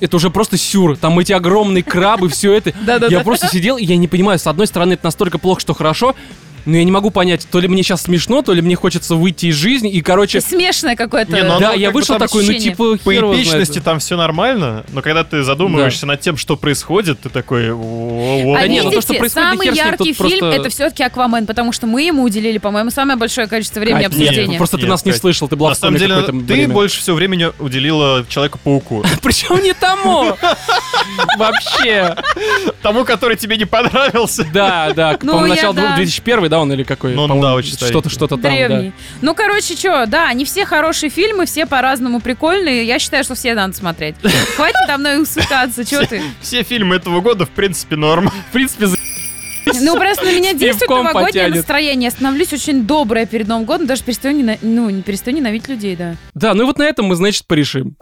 A: это... уже просто сюр, там эти огромные крабы, все это. Я просто сидел, и я не понимаю, с одной стороны, это настолько плохо, что хорошо, но я не могу понять, то ли мне сейчас смешно, то ли мне хочется выйти из жизни, и, короче,
C: Смешное какое-то.
B: Не, ну,
A: да,
B: оно
A: я
B: как бы
A: вышел
B: там
A: такой, ну,
C: ощущение.
A: типа,
B: По
A: хер его знает.
B: эпичности там все нормально, но когда ты задумываешься над тем, что происходит, ты такой... «Во-во-во».
A: да
C: а
A: не, ну
C: видите,
A: то, что происходит,
C: самый
A: хер с ним,
C: яркий
A: тут просто-
C: фильм это все-таки Аквамен, потому что мы ему уделили, по-моему, самое большое количество времени
A: Кать, нет,
C: обсуждения.
A: Просто ты
B: Нет,
A: нас не ну,
B: Кать.
A: слышал, ты была
B: На
A: в
B: самом
A: коме
B: деле, ну,
A: какое-то
B: ты
A: время.
B: больше всего времени уделила Человеку-пауку.
A: Причем не тому. Вообще.
B: Тому, который тебе не понравился.
A: Да, да.
C: Ну,
A: По-моему,
C: я
A: начало
C: да.
A: 2001 да, он или какой?
B: Ну, он,
A: По-моему,
B: да, очень
A: Что-то,
B: старенький.
A: что-то там, да.
C: Древний. Ну, короче, что, да, они все хорошие фильмы, все по-разному прикольные. Я считаю, что все надо смотреть. Хватит со мной усыкаться, что ты?
B: Все фильмы этого года, в принципе, норм.
A: В принципе, за-
C: Ну, просто на меня действует
A: Пивком
C: новогоднее
A: потянет.
C: настроение. Я становлюсь очень добрая перед Новым годом, даже перестаю, нена- ну, не перестаю ненавидеть людей, да.
A: да, ну и вот на этом мы, значит, порешим.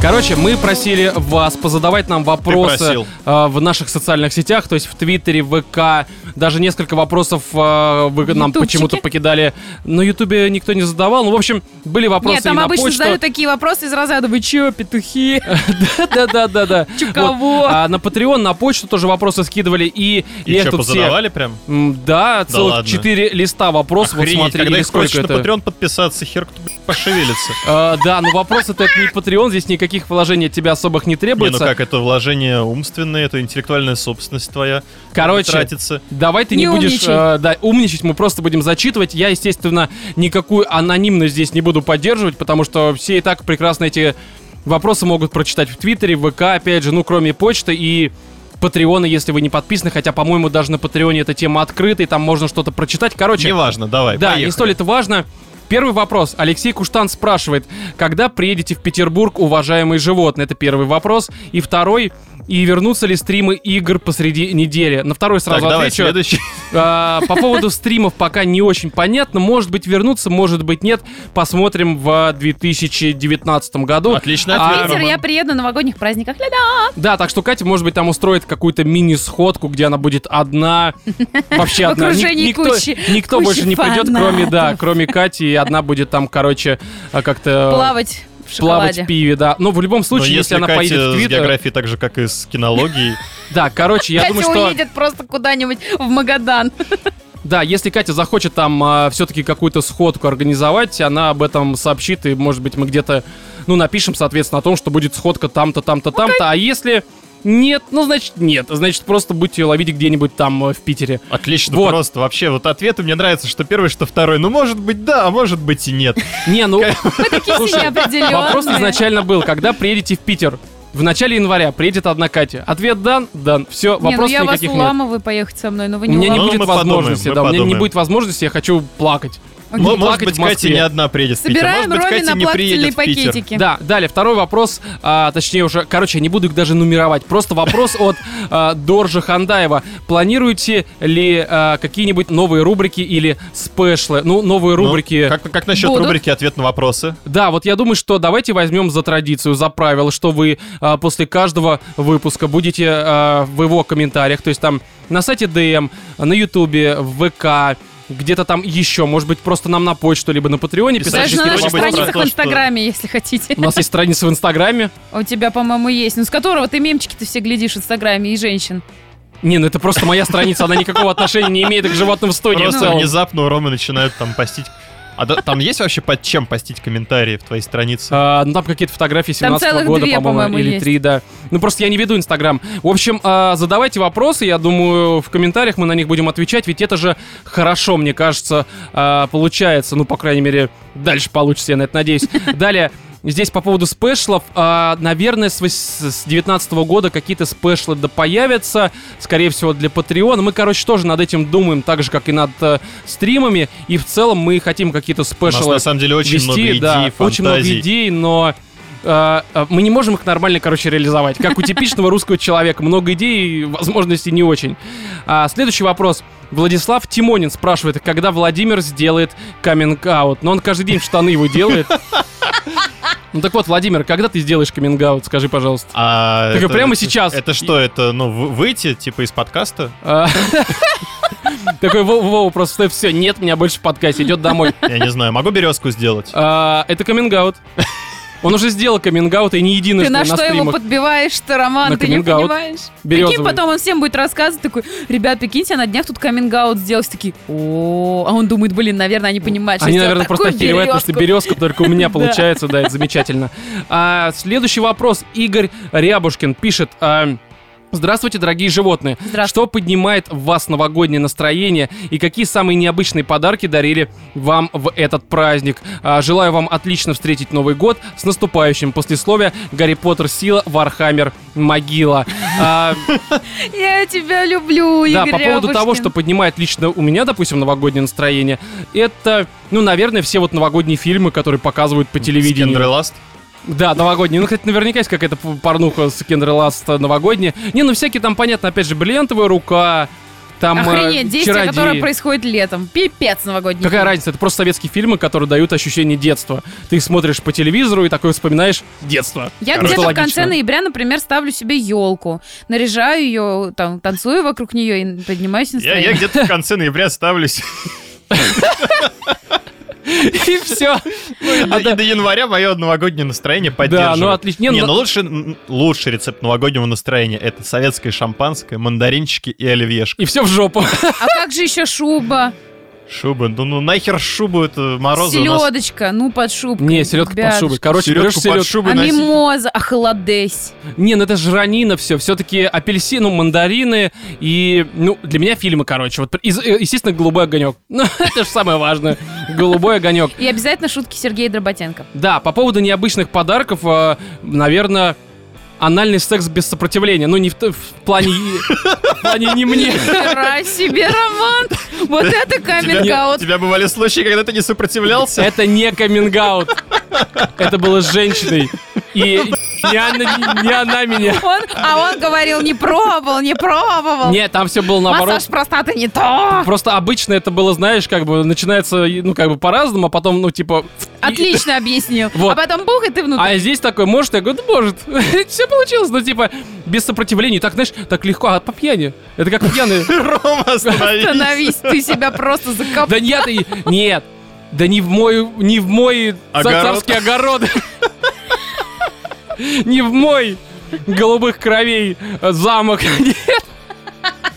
A: Короче, мы просили вас позадавать нам вопросы
B: просил.
A: э, в наших социальных сетях, то есть в Твиттере, ВК, даже несколько вопросов э, вы нам
C: Ютубчики?
A: почему-то покидали. На Ютубе никто не задавал. Ну, в общем, были вопросы
C: Нет, там
A: и на
C: обычно
A: почту.
C: задают такие вопросы из разряда «Вы чё, петухи?
A: Да-да-да-да.
C: Чё, кого?»
A: А на Patreon, на почту тоже вопросы скидывали, и
B: И
A: я
B: что,
A: тут все...
B: позадавали прям?
A: М, Да, целых
B: ладно.
A: четыре листа вопросов, вот
B: Охренеть,
A: смотри,
B: когда
A: или
B: их
A: сколько
B: хочешь
A: это.
B: на Patreon подписаться, хер кто блядь, пошевелится.
A: А, Да, но вопросы-то это не Patreon, здесь никаких вложений от тебя особых не
B: Не, ну
A: требуется.
B: как, это вложение умственное, это интеллектуальная собственность твоя.
A: Короче,
B: Тратится.
A: Давай ты не,
C: Не
A: будешь
C: умничай.
A: э, да, умничать, мы просто будем зачитывать. Я, естественно, никакую анонимность здесь не буду поддерживать, потому что все и так прекрасно эти вопросы могут прочитать в Твиттере, в ВК, опять же, ну, кроме почты и Патреона, если вы не подписаны, хотя, по-моему, даже на Патреоне эта тема открыта, и там можно что-то прочитать. Короче,
B: Неважно, давай,
A: да,
B: поехали.
A: не столь это важно. Первый вопрос. Алексей Куштан спрашивает, когда приедете в Петербург, уважаемые животные? Это первый вопрос. И второй, и вернутся ли стримы игр посреди недели? На второй
B: Так,
A: сразу
B: давай,
A: отвечу.
B: следующий.
A: А, По поводу стримов пока не очень понятно. Может быть вернуться, может быть нет. Посмотрим в 2019 году.
B: Отлично.
A: А,
C: В Питер я приеду на новогодних праздниках. Ля-да!
A: Да, так что Катя, может быть, там устроит какую-то мини-сходку, где она будет одна. Вообще
C: В
A: одна. Ни-
C: окружении
A: никто
C: кучи-
A: никто
C: кучи
A: больше не придет, кроме, да,
C: фанатов.
A: кроме Кати. И одна будет там, короче, а, как-то...
C: Плавать в
A: плавать
C: шоколаде.
A: в пиве, да. Но в любом
B: Но
A: случае, если, она
B: Ну, Катя
A: поедет в
B: с
A: Твиттер...
B: географией так же, как и с кинологией,
A: Да, короче, я
C: Катя
A: думаю, что...
C: уедет просто куда-нибудь в Магадан.
A: Да, если Катя захочет там все-таки какую-то сходку организовать, она об этом сообщит, и, может быть, мы где-то, ну, напишем, соответственно, о том, что будет сходка там-то,
C: Ну,
A: там-то, там-то. А если нет, ну, значит, нет. Значит, просто будете ловить где-нибудь там э, в Питере.
B: Отлично,
A: Вот.
B: просто вообще вот ответы мне нравятся, что первый, что второй. Ну, может быть, да, а может быть и нет.
A: Не, ну,
C: Мы такие все неопределенные.
A: вопрос изначально был, когда приедете в Питер? В начале января приедет одна Катя. Ответ дан, дан. Все,
C: Не, ну
A: вопросов
C: я вас
A: никаких нет.
C: уламываю поехать со мной, но вы
A: У
C: не
A: меня не
B: Ну,
C: уламываете.
A: будет
B: мы подумаем,
A: возможности,
B: мы
A: да, у меня не
B: подумаем.
A: будет возможности, я хочу плакать.
B: М- Может
A: Плакать
B: быть,
A: в Москве.
B: Катя не одна приедет в Питер. Может
C: Собираем
B: быть,
C: Роме
B: Катя
C: на
B: не
C: плакательные
B: приедет в Питер.
C: пакетики.
A: Да, далее второй вопрос, а, точнее уже, короче, я не буду их даже нумеровать, просто вопрос от а, Доржа Хандаева. Планируете ли а, какие-нибудь новые рубрики или спешлы? Ну, новые
B: Ну,
A: рубрики.
B: как, как насчет
C: Будут.
B: рубрики «Ответ на вопросы»?
A: Да, вот я думаю, что давайте возьмем за традицию, за правило, что вы а, после каждого выпуска будете а, в его комментариях, то есть там на сайте DM, на Ютубе, в ВК, где-то там еще, может быть, просто нам на почту, либо на Патреоне писать.
B: Писать
C: Даже
B: Даже если
C: на наших
B: вы можете
C: страницах в
B: сказать, что-
C: Инстаграме, если хотите.
A: У нас есть страница в Инстаграме.
C: У тебя, по-моему, есть. Ну, с которого ты мемчики-то все глядишь в Инстаграме и женщин.
A: Не, ну это просто моя страница, она никакого отношения не имеет к животным в студии в
B: Просто
A: целом.
B: внезапно у Ромы начинают там постить... А да- там есть вообще под чем постить комментарии в твоей странице?
A: А, ну там какие-то фотографии
C: Там
A: 17
C: целых
A: года,
C: две,
A: по-моему,
C: по-моему,
A: или
C: есть.
A: три, да. Ну просто я не веду Инстаграм. В общем, а, задавайте вопросы, я думаю, в комментариях мы на них будем отвечать, ведь это же хорошо, мне кажется, а, получается. Ну, по крайней мере, дальше получится, я на это надеюсь. Далее. Здесь по поводу спешлов, а, наверное, с вось- с 19 года какие-то спешлы да появятся, скорее всего, для Патреона. Мы, короче, тоже над этим думаем, так же, как и над э, стримами, и в целом мы хотим какие-то
B: У нас
A: спешлы
B: на самом деле очень
A: вести,
B: много идей,
A: да, очень много
B: фантазий.
A: идей, но э, э, мы не можем их нормально, короче, реализовать. Как у типичного русского человека. Много идей и возможностей не очень. А, следующий вопрос. Владислав Тимонин спрашивает, когда Владимир сделает каминг-аут? Но он каждый день в штаны его делает. Ну так вот, Владимир, когда ты сделаешь каминг-аут, скажи, пожалуйста.
B: А
A: Так и
B: это-
A: прямо
B: это-
A: сейчас.
B: Это что, это, ну, вы- выйти, типа, из подкаста?
A: А, Такой Вова Вова просто встает, все, нет меня больше в подкасте, идет домой.
B: Я не знаю, могу березку сделать?
A: А, Это каминг-аут. Он уже сделал каминг-аут и не единожды
C: Ты на что его
A: Ну, стримах.
C: подбиваешь, ты, Роман,
A: На
C: ты не
A: каминг-аут.
C: понимаешь.
A: Берёзовый.
C: Каким потом он всем будет рассказывать, такой, ребят, прикиньте, я на днях тут каминг-аут сделал. Все такие, о а он думает, блин, наверное, они понимают, что
A: Они,
C: я сделал
A: наверное, просто
C: такую
A: охеревают, потому что
C: берёзку».
A: березка только у меня получается, да, это замечательно. А, Следующий вопрос. Игорь Рябушкин пишет... а, Здравствуйте, дорогие животные.
C: Здравствуй.
A: Что поднимает в вас новогоднее настроение и какие самые необычные подарки дарили вам в этот праздник? А, Желаю вам отлично встретить Новый год с наступающим послесловие Гарри Поттер Сила, Вархаммер Могила. А,
C: Я тебя люблю,
A: да,
C: Игорь
A: по поводу
C: Рябушкин.
A: того, что поднимает лично у меня, допустим, новогоднее настроение, это, ну, наверное, все вот новогодние фильмы, которые показывают по телевидению.
B: Скиндреласт?
A: Да, новогодние. Ну, хоть наверняка есть какая-то п- порнуха с Кендра Ласта новогодняя. Не, ну, всякие там, понятно, опять же, бриллиантовая рука, там э,
C: Охренеть, действие,
A: «Чародеи».
C: которое происходит летом. Пипец новогодний.
A: Какая
C: фильм.
A: разница? Это просто советские фильмы, которые дают ощущение детства. Ты их смотришь по телевизору и такое вспоминаешь детство.
C: Я
A: Короче,
C: где-то в
A: логично.
C: конце ноября, например, ставлю себе елку, наряжаю ее, там, танцую вокруг нее и поднимаюсь на
B: Я, я
C: настроение.
B: где-то в конце ноября ставлюсь.
A: И ну, все.
B: И до- и до января мое новогоднее настроение
A: А
B: поддерживает.
A: ну отлично. Не,
B: Не,
A: ну-
B: ну лучше, м, лучший рецепт новогоднего настроения это советское шампанское, мандаринчики и оливьешка.
A: И все в жопу.
C: А как же еще шуба,
B: Шубы. Ну, ну нахер шубу это морозы А у нас.
C: селедочка, ну под шубкой.
A: Не, селедка под
C: ребятушки.
A: шубой. Короче, берешь
B: Селедку под
A: селедку.
B: шубы
C: А
B: носить.
C: мимоза, а холодесь.
A: Не, ну это жранина все. Все-таки апельсин, ну, мандарины и... Ну, для меня фильмы, короче. Вот, из- э, естественно, голубой огонек. Ну, это же самое важное. Голубой огонек.
C: И обязательно шутки Сергея Дроботенко.
A: Да, по поводу необычных подарков, э, наверное, анальный секс без сопротивления. Ну, не в, т- в плане... В плане не мне.
C: Хера себе, Роман! Вот это
B: Тебя,
C: каминг
B: тебя бывали случаи, когда ты не сопротивлялся?
A: Это не каминг Это было с женщиной. И не она, не она меня.
C: Он, а он говорил, не пробовал, не пробовал.
A: Нет, там все было наоборот.
C: Массаж простаты не то.
A: Просто обычно это было, знаешь, как бы начинается, ну, как бы по-разному, а потом, ну, типа... и-
C: Отлично объяснил.
A: Вот.
C: А потом бух, и ты внутри.
A: А здесь такой, может, я говорю, да может. Все получилось, ну, типа, без сопротивления. Так, знаешь, так легко, а по пьяни. Это как пьяные.
B: Рома, остановись.
C: Остановись, ты себя просто закопал.
A: Да нет, и- нет. Да не в мой, не в мой ца-
B: Огород.
A: царский огород. Не в мой голубых кровей э, замок. Нет.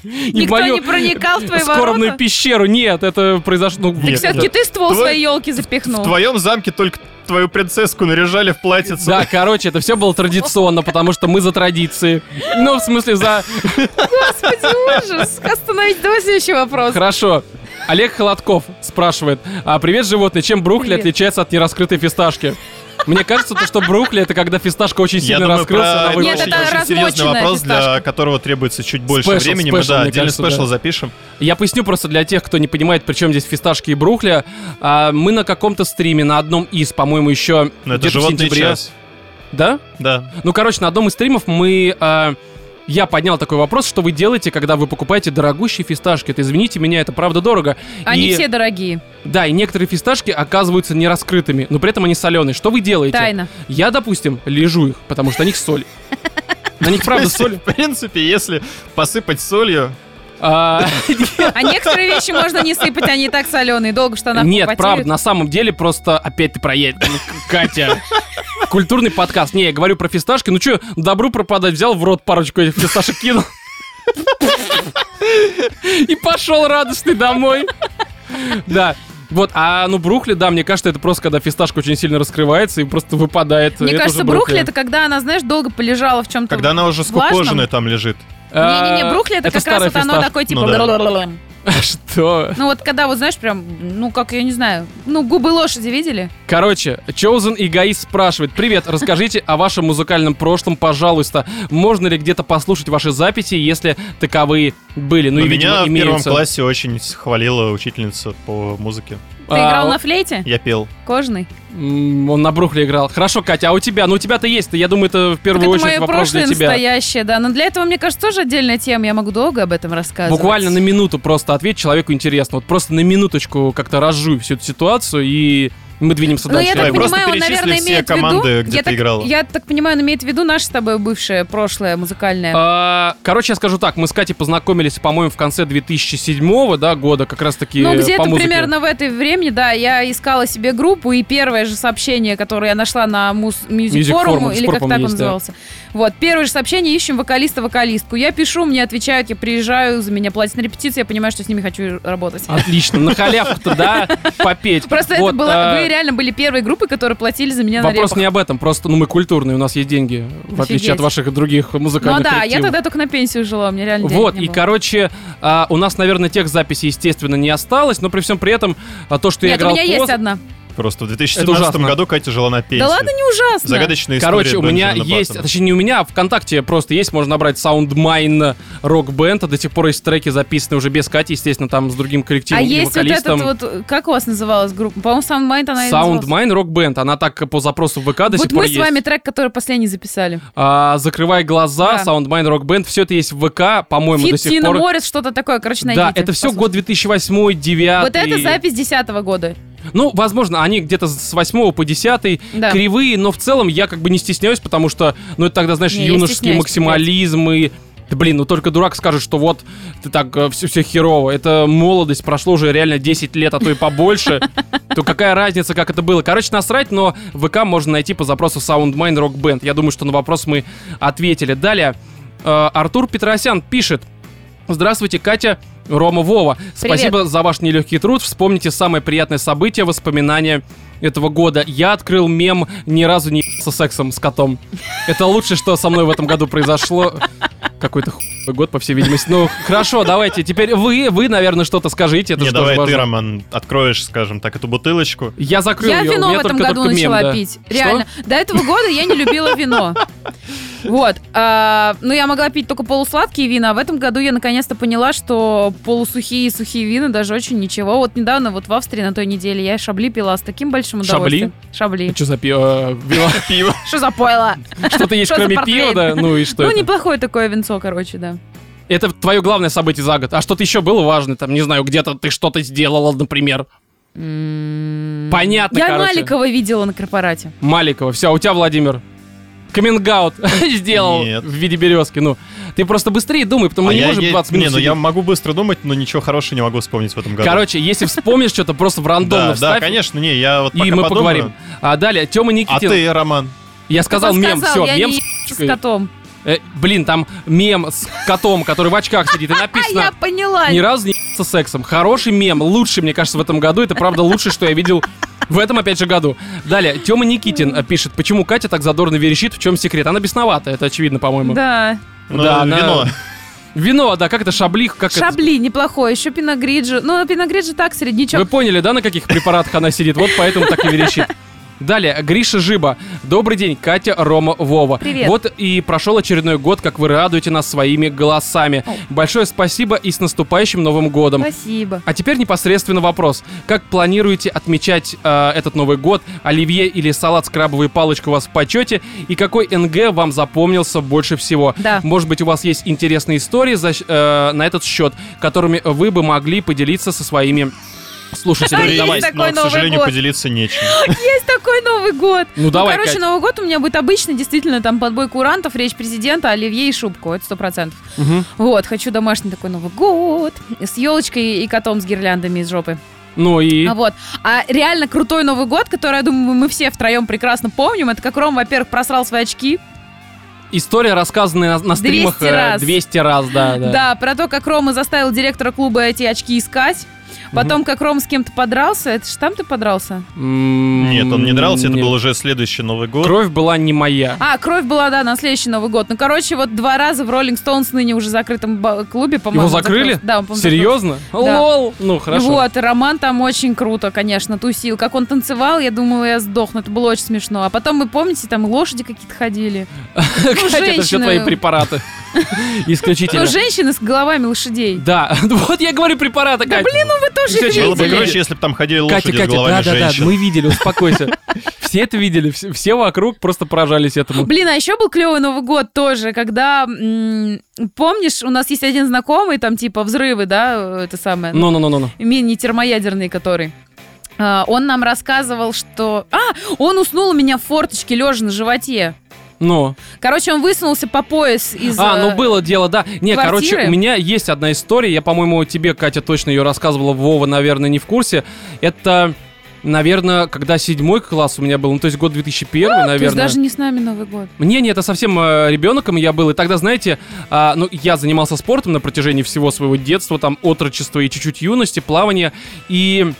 A: в
C: Никто
A: мою
C: не проникал в твои
A: скорбную
C: ворота.
A: пещеру. Нет, это произошло... ну,
B: Нет,
C: Все-таки ты ствол
B: Твой-
C: своей елки
B: В
C: запихнул.
B: твоем замке только твою принцесску наряжали в платьицу.
A: Да, короче, это все было традиционно, потому что мы за традиции. Ну, в смысле, за...
C: Господи, ужас. Остановись, давай следующий вопрос.
A: Хорошо. Олег Холодков спрашивает. А, привет, животные. Чем брухли
C: Привет.
A: отличается от нераскрытой фисташки? Мне кажется, то, что брухли, это когда фисташка очень
B: Я
A: сильно
B: думаю,
A: раскрылась,
B: про
A: она
B: это
A: вывалилась.
C: Нет, это
B: очень серьезный
C: размоченная
B: вопрос, для
C: фисташка.
B: которого требуется чуть больше
A: Спешл,
B: времени.
A: спешл,
B: Мы да,
A: мне
B: отдельный
A: кажется,
B: спешл
A: да.
B: запишем.
A: Я поясню просто для тех, кто не понимает, при чем здесь фисташки и брухля. А, мы на каком-то стриме, на одном из, по-моему, еще
B: Но это
A: где-то в
B: животный
A: сентябре.
B: час.
A: Да?
B: Да.
A: Ну, короче, на одном из стримов мы... а, я поднял такой вопрос, что вы делаете, когда вы покупаете дорогущие фисташки. Это, извините меня, это правда дорого.
C: Они
A: И-
C: все дорогие.
A: Да, и некоторые фисташки оказываются не раскрытыми, но при этом они соленые. Что вы делаете?
C: Тайна.
A: Я, допустим, лежу их, потому что на них соль. На них правда соль.
B: В принципе, если посыпать солью,
A: А,
C: А некоторые вещи можно не сыпать, они и так соленые, долго в штанах
A: Нет,
C: попотеют.
A: правда, на самом деле просто опять ты проедешь. Ну, к- Катя. Культурный подкаст. Не, я говорю про фисташки. Ну что, добру пропадать, взял в рот парочку этих фисташек кинул. И пошел радостный домой. Да. Вот, а ну брухли, да, мне кажется, это просто когда фисташка очень сильно раскрывается и просто выпадает.
C: Мне
A: Это
C: кажется,
A: уже
C: брухли это когда она, знаешь, долго полежала в чем-то.
B: Когда она уже
C: влажном.
B: скукоженная там лежит.
C: Не-не-не, брухли это,
A: А,
C: как раз
A: старая
C: вот оно
A: фисташка.
C: такое типа.
B: Ну да.
C: «Бла-бла-бла-бла-бла».
A: Что?
C: Ну вот когда вот знаешь прям, ну как я не знаю, ну губы лошади видели?
A: Короче, Chosen Эгоист спрашивает. Привет, расскажите о вашем музыкальном прошлом, пожалуйста. Можно ли где-то послушать ваши записи, если таковые были? Ну,
B: Но
A: и, видимо,
B: меня в первом
A: имеются.
B: классе очень хвалила учительница по музыке.
C: Ты
A: А,
C: играл
A: он-
C: на флейте
B: Я пел.
C: кожаный?
A: м, Он на брухле играл. Хорошо, Катя, а у тебя? Ну, у тебя-то есть. Я думаю, это в первую
C: Вот это
A: очередь
C: мое
A: вопрос
C: прошлое
A: для тебя.
C: настоящее, да. Но для этого, мне кажется, тоже отдельная тема. Я могу долго об этом рассказывать.
A: Буквально на минуту просто ответь, человеку интересно. Вот просто на минуточку как-то разжуй всю эту ситуацию, и мы двинемся
C: Ну,
A: дальше.
C: я
B: Давай,
C: так
B: просто
C: понимаю, он,
B: перечисли
C: наверное,
B: все
C: имеет в
B: команды,
C: виду...
B: где
C: я
B: ты
C: так-
B: играла.
C: Я так понимаю, он имеет в виду наше с тобой бывшее прошлое музыкальное.
A: А, Короче, я скажу так, мы с Катей познакомились, по-моему, в конце 2007 да, года, как раз-таки
C: Ну,
A: э,
C: где-то
A: по музыке.
C: примерно в это время, да, я искала себе группу, и первое же сообщение, которое я нашла на мус-
A: Music
C: Music
A: Forum,
C: Forum, или как
A: Forum
C: так он
A: есть, да.
C: назывался. Вот, первое же сообщение, ищем вокалиста-вокалистку. Я пишу, мне отвечают, я приезжаю, за меня платят на репетиции, я понимаю, что с ними хочу
A: А
C: работать.
A: Отлично, на халявку-то, да, попеть.
C: Просто
A: Вот,
C: это было,
A: а,
C: вы реально были первой группой, которые платили за меня на
A: Вопрос
C: репах.
A: не об этом, просто, ну, мы культурные, у нас есть деньги, в отличие от
C: Офигеть.
A: ваших других
C: Ну
A: музыкальных
C: да, я
A: коллективов.
C: тогда только на пенсию жила, у меня реально денег
A: Вот,
C: не
A: и,
C: было.
A: короче, а, у нас, наверное, тех записей, естественно, не осталось, но при всем при этом а, то, что я
C: Нет, у
A: играл
C: меня есть
A: поздно-
C: одна.
B: Просто в
A: Это
B: 2017
A: ужасно.
B: году Катя жила на пенсии.
C: Да ладно, не ужасно.
B: Загадочная история.
A: Короче, у меня
B: Бенджамина
A: есть,
B: Баттона.
A: точнее не у меня, а ВКонтакте просто есть, можно набрать Soundmine Rock Band, а до сих пор есть треки записаны уже без Кати, естественно, там с другим
C: А
A: коллективом и
C: есть вот
A: вокалистом.
C: этот вот, как у вас называлась группа? По-моему, Soundmind она и называлась.
A: Soundmine Rock Band, она так по запросу в ВК до сих
C: Вот
A: пор
C: мы
A: есть.
C: с вами трек, который последний записали.
A: А, закрывай глаза,
C: Да.
A: Soundmine Rock Band, все это есть в ВК, по-моему, до
C: Фит,
A: сих
C: Тина
A: пор.
C: Моррис, что-то такое, короче, найдите.
A: Да, это все
C: послушайте.
A: год 2008 9
C: Вот это запись 10 года.
A: Ну, возможно, они где-то с 8 по 10
C: Да.
A: кривые, но в целом я как бы не стесняюсь, потому что, ну, это тогда, знаешь,
C: Не, я
A: юношеский
C: стесняюсь,
A: максимализм и... Да, блин, ну только дурак скажет, что вот ты так все, все херово. Это молодость, прошло уже реально 10 лет, а то и побольше. То какая разница, как это было? Короче, насрать, но ВК можно найти по запросу Soundmine Rock Band. Я думаю, что на вопрос мы ответили. Далее, э, Артур Петросян пишет. Здравствуйте, Катя, Рома, Вова. Спасибо за ваш нелегкий труд. Вспомните самое приятное событие, воспоминания этого года. Я открыл мем «Ни разу не со сексом с котом». Это лучшее, что со мной в этом году произошло. Какой-то хуй год, по всей видимости. Ну, хорошо, давайте. Теперь вы, вы, наверное, что-то скажите. Это
B: Не,
A: же тоже
B: давай ты,
A: важно. Ну,
B: Роман, откроешь, скажем так, эту бутылочку.
A: Я закрыл
C: я
A: ее, у
C: вино в
A: меня
C: этом
A: только-
C: году
A: только мем,
C: начала
A: да.
C: пить.
A: Что?
C: Реально. До этого года я не любила вино. Вот. а, Ну, я могла пить только полусладкие вина, а в этом году я наконец-то поняла, что полусухие и сухие вина даже очень ничего. Вот недавно, вот в Австрии на той неделе, я шабли пила с таким большим
A: Шабли?
C: удовольствием. Шабли?
A: Что за пиво? Э, Пиво?
B: Пиво.
C: Что за пойло?
A: Что-то есть,
C: Что за
A: кроме
C: портвейн?
A: пива, да? Ну и что
C: Ну,
A: это?
C: неплохое такое винцо, короче, да.
A: Это твое главное событие за год. А что-то еще было важное? Там, не знаю, где-то ты что-то сделала, например. М-м-м. Понятно,
C: я
A: короче.
C: Маликова видела на корпорате.
A: Маликова. Все, у тебя, Владимир, камингаут сделал
B: Нет.
A: в виде березки. Ну, ты просто быстрее думай, потому
B: А
A: мы не
B: я-
A: можем
B: я-
A: 20
B: Не,
A: минут
B: ну я
A: сидеть.
B: могу быстро думать, но ничего хорошего не могу вспомнить в этом году.
A: Короче, если вспомнишь что-то, просто в рандомно
B: да, да,
A: вставь,
B: конечно, не, я вот
A: и
B: пока
A: мы
B: подумаю.
A: поговорим. А далее, Тёма
B: А
A: Никитин.
B: ты, Роман,
A: Я сказал
C: Ты
A: мем,
C: подсказал,
A: все,
C: я
A: мем
C: не
A: с
C: с
A: ***кой.
C: котом.
A: Э, Блин, там мем с котом, который в очках сидит, и
C: А я
A: написано
C: поняла.
A: ни разу не со сексом. Хороший мем, лучший, мне кажется, в этом году. Это правда лучшее, что я видел в этом, опять же, году. Далее, Тёма Никитин э, пишет, почему Катя так задорно верещит, в чем секрет. Она бесновата, это очевидно, по-моему.
C: Да.
B: ну,
A: Да, она-
B: вино.
A: Вино, да, как это шаблих, как это-
C: Шабли неплохое, еще пиногриджи. Ну, пиногриджи так,
A: Вы
C: середнячок.
A: поняли, да, на каких препаратах она сидит? Вот поэтому так и верещит. Далее, Гриша Жиба. Добрый день, Катя, Рома, Вова.
C: Привет.
A: Вот и прошел очередной год, как вы радуете нас своими голосами.
C: О.
A: Большое спасибо и с наступающим Новым годом.
C: Спасибо.
A: А теперь непосредственно вопрос. Как планируете отмечать э, этот Новый год? Оливье или салат с крабовой палочкой у вас в почете? И какой НГ вам запомнился больше всего?
C: Да.
A: Может быть, у вас есть интересные истории за щ- э, на этот счет, которыми вы бы могли поделиться со своими Слушателям.
B: История
A: давай.
B: есть,
C: такой
B: но, к
C: Новый
B: сожалению,
C: год.
B: поделиться нечем.
C: Есть такой Новый год.
A: Ну давай,
C: короче,
A: Кать.
C: Новый год у меня будет обычный, действительно, там подбой курантов, речь президента, оливье и шубку, это сто процентов.
A: Мгм.
C: Вот, хочу домашний такой Новый год с елочкой и котом с гирляндами из жопы.
A: Ну и...
C: А вот. А реально крутой Новый год, который, я думаю, мы все втроем прекрасно помним, это как Ром, во-первых, просрал свои очки.
A: История, рассказанная на, на стримах
C: 200
A: э,
C: раз.
A: 200 раз, да, да.
C: Да. про то, как Рома заставил директора клуба эти очки искать. Потом, как Ром с кем-то подрался. Это ж там ты подрался?
A: М,
B: Нет, он не нравился, это
A: нет.
B: был уже следующий Новый год.
A: Кровь была не моя.
C: А, кровь была, да, на следующий Новый год. Ну, короче, вот два раза в Роллинг Стоунс ныне уже закрытом ба- клубе, по-моему.
A: Его закрыли?
C: закрылся. Да, он, по-моему, закрылся.
A: Серьезно?
C: Да.
A: Лол! Ну, хорошо.
C: Вот, и Роман там очень круто, конечно, тусил. Как он танцевал, я думала, я сдохну. Это было очень смешно. А потом, вы помните, там лошади какие-то ходили. Ну,
A: Катя, это все
C: женщины.
A: твои препараты. Исключительно.
C: Ну, женщины с головами лошадей.
A: Да, вот я говорю препараты,
C: Да
A: Катя.
C: блин, ну вы тоже
A: Кстати,
C: их
B: Было бы
A: Видели?
B: короче, если бы там
A: Катя,
B: ходили лошади с
A: Катя, да,
B: головами
A: да, да,
B: женщин. Ну,
A: мы видели, успокойся. Все это видели, все, все вокруг просто поражались этому.
C: Блин, а еще был клевый Новый год тоже, когда, м, помнишь, у нас есть один знакомый, там типа взрывы, да, э, это самое,
A: Ну, ну, ну, ну, ну.
C: мини-термоядерный который. А, Он нам рассказывал, что... А, он уснул у меня в форточке, лежа на животе.
A: Ну.
C: Короче, он высунулся по пояс из...
A: А,
C: э,
A: ну было дело, да. Не, короче,
C: квартиры?
A: у меня есть одна история. Я, по-моему, тебе, Катя, точно ее рассказывала. Вова, наверное, не в курсе. Это, наверное, когда седьмой класс у меня был, ну, то есть год 2001,
C: то есть
A: наверное.
C: даже не с нами Новый год.
A: Мне не это совсем э, ребенком я был, и тогда, знаете, а, ну, я занимался спортом на протяжении всего своего детства, там, отрочества и чуть-чуть юности, плавания, и...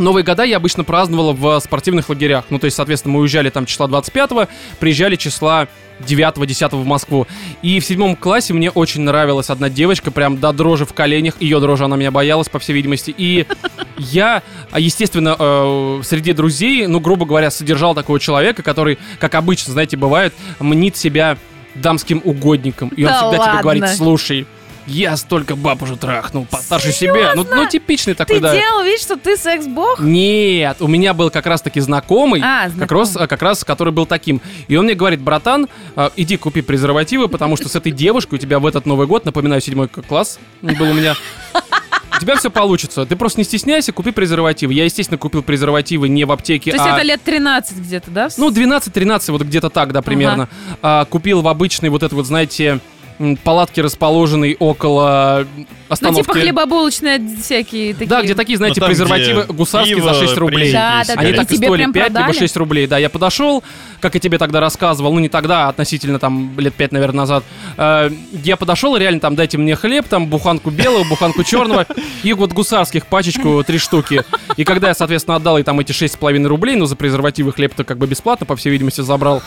A: Новые года я обычно праздновала в спортивных лагерях. Ну, то есть, соответственно, мы уезжали там числа 25-го, приезжали числа 9-10 в Москву. И в седьмом классе мне очень нравилась одна девочка, прям до дрожи в коленях. Ее дрожи она меня боялась, по всей видимости. И я, а, естественно, э, среди друзей, ну, грубо говоря, содержал такого человека, который, как обычно, знаете, бывает, мнит себя дамским угодником. И он
C: Да
A: всегда тебе
C: ладно?
A: говорит, слушай, я столько баб уже трахнул, постарше себя. Ну, ну, типичный такой,
C: Ты
A: да.
C: делал вид, что ты секс-бог?
A: Нет, у меня был как раз-таки знакомый,
C: А,
A: Как,
C: знакомый.
A: раз, как раз который был таким. И он мне говорит, братан, э, иди купи презервативы, потому что с этой девушкой у тебя в этот Новый год, напоминаю, седьмой к- класс был у меня, у тебя все получится. Ты просто не стесняйся, купи презервативы. Я, естественно, купил презервативы не в аптеке,
C: То есть
A: а...
C: это лет 13 где-то, да?
A: Ну, 12-13, вот где-то так, да, примерно. А, купил в обычной вот этой вот, знаете, м, палатке, расположенной около
C: ну,
A: остановки.
C: типа хлебобулочные всякие такие.
A: Да, где такие, знаете,
B: Ну, там,
A: презервативы
B: где
A: гусарские
B: пиво,
A: за 6 рублей.
B: пряники,
C: Да, да, да.
A: Они
B: сигареты.
C: Реально.
A: так
C: И тебе
A: и стоили
C: прям
A: 5, либо
C: продали?
A: 6 рублей. Да, я подошел, как я тебе тогда рассказывал, ну не тогда, а относительно там лет 5, наверное, назад. Э, я подошел, и реально там дайте мне хлеб, там буханку белого, буханку черного и вот гусарских пачечку три штуки. И когда я, соответственно, отдал ей там эти 6,5 рублей, ну за презервативы хлеб-то как бы бесплатно, по всей видимости, забрал.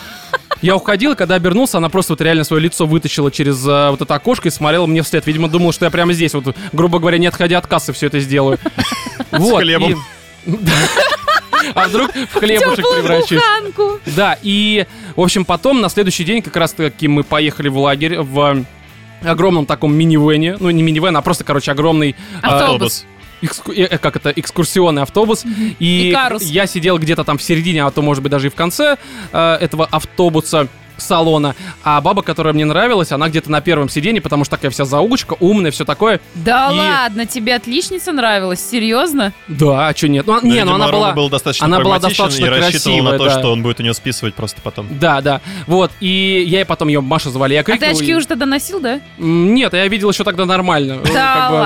A: Я уходил, и когда обернулся, она просто вот реально свое лицо вытащила через э, вот это окошко и смотрела мне вслед. Видимо, думала, что я прямо здесь, вот, грубо говоря, не отходя от кассы, все это сделаю. Вот. и-
B: хлебом.
A: Да. А вдруг в хлебушек
C: Теплую
A: превращусь?
C: буханку.
A: Да, и, в общем, потом, на следующий день, как раз-таки мы поехали в лагерь в э, огромном таком минивене, ну не минивен, а просто, короче, огромный э,
B: Автобус.
A: экску- э, э, как это, экскурсионный автобус. И
C: Икарус.
A: я сидел где-то там в середине, а то, может быть, даже и в конце э, этого автобуса салона. А баба, которая мне нравилась, она где-то на первом сиденье, потому что такая вся заугочка, умная, все такое.
C: Да
A: И-
C: ладно, тебе отличница нравилась? Серьезно?
A: Да, а что нет? Ну, а- не, ну
B: Видимо,
A: она
B: Рома
A: была...
B: был достаточно
A: она была
B: прагматичен
A: достаточно
B: и рассчитывал на
A: красивая,
B: то,
A: да.
B: что он будет у нее списывать просто потом.
A: Да, да. Вот, и я и потом ее Маша звали. Я
C: А ты
A: крикнул,
C: очки
A: и-
C: уже тогда носил, да?
A: М, Нет, я видел еще тогда нормально. Ну,
C: Да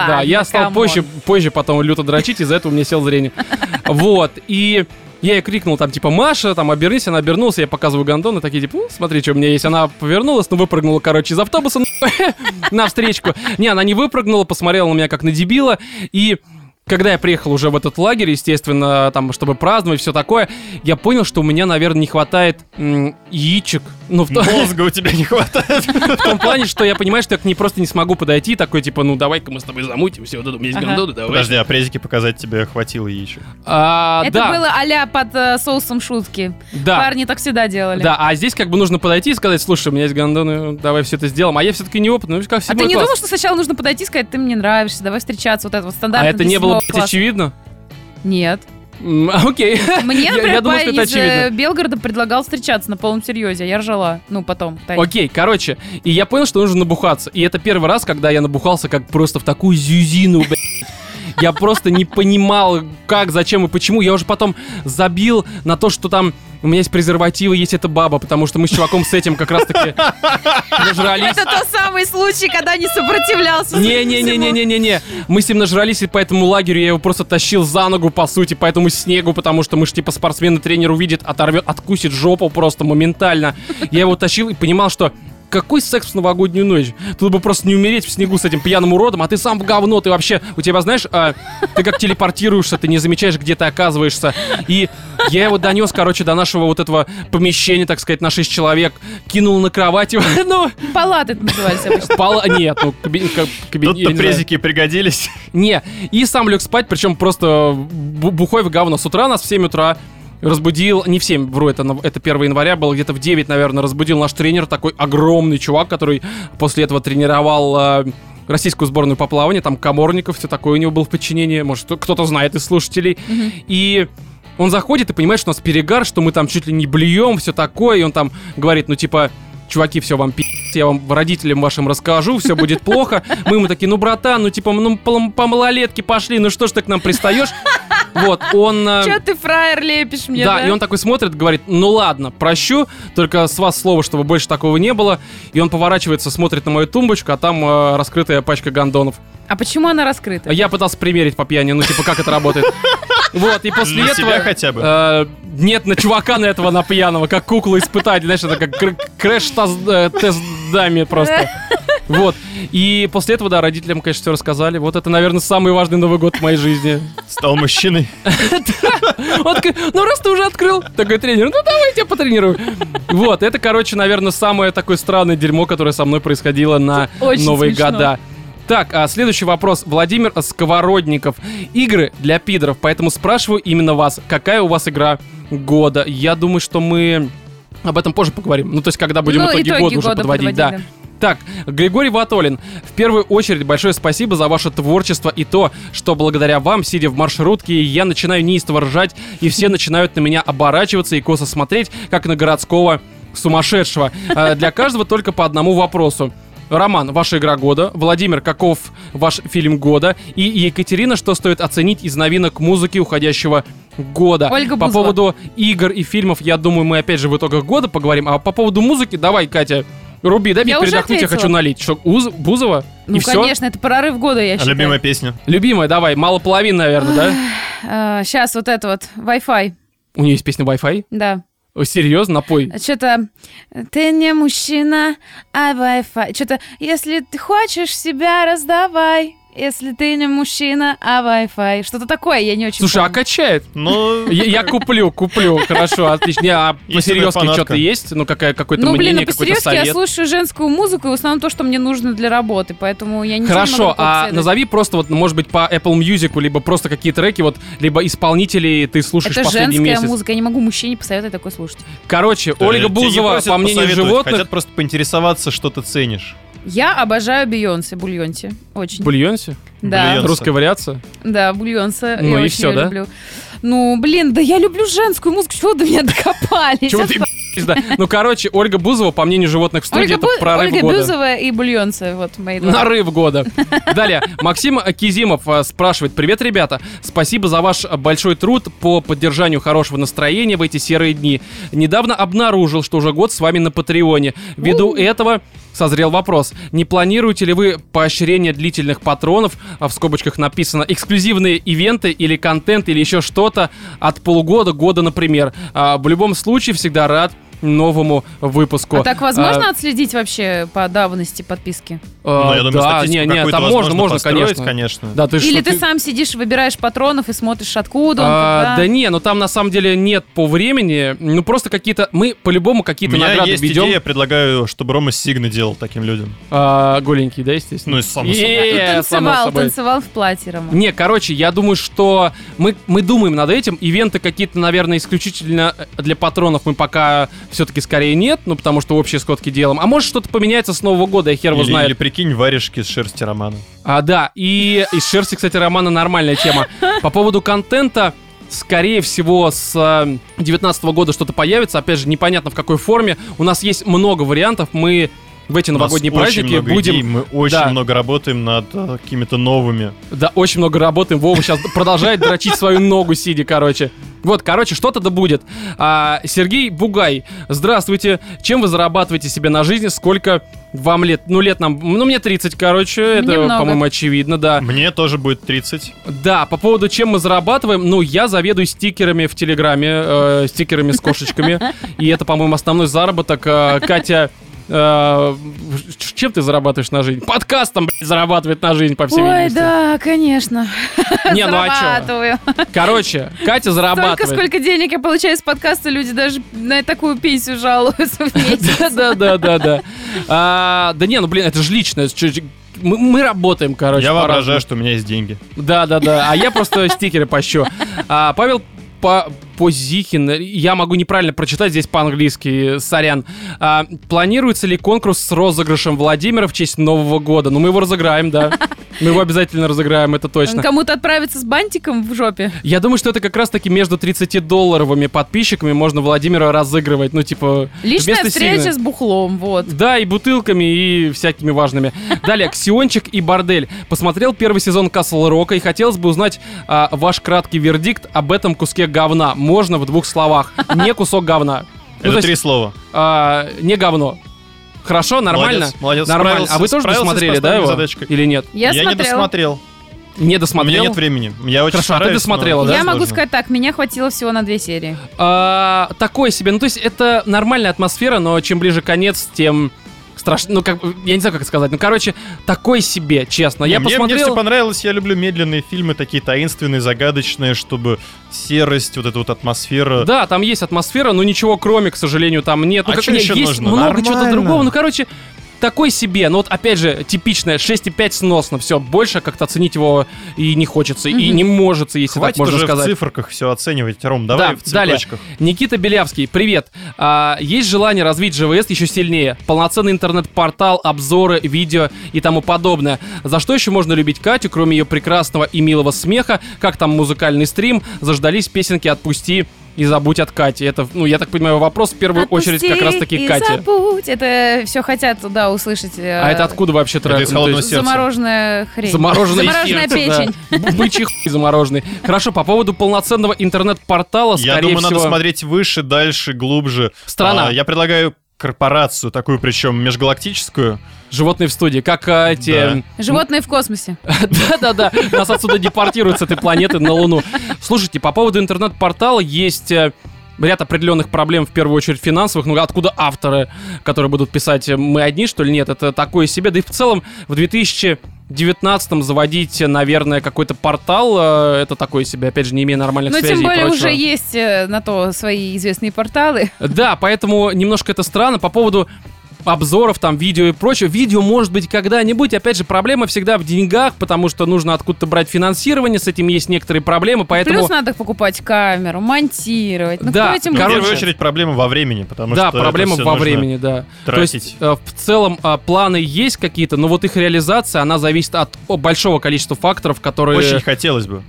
A: да, я
C: ладно,
A: стал
C: камон.
A: позже, позже потом люто дрочить, из-за этого у меня сел зрение. Вот, и я ей крикнул там, типа, Маша, там, обернись, она обернулась, я показываю гондоны, такие, типа, «М, смотри, что у меня есть. Она повернулась, ну, выпрыгнула, короче, из автобуса на встречку. Не, она не выпрыгнула, посмотрела на меня как на дебила, и когда я приехал уже в этот лагерь, естественно, там, чтобы праздновать, все такое, я понял, что у меня, наверное, не хватает м, яичек. Ну, в то-
B: Мозга у тебя не хватает.
A: в том плане, что я понимаю, что я к ней просто не смогу подойти, и такой, типа, ну давай-ка мы с тобой замутимся, вот это у меня есть
C: Ага.
A: гондоны, давай.
B: Подожди, а презики показать тебе хватило яичек.
A: А,
C: Это
A: да,
C: было а под э, соусом шутки.
A: да.
C: Парни так всегда делали.
A: Да, а здесь как бы нужно подойти и сказать, слушай, у меня есть гондоны, давай все это сделаем. А я все-таки неопытный, ну как
C: А
A: седьмой
C: ты не
A: класс.
C: думал, что сначала нужно подойти и сказать, ты мне нравишься, давай встречаться, вот это вот
A: а
C: стандартно
A: это
C: для
A: не было,
C: седьмого
A: блядь,
C: класса?
A: очевидно?
C: Нет.
A: М, а, Окей.
C: Мне,
A: Я-
C: например,
A: я думал,
C: парень
A: что это
C: из э,
A: очевидно.
C: Белгорода предлагал встречаться на полном серьезе, а я ржала. Ну, потом. Тань.
A: Окей, короче, и я понял, что нужно набухаться. И это первый раз, когда я набухался как просто в такую зюзину, блядь. Я просто не понимал, как, зачем и почему. Я уже потом забил на то, что там у меня есть презервативы, есть эта баба, потому что мы с чуваком с этим как раз-таки нажрались.
C: Это тот самый случай, когда не сопротивлялся.
A: Не-не-не-не-не-не-не. Мы с ним нажрались, и по этому лагерю я его просто тащил за ногу, по сути, по этому снегу, потому что мы ж типа спортсмены, тренер увидит, оторвет, откусит жопу просто моментально. Я его тащил и понимал, что какой секс в новогоднюю ночь? Тут бы просто не умереть в снегу с этим пьяным уродом, а ты сам в говно, ты вообще, у тебя, знаешь, а, ты как телепортируешься, ты не замечаешь, где ты оказываешься. И я его донес, короче, до нашего вот этого помещения, так сказать, на 6 человек, кинул на кровать его, ну,
C: Палаты это назывались обычно.
A: Пала... Нет, ну, каби- ка- каби- я
B: Тут-то
A: не знаю.
B: презики пригодились.
A: Не, и сам лег спать, причем просто бу- бухой в говно. С утра нас в 7 утра разбудил, не в 7, вру, это, нов- это 1 января было, где-то в 9, наверное, разбудил наш тренер, такой огромный чувак, который после этого тренировал э, российскую сборную по плаванию, там Каморников, все такое у него было в подчинении, может, кто-то знает из слушателей. И он заходит и понимает, что у нас перегар, что мы там чуть ли не блюем, все такое, и он там говорит, ну, типа, чуваки, все вам пи***, я вам родителям вашим расскажу, все будет плохо. Мы ему такие, ну, братан, ну, типа, ну, по, по малолетке пошли, ну, что ж ты к нам пристаешь? Вот, он... э,
C: Че ты фраер лепишь мне,
A: да, и он такой смотрит, говорит, ну ладно, прощу, только с вас слово, чтобы больше такого не было. И он поворачивается, смотрит на мою тумбочку, а там э, раскрытая пачка гондонов.
C: А почему она раскрыта?
A: Я пытался примерить по пьяни, ну типа как это работает. Вот, и после
B: Для
A: этого...
B: себя хотя бы.
A: э, нет, на чувака на этого, на пьяного, как куклу испытать, знаешь, это как кр- крэш-тест-дами просто. Вот. И после этого, да, родителям, конечно, все рассказали. Вот это, наверное, самый важный Новый год в моей жизни.
B: Стал мужчиной.
A: Он такой, ну раз ты уже открыл, такой тренер, ну давай я тебя потренирую. Вот, это, короче, наверное, самое такое странное дерьмо, которое со мной происходило на
C: Очень
A: Новые
C: смешно.
A: года. Так, а следующий вопрос. Владимир Сковородников. Игры для пидоров, поэтому спрашиваю именно вас, какая у вас игра года? Я думаю, что мы об этом позже поговорим. Ну, то есть, когда будем
C: Ну,
A: итоги,
C: итоги
A: года уже
C: года
A: подводить, да.
C: подводить, да.
A: Так, Григорий Ватолин, в первую очередь большое спасибо за ваше творчество и то, что благодаря вам, сидя в маршрутке, я начинаю неистово ржать, и все начинают на меня оборачиваться и косо смотреть, как на городского сумасшедшего. Э, Для каждого только по одному вопросу. Роман, ваша игра года. Владимир, каков ваш фильм года? И Екатерина, что стоит оценить из новинок музыки уходящего года?
C: Ольга
A: по
C: Бузова.
A: поводу игр и фильмов, я думаю, мы опять же в итогах года поговорим. А по поводу музыки, давай, Катя, руби, дай
C: Я
A: мне
C: уже
A: передохнуть, я
C: ответила.
A: хочу налить. Что, Уз- Бузова?
C: Ну,
A: и все?
C: конечно, это прорыв года, я считаю.
B: Любимая песня.
A: Любимая, давай, мало половин, наверное, да?
C: Сейчас А, вот это вот, Wi-Fi,
A: У нее есть песня Wi-Fi?
C: да.
A: О, Серьезно, напой.
C: Что-то э, ты не мужчина, а Wi-Fi. Что-то если ты хочешь себя раздавай, если ты не мужчина, а Wi-Fi. Что-то такое, я не очень.
A: Слушай, а
C: помню.
A: качает.
B: Ну,
A: Я, я куплю, куплю, хорошо, отлично. Не, А
B: Истинная
A: по серьезке
B: фанатка.
A: что-то есть? Ну, какая, какое-то
C: Ну, блин,
A: мнение,
C: ну, по
A: какой-то
C: серьезке я
A: совет?
C: слушаю женскую музыку и в основном то, что мне нужно для работы, поэтому я не
A: Хорошо, а назови просто, вот, может быть, по Apple Music, либо просто какие треки, вот, либо исполнителей ты слушаешь
C: Это
A: последний
C: женская
A: месяц.
C: музыка, я не могу мужчине посоветовать такое слушать.
A: Короче, Ольга
B: Тебя не
A: Бузова,
B: просят
A: по мнению
B: посоветовать,
A: животных...
B: Хотят просто поинтересоваться, что ты ценишь.
C: Я обожаю Бейонсе, Бульонте, очень.
A: Бульонсе?
C: да.
B: Бульонсе.
A: Русская вариация?
C: Да, бульонса.
A: Ну
C: я
A: и
C: очень
A: всё,
C: её
A: да?
C: люблю. Ну, блин, да я люблю женскую музыку. Чего вы до меня докопались?
A: Чего ты б***ь, да? Ну, короче, Ольга Бузова, по мнению животных в студии,
C: Ольга,
A: это
C: Бу-
A: прорыв
C: Ольга
A: года.
C: Бюзова и бульонса, вот мои два.
A: Нарыв года. Далее. Максим Кизимов э, спрашивает. Привет, ребята. Спасибо за ваш большой труд по поддержанию хорошего настроения в эти серые дни. Недавно обнаружил, что уже год с вами на Патреоне. Ввиду этого созрел вопрос. Не планируете ли вы поощрение длительных патронов, а в скобочках написано, эксклюзивные ивенты или контент или еще что-то от полугода, года, например? А, В любом случае, всегда рад новому выпуску.
C: А так
A: А,
C: возможно отследить вообще по давности подписки?
B: Ну,
A: а,
B: я думаю,
A: да,
B: статистику
A: не, не,
B: какую-то
A: там можно,
B: возможно
A: можно,
B: построить,
A: конечно.
B: конечно.
A: Да, ты
C: Или
A: что,
C: ты, сам сидишь, выбираешь патронов и смотришь, откуда он,
A: А,
C: когда?
A: да не, ну там на самом деле нет по времени, ну просто какие-то, мы по-любому
B: У
A: какие-то
B: меня
A: награды
B: есть
A: ведем.
B: идея, предлагаю, чтобы Рома Сигны делал таким людям.
A: А, голенькие, да, естественно?
B: Ну, и само собой.
A: Е,
C: И
A: само
C: танцевал,
A: собой.
C: танцевал в платье, Рома.
A: Не, короче, я думаю, что мы, мы думаем над этим. Ивенты какие-то, наверное, исключительно для патронов мы пока все-таки скорее нет, ну потому что общие скотки делаем. А может что-то поменяется с Нового года, я хер его
B: Или,
A: знает.
B: или прикинь, варежки с шерсти Романа.
A: А, да, и из шерсти, кстати, романа нормальная тема. По поводу контента, скорее всего, с э, 2019 года что-то появится. Опять же, непонятно в какой форме. У нас есть много вариантов. Мы в эти новогодние
B: У нас очень
A: праздники
B: много идей,
A: будем...
B: мы очень
A: да.
B: много работаем над э, какими-то новыми.
A: Да, очень много работаем. Вова сейчас продолжает дрочить свою ногу, сидя, короче. Вот, короче, что-то да будет. А, Сергей Бугай, здравствуйте. Чем вы зарабатываете себе на жизнь? Сколько вам лет? Ну, лет нам... Ну, мне 30, короче. это,
C: Мне много.
A: по-моему, очевидно, да.
B: Мне тоже будет 30.
A: Да, по поводу чем мы зарабатываем, ну, я заведую стикерами в Телеграме, э, стикерами с кошечками, и это, по-моему, основной заработок. Э, Катя, э, ч- чем ты зарабатываешь на жизнь? Подкастом, блядь, зарабатывает на жизнь, по всей
C: Ой,
A: видимости.
C: да, конечно.
A: Не, ну а чё?
C: Зарабатываю.
A: Короче, Катя
C: Столько,
A: зарабатывает.
C: сколько денег я получаю из подкаста, люди даже на такую пенсию жалуются в месяц.
A: Да-да-да-да. А, Да не, ну, блин, это же личное. чё- чё- Мы, мы работаем, короче.
B: Я
A: по-разному.
B: воображаю, что у меня есть деньги.
A: Да, да, да. А я просто стикеры пощу. А, Павел По- Позихин, я могу неправильно прочитать здесь по-английски, сорян. А, планируется ли конкурс с розыгрышем Владимира в честь Нового года? Ну, мы его разыграем, да. Мы его обязательно разыграем, это
C: Он
A: точно.
C: Э, Кому-то отправиться с бантиком в жопе.
A: Я думаю, что это как раз-таки между 30-долларовыми подписчиками можно Владимира разыгрывать. Ну, типа...
C: Личная
A: вместо
C: встреча
A: сильно.
C: с бухлом, вот.
A: Да, и бутылками, и всякими важными. Далее, Ксиончик и Бордель. Посмотрел первый сезон Касл Рока и хотелось бы узнать а, ваш краткий вердикт об этом куске говна. Можно в двух словах. Не кусок говна. Ну, то
B: Это
A: есть,
B: три слова.
A: а, не говно. Хорошо, нормально?
B: Молодец, молодец,
A: Нормально.
B: справился,
A: А вы тоже
B: справился с
A: досмотрели, да,
B: поставленной
A: его?
B: задачкой.
A: Или нет?
C: Я
B: не
C: смотрела.
B: досмотрел.
A: Не
B: У меня
A: досмотрел?
B: нет времени. Я очень
A: Хорошо, а ты
B: стараюсь, но
A: досмотрела, да?
C: Я могу
B: сложно.
C: сказать так, меня хватило всего на две серии.
A: А, такое себе. Ну, то есть, это нормальная атмосфера, но чем ближе конец, тем страшно. Ну, как бы, я не знаю, как это сказать. Ну, короче, такое себе, честно.
B: Не,
A: я
B: мне, мне
A: посмотрел...
B: всё понравилось, я люблю медленные фильмы, такие таинственные, загадочные, чтобы серость, вот эта вот атмосфера.
A: Да, там есть атмосфера, но ничего кроме, к сожалению, там нет. Ну,
B: А
A: как
B: чё
A: нет,
B: ещё
A: есть
B: нужно?
A: много
B: Нормально.
A: чего-то другого. Ну, короче, такой себе. Ну, вот опять же, типичное 6,5 сносно. Все, больше как-то оценить его и не хочется, и
C: Мгм.
A: не может, если
B: Хватит
A: так можно
B: уже в
A: сказать.
B: цифрах все оценивать, Ром, давай
A: Да,
B: в
A: далее.
B: цифрочках.
A: Никита Белявский, привет. А, есть желание развить ЖВС еще сильнее? Полноценный интернет-портал, обзоры, видео и тому подобное. За что еще можно любить Катю, кроме ее прекрасного и милого смеха? Как там музыкальный стрим? Заждались песенки «Отпусти» и «Забудь от Кати». Это, ну, я так понимаю, вопрос в первую очередь как
C: Отпусти
A: раз-таки
C: и
A: к Кате.
C: забудь. Это все хотят, да, услышать. э,
A: А это откуда вообще трек?
B: Это из
A: Ну, то
B: холодного
A: есть-
B: сердца.
C: Замороженная хрень.
A: Замороженное
C: Замороженная
A: сердце, да.
C: печень.
A: Бычий хуй замороженный. Хорошо, по поводу полноценного интернет-портала, скорее
B: Я думаю,
A: всего...
B: надо смотреть выше, дальше, глубже.
A: Страна.
B: А, я предлагаю корпорацию, такую причем межгалактическую.
A: Животные в студии. Как а, эти...
B: Да.
A: м,
C: Животные в космосе.
A: Да-да-да, нас отсюда депортируют с этой планеты на Луну. Слушайте, по поводу интернет-портала есть э, ряд определенных проблем, в первую очередь финансовых. Ну, откуда авторы, которые будут писать э, «Мы одни, что ли?» Нет, это такое себе. Да и в целом в 2019 заводить, э, наверное, какой-то портал, э, это такое себе, опять же, не имея нормальных
C: Но
A: связей
C: Ну, тем
A: и
C: более
A: прочего.
C: уже есть э, на то свои известные порталы.
A: Да, поэтому немножко это странно по поводу обзоров, там, видео и прочего. Видео может быть когда-нибудь. Опять же, проблема всегда в деньгах, потому что нужно откуда-то брать финансирование, с этим есть некоторые проблемы, поэтому...
C: Плюс надо покупать камеру, монтировать. Ну
A: Да,
C: кто этим
B: Ну,
A: Короче.
B: в первую очередь проблема во времени, потому
A: да,
B: что это
A: проблема
B: всё
A: во
B: нужно-
A: времени, да.
B: тратить.
A: То есть, э, в целом, э, планы есть какие-то, но вот их реализация, она зависит от о, большого количества факторов, которые...
B: Очень хотелось бы.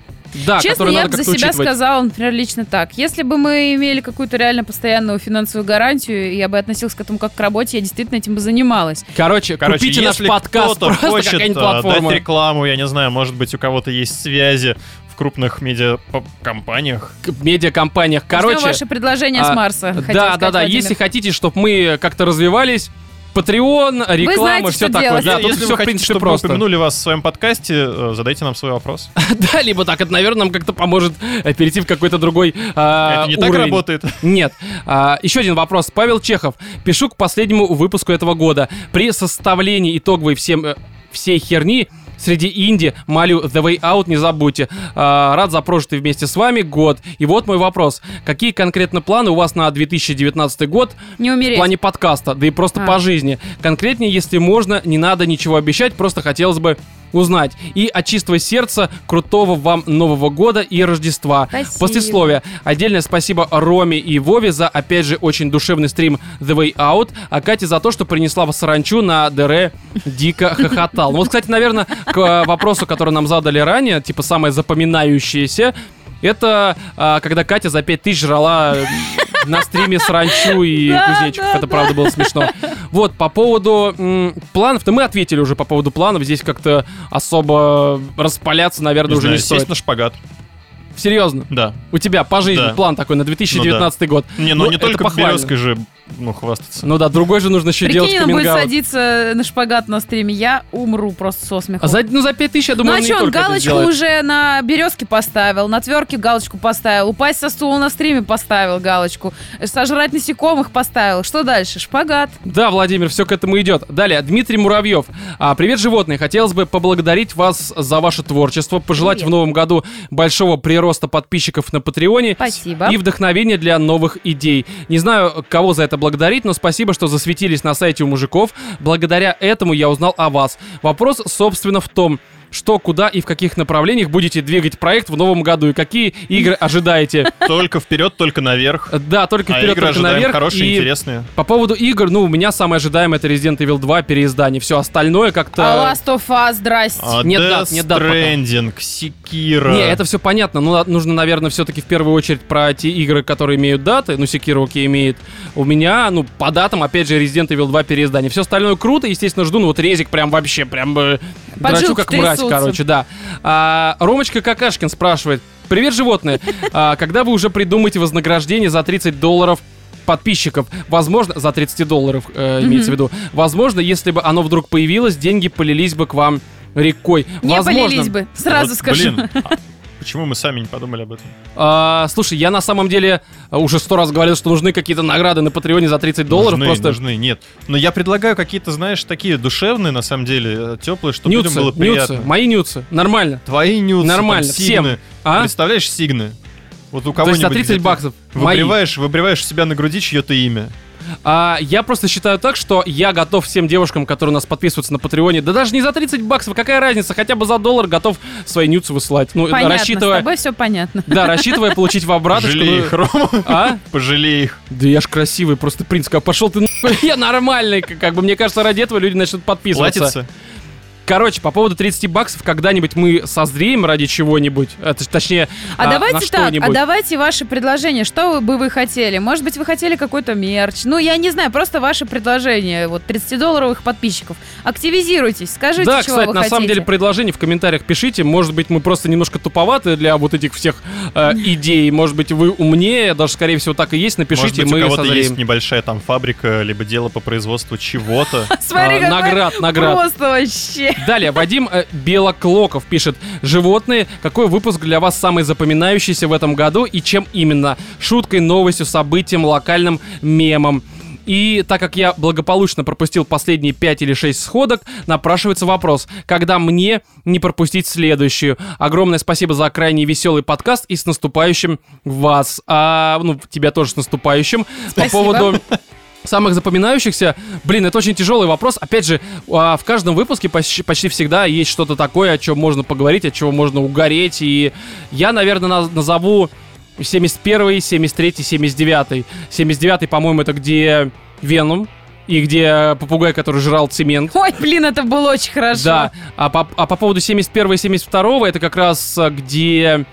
A: Да,
C: Честно,
A: которые
C: я
A: надо
C: бы за
A: как-то
C: себя
A: учитывать.
C: сказала, например, лично так. Если бы мы имели какую-то реально постоянную финансовую гарантию, и я бы относилась к этому как к работе, я действительно этим бы занималась.
A: Короче,
B: Короче,
A: купите наш
B: если
A: подкаст,
B: кто-то
A: просто
B: хочет
A: какая-нибудь
B: а,
A: платформа.
B: дать рекламу, я не знаю, может быть, у кого-то есть связи в крупных медиакомпаниях.
A: К- медиакомпаниях. Короче,
C: Ждем ваши предложения
A: а,
C: с Марса. хотел
A: Да,
C: сказать
A: да, да.
C: Владимир.
A: Если хотите, чтобы мы как-то развивались, Patreon, реклама,
C: знаете,
A: все
C: что
A: такое.
C: делать.
A: Да, тут
B: Если
A: все,
B: вы
A: в
B: хотите,
A: принципе,
B: чтобы
A: просто.
B: мы упомянули вас в своем подкасте, э, задайте нам свой вопрос.
A: Да, либо так, это, наверное, нам как-то поможет э, перейти в какой-то другой а,
B: Это не так
A: уровень.
B: работает.
A: Нет. А, еще один вопрос. Павел Чехов. Пишу к последнему выпуску этого года. При составлении итоговой всем, э, всей херни среди инди молю The Way Out, не забудьте. А, рад за прожитый вместе с вами год. И вот мой вопрос. Какие конкретно планы у вас на 2019 год?
C: не умереть.
A: В плане подкаста, да и просто
C: А.
A: по жизни. Конкретнее, если можно, не надо ничего обещать, просто хотелось бы узнать. И от чистого сердца крутого вам Нового года и Рождества.
C: Спасибо.
A: Послесловие. Отдельное спасибо Роме и Вове за, опять же, очень душевный стрим The Way Out, а Кате за то, что принесла вас саранчу на ДР дико хохотал. Ну вот, кстати, наверное, к э, вопросу, который нам задали ранее, типа самое запоминающееся, это а, когда Катя за 5000 жрала э, на стриме саранчу и
C: Да,
A: кузнечиков.
C: да,
A: Это правда было смешно. Вот, по поводу м, планов, то мы ответили уже по поводу планов. Здесь как-то особо распаляться, наверное,
B: Не
A: уже
B: знаю,
A: не
B: сесть
A: стоит.
B: на шпагат.
A: Серьезно.
B: Да.
A: У тебя по жизни
B: Да.
A: план такой на 2019 год.
B: Не, ну,
A: Ну,
B: не
A: это
B: только
A: похвально.
B: березкой же ну, хвастаться.
A: Ну да, другой же нужно еще делать
C: Прикинь, он будет
A: каминг-аут.
C: садиться на шпагат на стриме. Я умру просто со смеху.
A: А за, ну, за 5 тысяч, я
C: Ну
A: думаю,
C: а
A: он не
C: что, он
A: только это
C: галочку
A: сделает.
C: уже на березке поставил, на тверке галочку поставил, упасть со стула на стриме поставил галочку, сожрать насекомых поставил. Что дальше? Шпагат.
A: Да, Владимир, все к этому идет. Далее, Дмитрий Муравьев. А, привет, животные. Хотелось бы поблагодарить вас за ваше творчество, пожелать
C: Привет.
A: в новом году большого прироста подписчиков на Патреоне
C: Спасибо.
A: и вдохновения для новых идей. Не знаю, кого за это благодарить, но спасибо, что засветились на сайте у мужиков. Благодаря этому я узнал о вас. Вопрос, собственно, в том, что, куда и в каких направлениях будете двигать проект в новом году и какие игры ожидаете.
B: Только вперед, только наверх.
A: Да, только
B: А
A: вперед,
B: игры
A: только
B: ожидаем
A: наверх.
B: хорошие,
A: и
B: интересные.
A: по поводу игр, ну, у меня самое ожидаемое это Resident Evil 2 переиздание. Все остальное как-то...
C: А Last of Us, здрасте.
B: А,
A: нет
B: Death
A: дат, нет дат пока.
B: Stranding, Секира.
A: Не, это все понятно. Ну, на- нужно, наверное, все-таки в первую очередь про те игры, которые имеют даты. Ну, Sekiro, окей, имеет. У меня, ну, по датам, опять же, Resident Evil 2 переиздание. Все остальное круто, естественно, жду. Ну, вот резик прям вообще, прям э, дрочу
C: Поджилки
A: как мразь,
C: трясутся.
A: короче, да. А, Ромочка Какашкин спрашивает. Привет, животные. А, когда вы уже придумаете вознаграждение за 30 долларов подписчиков, возможно, за 30 долларов э, имеется в виду, возможно, если бы оно вдруг появилось, деньги полились бы к вам рекой.
C: Не
A: возможно,
C: полились бы, сразу
B: Вот,
C: скажу.
B: Блин, а почему мы сами не подумали об этом?
A: А, слушай, я на самом деле а, уже сто раз говорил, что нужны какие-то награды на Патреоне за 30 долларов.
B: Нужны,
A: просто
B: нужны, нет. Но я предлагаю какие-то, знаешь, такие душевные, на самом деле, теплые, чтобы
A: нюцы,
B: людям было
A: нюцы,
B: приятно.
A: мои нюцы, нормально.
B: Твои нюцы,
A: Нормально,
B: там, сигны.
A: всем. А?
B: Представляешь, сигны? Вот у
A: То
B: кого-нибудь
A: есть за 30
B: где-то
A: баксов. Мои.
B: Выбриваешь, выбриваешь у себя на груди чье-то имя.
A: А, я просто считаю так, что я готов всем девушкам, которые у нас подписываются на Патреоне, да даже не за 30 баксов, а какая разница, хотя бы за доллар готов свои нюцы высылать. Ну,
C: Понятно, с
A: рассчитывая...
C: тобой все понятно.
A: Да, рассчитывая получить в обраточку.
B: Пожалей
A: ну,
B: их, Рома.
A: А?
B: Пожалей их.
A: Да я ж красивый, просто принц. сказал, Пошел ты нахуй, я нормальный. Как как бы мне кажется, ради этого люди начнут подписываться.
B: Платится.
A: Короче, по поводу 30 баксов, когда-нибудь мы созреем ради чего-нибудь, э, точ- точнее,
C: А
A: а, на
C: давайте так, а
A: что-нибудь.
C: давайте ваши предложения. Что вы- бы вы хотели? Может быть, вы хотели какой-то мерч? Ну, я не знаю, просто ваши предложения, вот, 30-долларовых подписчиков. Активизируйтесь, скажите,
A: да,
C: чего
A: кстати,
C: вы
A: на
C: хотите.
A: самом деле предложения в комментариях пишите. Может быть, мы просто немножко туповаты для вот этих всех э, идей. Может быть, вы умнее, даже скорее всего так и есть.
B: Может
A: Напишите,
B: быть, у
A: мы
B: кого-то
A: созреем.
B: есть небольшая там фабрика, либо дело по производству чего-то.
C: Смотри,
A: А,
C: какой
A: наград, наград.
C: Просто вообще.
A: Далее, Вадим э, Белоклоков пишет. Животные, какой выпуск для вас самый запоминающийся в этом году и чем именно? Шуткой, новостью, событием, локальным мемом. И так как я благополучно пропустил последние 5 или 6 сходок, напрашивается вопрос, когда мне не пропустить следующую? Огромное спасибо за крайне веселый подкаст и с наступающим вас. А, ну, тебя тоже с наступающим.
C: Спасибо.
A: По поводу самых запоминающихся, блин, это очень тяжелый вопрос. Опять же, а, в каждом выпуске почти, почти всегда есть что-то такое, о чем можно поговорить, от чего можно угореть. И я, наверное, наз- назову 71, 73, 79. 79, по-моему, это где Веном и где попугай, который жрал цемент.
C: Ой, блин, это было очень хорошо.
A: Да, а по, а по поводу 71 и 72 это как раз а, где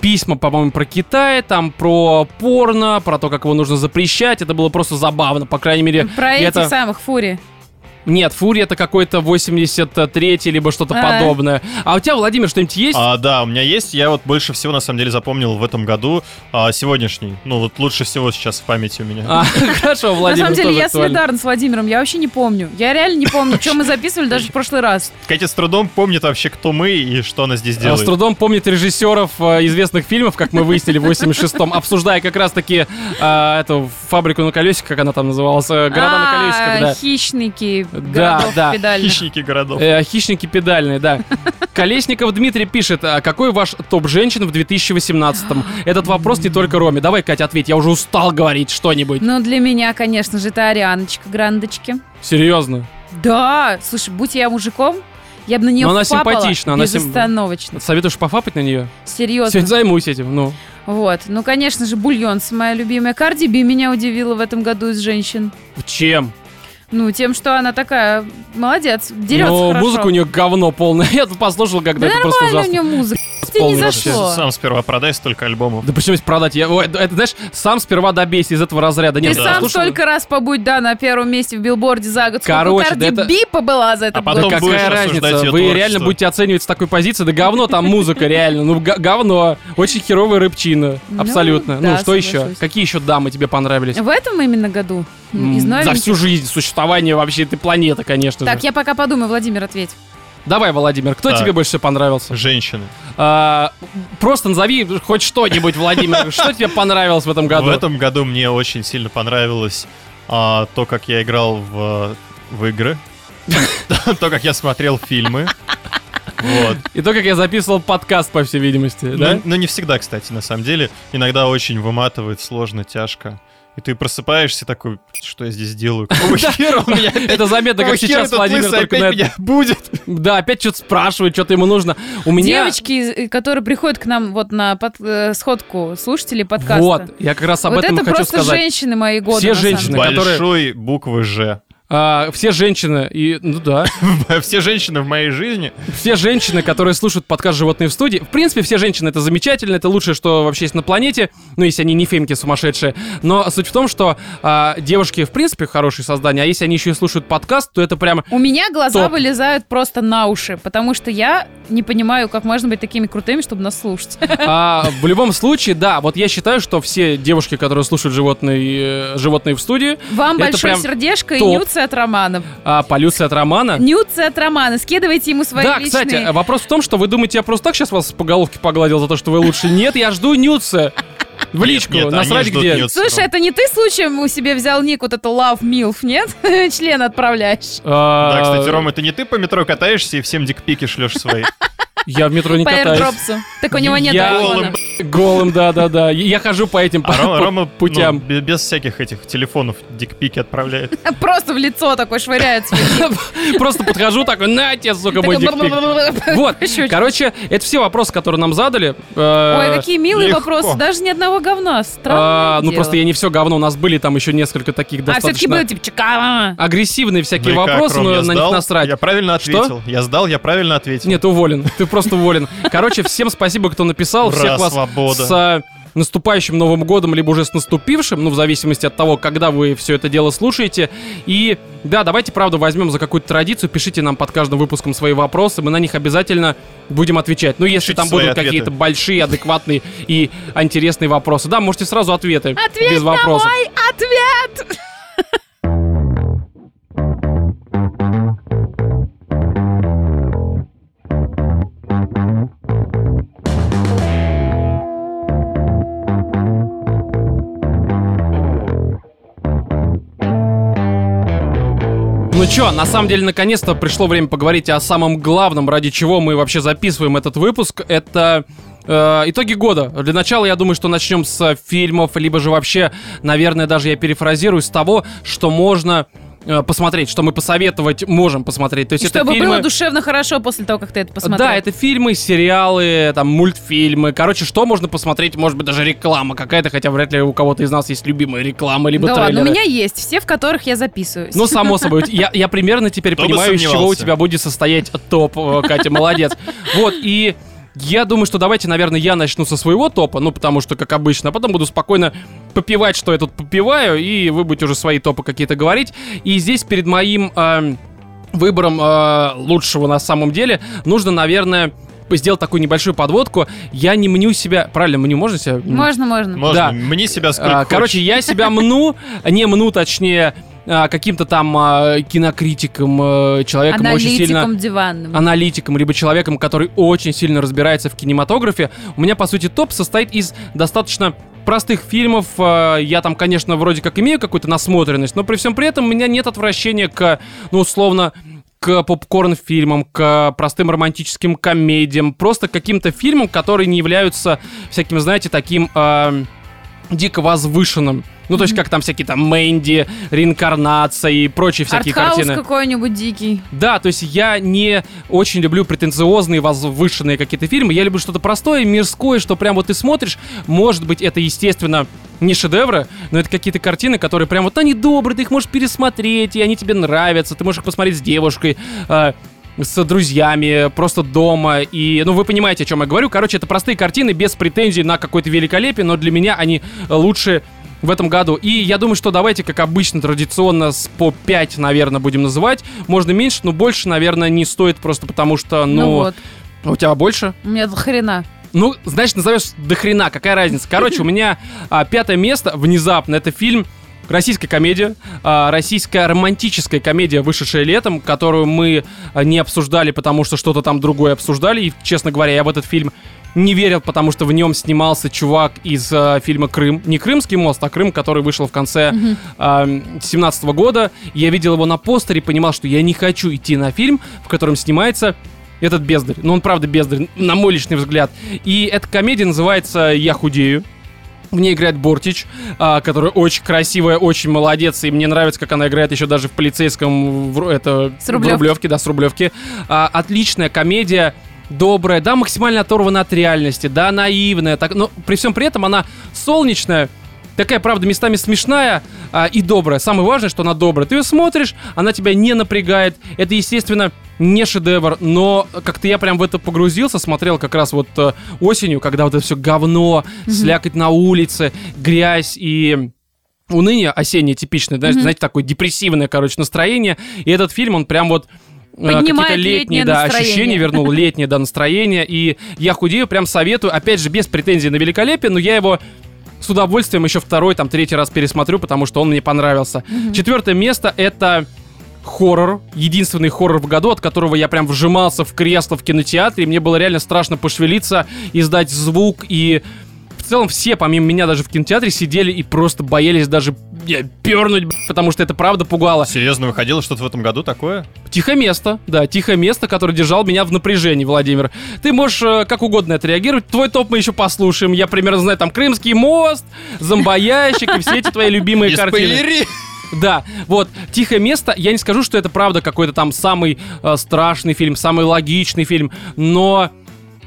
A: письма, по-моему, про Китай, там про порно, про то, как его нужно запрещать. Это было просто забавно, по крайней мере.
C: Про
A: я это-
C: этих самых фури.
A: Нет, Фури это какой-то 83-й, либо что-то
C: А.
A: подобное. А у тебя, Владимир, что-нибудь есть?
B: А, да, у меня есть. Я вот больше всего, на самом деле, запомнил в этом году а, сегодняшний. Ну, вот лучше всего сейчас в памяти у меня.
A: А, хорошо,
C: На
A: Владимир,
C: самом деле,
A: тоже
C: я
A: актуально.
C: солидарна с Владимиром, я вообще не помню. Я реально не помню, что мы записывали даже в прошлый раз.
B: Катя с трудом помнит вообще, кто мы и что она здесь
A: А,
B: делает.
A: С трудом помнит режиссеров э, известных фильмов, как мы выяснили в 86-м, обсуждая как раз-таки э, эту фабрику на колесиках, как она там называлась, э, города на
C: А,
A: колесиках, да.
C: Хищники
A: Да,
C: городов
A: да.
C: педальных.
B: Хищники городов.
A: Э, хищники педальные, да. Колесников Дмитрий пишет, а какой ваш топ женщин в 2018-м? Этот вопрос не только Роме. Давай, Катя, ответь, я уже устал говорить что-нибудь.
C: Ну, для меня, конечно же, это Арианочка Грандочки.
A: Серьезно.
C: Да, слушай, будь я мужиком, я бы на нее
A: Но она
C: фапала
A: симпатична, она сим-
C: безостановочно.
A: Советуешь пофапать на нее?
C: Серьезно.
A: Сегодня займусь этим, ну.
C: Вот. Ну, конечно же, Бульонс моя любимая. Карди Би меня удивила в этом году из женщин.
A: Чем?
C: Ну, тем, что она такая, молодец, дерется
A: Ну,
C: хорошо.
A: музыка у нее говно полное. Я тут послушал, когда
C: Да
A: это просто
C: Нормально у
A: ужасно.
C: нее музыка. тебе не
A: полный вообще.
C: зашло.
B: Сам сперва продай столько альбомов.
A: Да причем здесь продать? Я, ой, это, знаешь, сам сперва добейся из этого разряда.
C: Ты
A: Нет,
B: да.
A: я
C: сам
A: слушал-
C: столько раз побудь, да, на первом месте в билборде за год. Сколько
A: Короче,
C: Карди
A: да это-
C: Би побыла за это
B: А потом
A: да
B: будешь
A: какая разница?
B: осуждать
A: Вы
B: её
A: реально
B: творчество.
A: будете оценивать с такой позиции? Да говно там музыка, реально. Ну, г- говно. Очень херовая рыбчина.
C: Ну,
A: Абсолютно.
C: да,
A: ну, что еще?
C: соглашусь.
A: Какие еще дамы тебе понравились?
C: В этом именно году? Ну,
A: М,
C: Из
A: За
C: новеньких?
A: всю жизнь существования вообще этой планеты, конечно
C: Так,
A: же.
C: я пока подумаю, Владимир, ответь.
A: Давай, Владимир, кто
B: Так.
A: тебе больше всего понравился?
B: Женщины.
A: А, просто назови хоть что-нибудь, Владимир. Что тебе понравилось в этом году?
B: В этом году мне очень сильно понравилось а, то, как я играл в, в игры, то, как я смотрел фильмы. Вот.
A: И то, как я записывал подкаст, по всей видимости, да?
B: Но, но Ну, не всегда, кстати, на самом деле. Иногда очень выматывает, сложно, тяжко. И ты просыпаешься такой, что я здесь делаю? Какого хера у меня?
A: Это заметно,
B: какого
A: как
B: хера
A: сейчас
B: этот
A: Владимир
B: лысый
A: только на
B: опять
A: это-
B: меня будет?
A: Да, опять что-то спрашивает, что-то ему нужно. У меня...
C: Девочки, из- э, которые приходят к нам вот на под- э, сходку слушателей подкаста.
A: Вот, я как раз об
C: Вот
A: этом
C: это
A: хочу
C: просто
A: сказать.
C: женщины мои года.
A: Все
C: на самом
A: женщины.
C: деле.
A: которые-
B: Большой буквы «Ж».
A: А, все женщины, и, ну да,
B: Все женщины в моей жизни
A: все женщины, которые слушают подкаст «Животные в студии», в принципе, все женщины — это замечательно, это лучшее, что вообще есть на планете, ну, если они не фемки сумасшедшие. Но суть в том, что а, девушки, в принципе, хорошие создания, а если они еще и слушают подкаст, то это прямо...
C: У меня глаза
A: Топ.
C: вылезают просто на уши, потому что я не понимаю, как можно быть такими крутыми, чтобы нас слушать.
A: а, в любом случае, да, вот я считаю, что все девушки, которые слушают «Животные, э, животные в студии»,
C: Вам
A: Это
C: большое
A: прям
C: сердечко и
A: топ.
C: нюцы от Романа.
A: а, полюция от Романа...
C: Нюцы от Романа. Скидывайте ему свои
A: да,
C: личные.
A: кстати, э, вопрос в том, что вы думаете, я просто так сейчас вас по головке погладил за то, что вы лучше? Нет, я жду нюца в
B: Нет,
A: личку,
B: нет, они
A: насрать
B: ждут
A: где.
B: нюца.
C: Слушай, это не ты случаем у себе взял ник вот это Love Milf, нет? Член отправляешь.
A: А,
B: Да, кстати, Ром, это не ты по метро катаешься и всем дикпики шлешь свои?
A: Я в метро не
C: По
A: катаюсь.
C: AirDrops'у. Так у него нет
A: Я-
C: айфона.
B: Голым,
A: Голым, да-да-да. Я хожу по этим
B: А
A: по-
B: Рома,
A: по
B: Рома, ну,
A: путям.
B: бе- без всяких этих телефонов дикпики отправляет.
C: Э, Просто в лицо такой швыряет. себе.
A: Просто подхожу такой, на тебе, сука, мой
C: Такой
A: дикпик».
C: бр-бр-бр-бр-бр.
A: Вот,
C: Щучка.
A: короче, это все вопросы, которые нам задали.
C: Ой,
A: Э,
C: какие милые
B: легко.
C: вопросы. Даже ни одного говна. Странно.
A: а, Ну, просто я не все говно, у нас были там еще несколько таких
C: А все-таки
A: достаточно
C: было
A: А,
C: типа чика.
A: агрессивные всякие
B: Ну и как,
A: вопросы,
B: Ром,
A: но
B: я
A: на них
B: сдал?
A: насрать.
B: Я правильно
A: Что?
B: ответил. Я сдал, я правильно ответил.
A: Нет, ты уволен. Ты просто уволен. Короче, всем спасибо, кто написал.
B: Ура,
A: Всех вас
B: свобода.
A: с а, наступающим Новым годом, либо уже с наступившим, ну, в зависимости от того, когда вы все это дело слушаете. И да, давайте, правда, возьмем за какую-то традицию, пишите нам под каждым выпуском свои вопросы, мы на них обязательно будем отвечать. Ну, если
B: Пишите
A: там
B: свои
A: будут
B: ответы.
A: какие-то большие, адекватные и интересные вопросы. Да, можете сразу ответы.
C: Ответь
A: без вопросов.
C: Ой, ответ!
A: Ну чё, на самом деле, наконец-то пришло время поговорить о самом главном, ради чего мы вообще записываем этот выпуск. Это э, итоги года. Для начала, я думаю, что начнем с э, фильмов, либо же вообще, наверное, даже я перефразирую, с того, что можно э, посмотреть, что мы посоветовать можем посмотреть. То есть
C: И
A: это
C: чтобы
A: фильмы...
C: было душевно хорошо после того, как ты это посмотрел.
A: Да, это фильмы, сериалы, там, мультфильмы. Короче, что можно посмотреть? Может быть, даже реклама какая-то, хотя вряд ли у кого-то из нас есть любимая реклама, либо
C: Да
A: типа трейлеры.
C: ладно, у меня есть все, в которых я записываюсь.
A: Ну, само собой, я, я примерно теперь
B: Кто бы
A: понимаю, из чего у
B: сомневался.
A: тебя будет состоять топ, э, Катя, молодец. Вот, и я думаю, что давайте, наверное, я начну со своего топа, ну, потому что, как обычно, а потом буду спокойно попивать, что я тут попиваю, и вы будете уже свои топы какие-то говорить. И здесь перед моим эм, выбором э, лучшего на самом деле нужно, наверное, сделать такую небольшую подводку. Я не мню себя... Правильно, мню можно себя? мнить?
C: Можно, можно.
A: Да.
B: Можно, мне себя сколько
A: А, Короче, я себя мну, не мну, точнее, а, каким-то там а, кинокритиком, а, человеком очень сильно
C: Аналитиком диванным.
A: аналитиком, либо человеком, который очень сильно разбирается в кинематографе. У меня, по сути, топ состоит из достаточно простых фильмов. А, Я там, конечно, вроде как имею какую-то насмотренность, но при всем при этом у меня нет отвращения к, ну, условно, к попкорн-фильмам, к простым романтическим комедиям, просто к каким-то фильмам, которые не являются всяким, знаете, таким... а, дико возвышенным. Ну, то есть, как там всякие там Мэнди, реинкарнация и прочие всякие
C: Артхаус
A: картины.
C: какой-нибудь дикий.
A: Да, то есть я не очень люблю претенциозные, возвышенные какие-то фильмы. Я люблю что-то простое, мирское, что прям вот ты смотришь. Может быть, это, естественно, не шедевры, но это какие-то картины, которые прям вот они добрые, ты их можешь пересмотреть, и они тебе нравятся, ты можешь их посмотреть с девушкой. э, с друзьями, просто дома. И, ну, вы понимаете, о чем я говорю. Короче, это простые картины без претензий на какое-то великолепие, но для меня они лучше в этом году. И я думаю, что давайте, как обычно, традиционно с по 5, наверное, будем называть. Можно меньше, но больше, наверное, не стоит просто потому, что, ну...
C: Ну вот,
A: У тебя больше?
C: у меня до хрена.
A: Ну, значит, назовешь до хрена, какая разница. Короче, у меня а, пятое место внезапно. Это фильм Российская комедия, а, российская романтическая комедия, вышедшая летом, которую мы а, не обсуждали, потому что что-то там другое обсуждали. И, честно говоря, я в этот фильм не верил, потому что в нем снимался чувак из а, фильма «Крым». Не «Крымский мост», а «Крым», который вышел в конце
C: Мгм.
A: 2017 года. Я видел его на постере и понимал, что я не хочу идти на фильм, в котором снимается этот бездарь. Ну, он правда бездарь, на мой личный взгляд. И эта комедия называется «Я худею». В ней играет Бортич, а, которая очень красивая, очень молодец, и мне нравится, как она играет еще даже в полицейском, в, ру- это,
C: С Рублевки.
A: в Рублевке, да, с Рублевки. А, отличная комедия, добрая, да, максимально оторвана от реальности, да, наивная, так, но при всем при этом она солнечная, такая, правда, местами смешная а, и добрая. Самое важное, что она добрая. Ты ее смотришь, она тебя не напрягает. Это, естественно, не шедевр, но как-то я прям в это погрузился, смотрел как раз вот э, осенью, когда вот это все говно, слякоть на улице, грязь и уныние осеннее типичное, знаешь,
C: Мгм.
A: знаете, такое депрессивное, короче, настроение. И этот фильм, он прям вот э,
C: Поднимает
A: какие-то
C: летнее
A: летние да,
C: настроение.
A: ощущения вернул, летнее да, настроение. И я худею, прям советую. Опять же, без претензий на великолепие, но я его с удовольствием еще второй, там, третий раз пересмотрю, потому что он мне понравился. Четвертое место — это хоррор. Единственный хоррор в году, от которого я прям вжимался в кресло в кинотеатре. И мне было реально страшно пошевелиться, издать звук и... В целом все, помимо меня, даже в кинотеатре сидели и просто боялись даже э, пернуть, б***ь, потому что это правда пугало.
B: Серьезно, выходило что-то в этом году такое?
A: Тихое место, да, тихое место, которое держал меня в напряжении, Владимир. Ты можешь э, как угодно отреагировать. Твой топ мы еще послушаем. Я примерно знаю там Крымский мост, Зомбоящик и все эти твои любимые
B: Не
A: картины.
B: спойлери!
A: Да, вот, «Тихое место», я не скажу, что это правда какой-то там самый э, страшный фильм, самый логичный фильм, но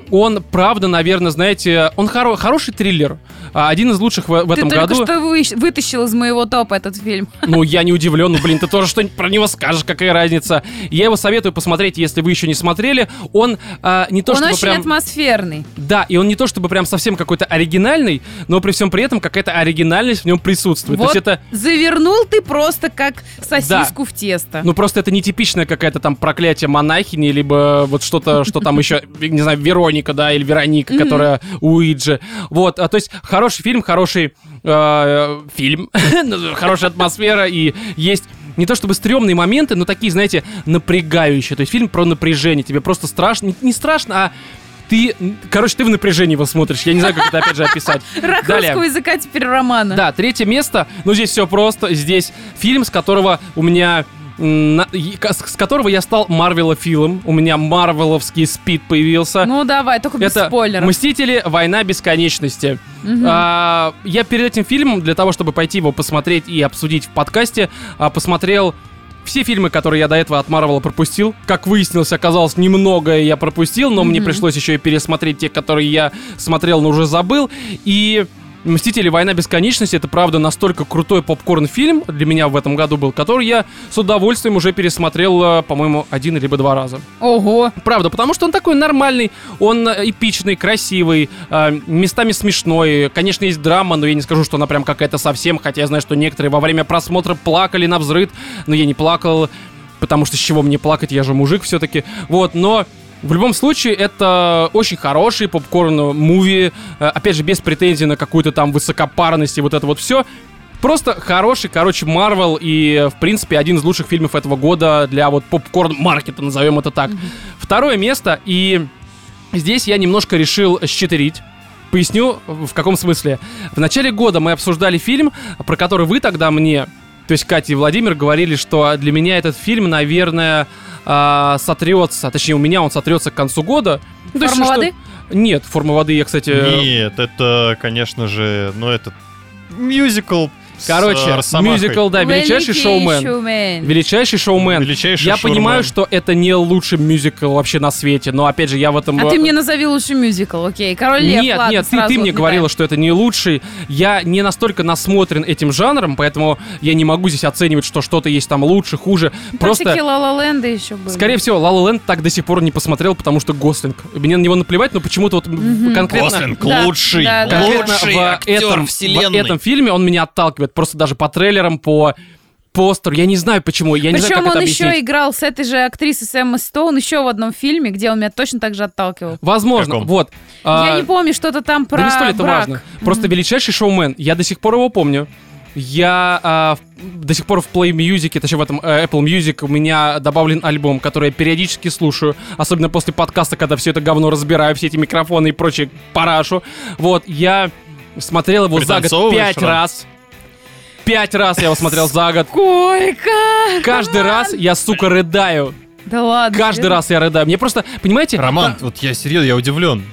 A: он, правда, наверное, знаете, он хоро- хороший триллер, а, один из лучших в, в
C: Ты
A: этом
C: только
A: году.
C: что выщ- вытащил из моего топа этот фильм.
A: Ну, я не удивлен, ну, блин, ты тоже что-нибудь про него скажешь, какая разница. Я его советую посмотреть, если вы еще не смотрели. Он а, не то
C: Он
A: чтобы
C: очень
A: прям...
C: атмосферный.
A: Да, и он не то чтобы прям совсем какой-то оригинальный, но при всем при этом какая-то оригинальность в нем присутствует. То
C: Вот
A: есть это...
C: завернул ты просто как сосиску в тесто.
A: Ну просто это не типичная какая-то там проклятие монахини, либо вот что-то, что там еще, не знаю, Вероника, да, или Вероника,
C: Мгм.
A: которая Уиджи. Вот, а, то есть хороший фильм, хороший э, фильм, ну, хорошая атмосфера и есть не то чтобы стрёмные моменты, но такие, знаете, напрягающие. То есть фильм про напряжение. Тебе просто страшно, не- не страшно, а ты, короче, ты в напряжении его смотришь. Я не знаю, как это опять же описать.
C: Рак
A: Далее.
C: русского языка теперь романа.
A: Да, третье место. Ну, здесь все просто. Здесь фильм, с которого у меня м, на- и- ка- с с которого я стал Марвелофилом. У меня Марвеловский спид появился.
C: Ну давай, только без
A: это
C: спойлеров.
A: «Мстители. Война бесконечности».
C: Мгм.
A: А, я перед этим фильмом, для того, чтобы пойти его посмотреть и обсудить в подкасте, а, посмотрел все фильмы, которые я до этого от Марвела пропустил. Как выяснилось, оказалось, немного я пропустил, но мне
C: Мгм.
A: пришлось еще и пересмотреть те, которые я смотрел, но уже забыл. И «Мстители. Война бесконечности» — это, правда, настолько крутой попкорн-фильм для меня в этом году был, который я с удовольствием уже пересмотрел, э, по-моему, один либо два раза.
C: Ого.
A: Правда, потому что он такой нормальный, он э, эпичный, красивый, э, местами смешной. Конечно, есть драма, но я не скажу, что она прям какая-то совсем, хотя я знаю, что некоторые во время просмотра плакали на взрыд, но я не плакал, потому что с чего мне плакать, я же мужик все-таки. Вот, но в любом случае, это очень хороший попкорн-муви, э, опять же, без претензий на какую-то там высокопарность и вот это вот все. Просто хороший, короче, Марвел и, э, в принципе, один из лучших фильмов этого года для вот попкорн-маркета, назовем это так. Второе место, и здесь я немножко решил щитерить. Поясню, в каком смысле. В начале года мы обсуждали фильм, про который вы тогда мне, то есть Катя и Владимир, говорили, что для меня этот фильм, наверное, а, сотрется, точнее, у меня он сотрется к концу года. Ну, то есть,
C: Форма
A: что-
C: воды?
A: Нет, Э, форма воды я, кстати...
B: Нет, это, конечно же, ну это мюзикл с, э,
A: Короче,
B: Росомахой.
A: мюзикл, да, величайший
C: Великий
A: шоумен.
C: шоумен.
A: Величайший шоумен.
B: Величайший
A: я
B: шаурмен.
A: понимаю, что это не лучший мюзикл вообще на свете, но опять же я в этом...
C: А ты мне назови лучший мюзикл, окей. Король Лев,
A: нет,
C: ладно,
A: нет, ты-
C: сразу
A: ты, мне
C: отметаем.
A: говорила, что это не лучший. Я не настолько насмотрен этим жанром, поэтому я не могу здесь оценивать, что что-то есть там лучше, хуже.
C: Там всякие
A: Просто,
C: «Ла-Ла Ленда» еще были.
A: скорее всего, Лала Ленд так до сих пор не посмотрел, потому что Гослинг. Мне на него наплевать, но почему-то вот м, конкретно...
B: Гослинг
C: Да,
B: лучший,
C: да, да.
A: конкретно
B: лучший
A: в
B: актер
A: этом,
B: вселенной.
A: в этом фильме он меня отталкивает. Просто даже по трейлерам, по постеру. Я не знаю почему, я не знаю,
C: Причем
A: как это
C: он
A: объяснить.
C: еще играл с этой же актрисой Сэмма Стоун еще в одном фильме, где он меня точно так же отталкивал.
A: Возможно,
B: Каком?
A: вот.
C: Я
A: А,
C: не помню, что-то там про
A: Да не столь это
C: брак.
A: важно. Просто величайший шоумен. Я до сих пор его помню. Я а, в- до сих пор в Play Music, точнее в этом э, Apple Music у меня добавлен альбом, который я периодически слушаю, особенно после подкаста, когда все это говно разбираю, все эти микрофоны и прочее парашу. Вот, я смотрел его за год
B: Пританцовываешь,
A: пять
B: Ром?
A: раз. Пять раз я его смотрел за год.
C: Сколько?
A: Каждый раз я, сука, рыдаю.
C: Да ладно.
A: Каждый
C: серьезно?
A: раз я рыдаю. Мне просто, понимаете...
B: Роман,
A: та-
B: вот я серьезно, я удивлен.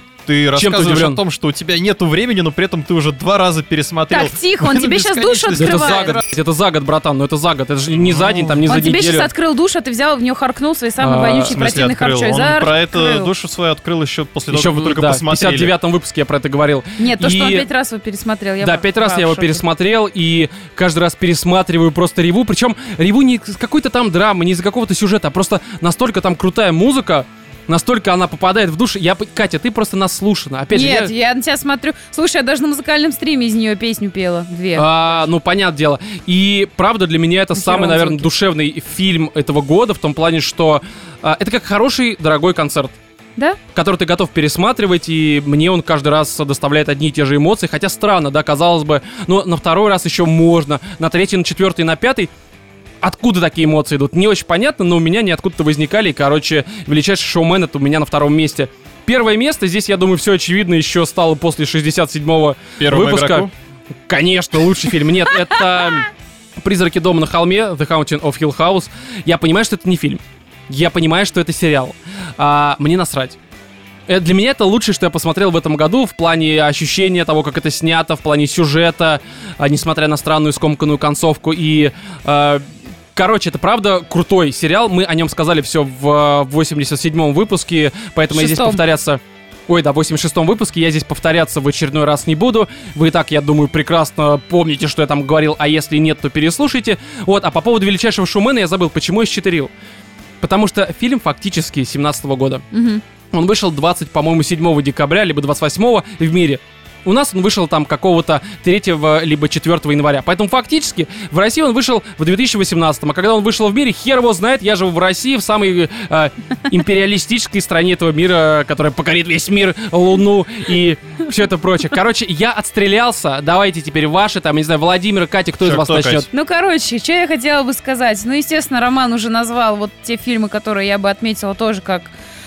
A: Чем
B: Ты
A: ты
B: рассказываешь
A: удивлен?
B: о том, что у тебя нету времени, но при этом ты уже два раза пересмотрел.
C: Так, тихо, он
B: на
C: тебе щас душу
B: бесконечность.
A: Это за
C: Открывает.
A: год, блядь, это за год, братан, ну это за год. Это же не за день, там, не за
C: Он тебе
A: неделю.
C: сейчас открыл душ, а ты взял и в нее харкнул свои самые
A: А,
B: В
C: вонючие
B: смысле,
C: противные
B: открыл.
C: харчой.
B: Он
C: За-
B: про это
C: открыл.
B: душу свою открыл еще после того,
A: Еще
B: как
A: в
B: вы только
A: да, в
B: посмотрели.
A: 59-м выпуске я про это говорил.
C: Нет, то,
A: И-
C: что он пять раз его пересмотрел. я
A: да,
C: была
A: пять раз
C: права,
A: я его
C: в шоке.
A: пересмотрел, и каждый раз пересматриваю просто реву. Причем реву не из какой-то там драмы, не из какого-то сюжета, а просто настолько там крутая музыка, настолько она попадает в душу. Я, п- Катя, ты просто наслушана. Опять
C: Нет,
A: же, я-
C: я... на тебя смотрю. Слушай, я даже на музыкальном стриме из нее песню пела. Две.
A: А, ну, понятное дело. И правда, для меня это
C: Нахера
A: самый,
C: он
A: наверное,
C: звуки?
A: душевный фильм этого года, в том плане, что а, это как хороший, дорогой концерт.
C: Да?
A: который ты готов пересматривать, и мне он каждый раз доставляет одни и те же эмоции, хотя странно, да, казалось бы, но на второй раз еще можно, на третий, на четвертый, на пятый. Откуда такие эмоции идут? Не очень понятно, но у меня они откуда-то возникали, и, короче, величайший шоумен это у меня на втором месте. Первое место здесь, я думаю, все очевидно еще стало после 67-го
B: Первому
A: выпуска.
B: игроку?
A: Конечно, лучший фильм. Нет, это «Призраки дома на холме», «The Haunting of Hill House». Я понимаю, что это не фильм. Я понимаю, что это сериал. А, мне насрать. Э, Для меня это лучшее, что я посмотрел в этом году в плане ощущения того, как это снято, в плане сюжета, а, несмотря на странную скомканную концовку. И, э, короче, это правда крутой сериал. Мы о нем сказали все в э, 87-м выпуске, поэтому я здесь
C: Шестом.
A: повторяться... Ой, да, в 86-м выпуске я здесь повторяться в очередной раз не буду. Вы и так, я думаю, прекрасно помните, что я там говорил, а если нет, то переслушайте. Вот, а по поводу величайшего шумена я забыл, почему я счетырил. Потому что фильм фактически 17-го года.
C: Мгм.
A: Он вышел 20, по-моему, 7 декабря, либо 28 в мире. У нас он вышел там какого-то 3 либо 4 января. Поэтому фактически в России он вышел в 2018. А когда он вышел в мире, хер его знает, я живу в России, в самой э, империалистической стране этого мира, которая покорит весь мир, Луну и все это прочее. Короче, я отстрелялся. Давайте теперь ваши, там, я не знаю, Владимир, Катя, кто из
B: Чё,
A: вас
B: кто,
A: начнет?
B: Кать?
C: Ну, короче, что я хотела бы сказать. Ну, естественно, Роман уже назвал вот те фильмы, которые я бы отметила тоже как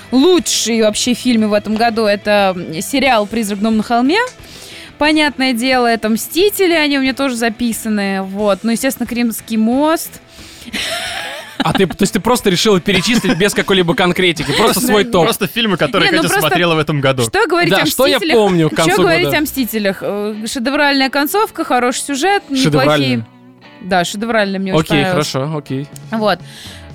C: лучшие вообще фильмы в этом году. Это сериал «Призрак дом на холме». Понятное дело, это «Мстители», они у меня тоже записаны. Вот. Ну, естественно, «Кримский мост».
A: А ты, то есть ты просто решила перечислить без какой-либо конкретики, просто свой топ.
B: Просто фильмы, которые
C: Не, ну
B: Катя
C: просто-
B: смотрела в этом году.
C: Что говорить
A: Да,
C: о
A: что я
C: «Мстителях»?
A: помню к концу
C: Что говорить
A: года?
C: о «Мстителях»? Э, Шедевральная концовка, хороший сюжет, неплохие...
A: Шедевральная.
C: Да, шедевральный мне очень
A: Окей,
C: понравилось.
A: хорошо, окей.
C: Вот.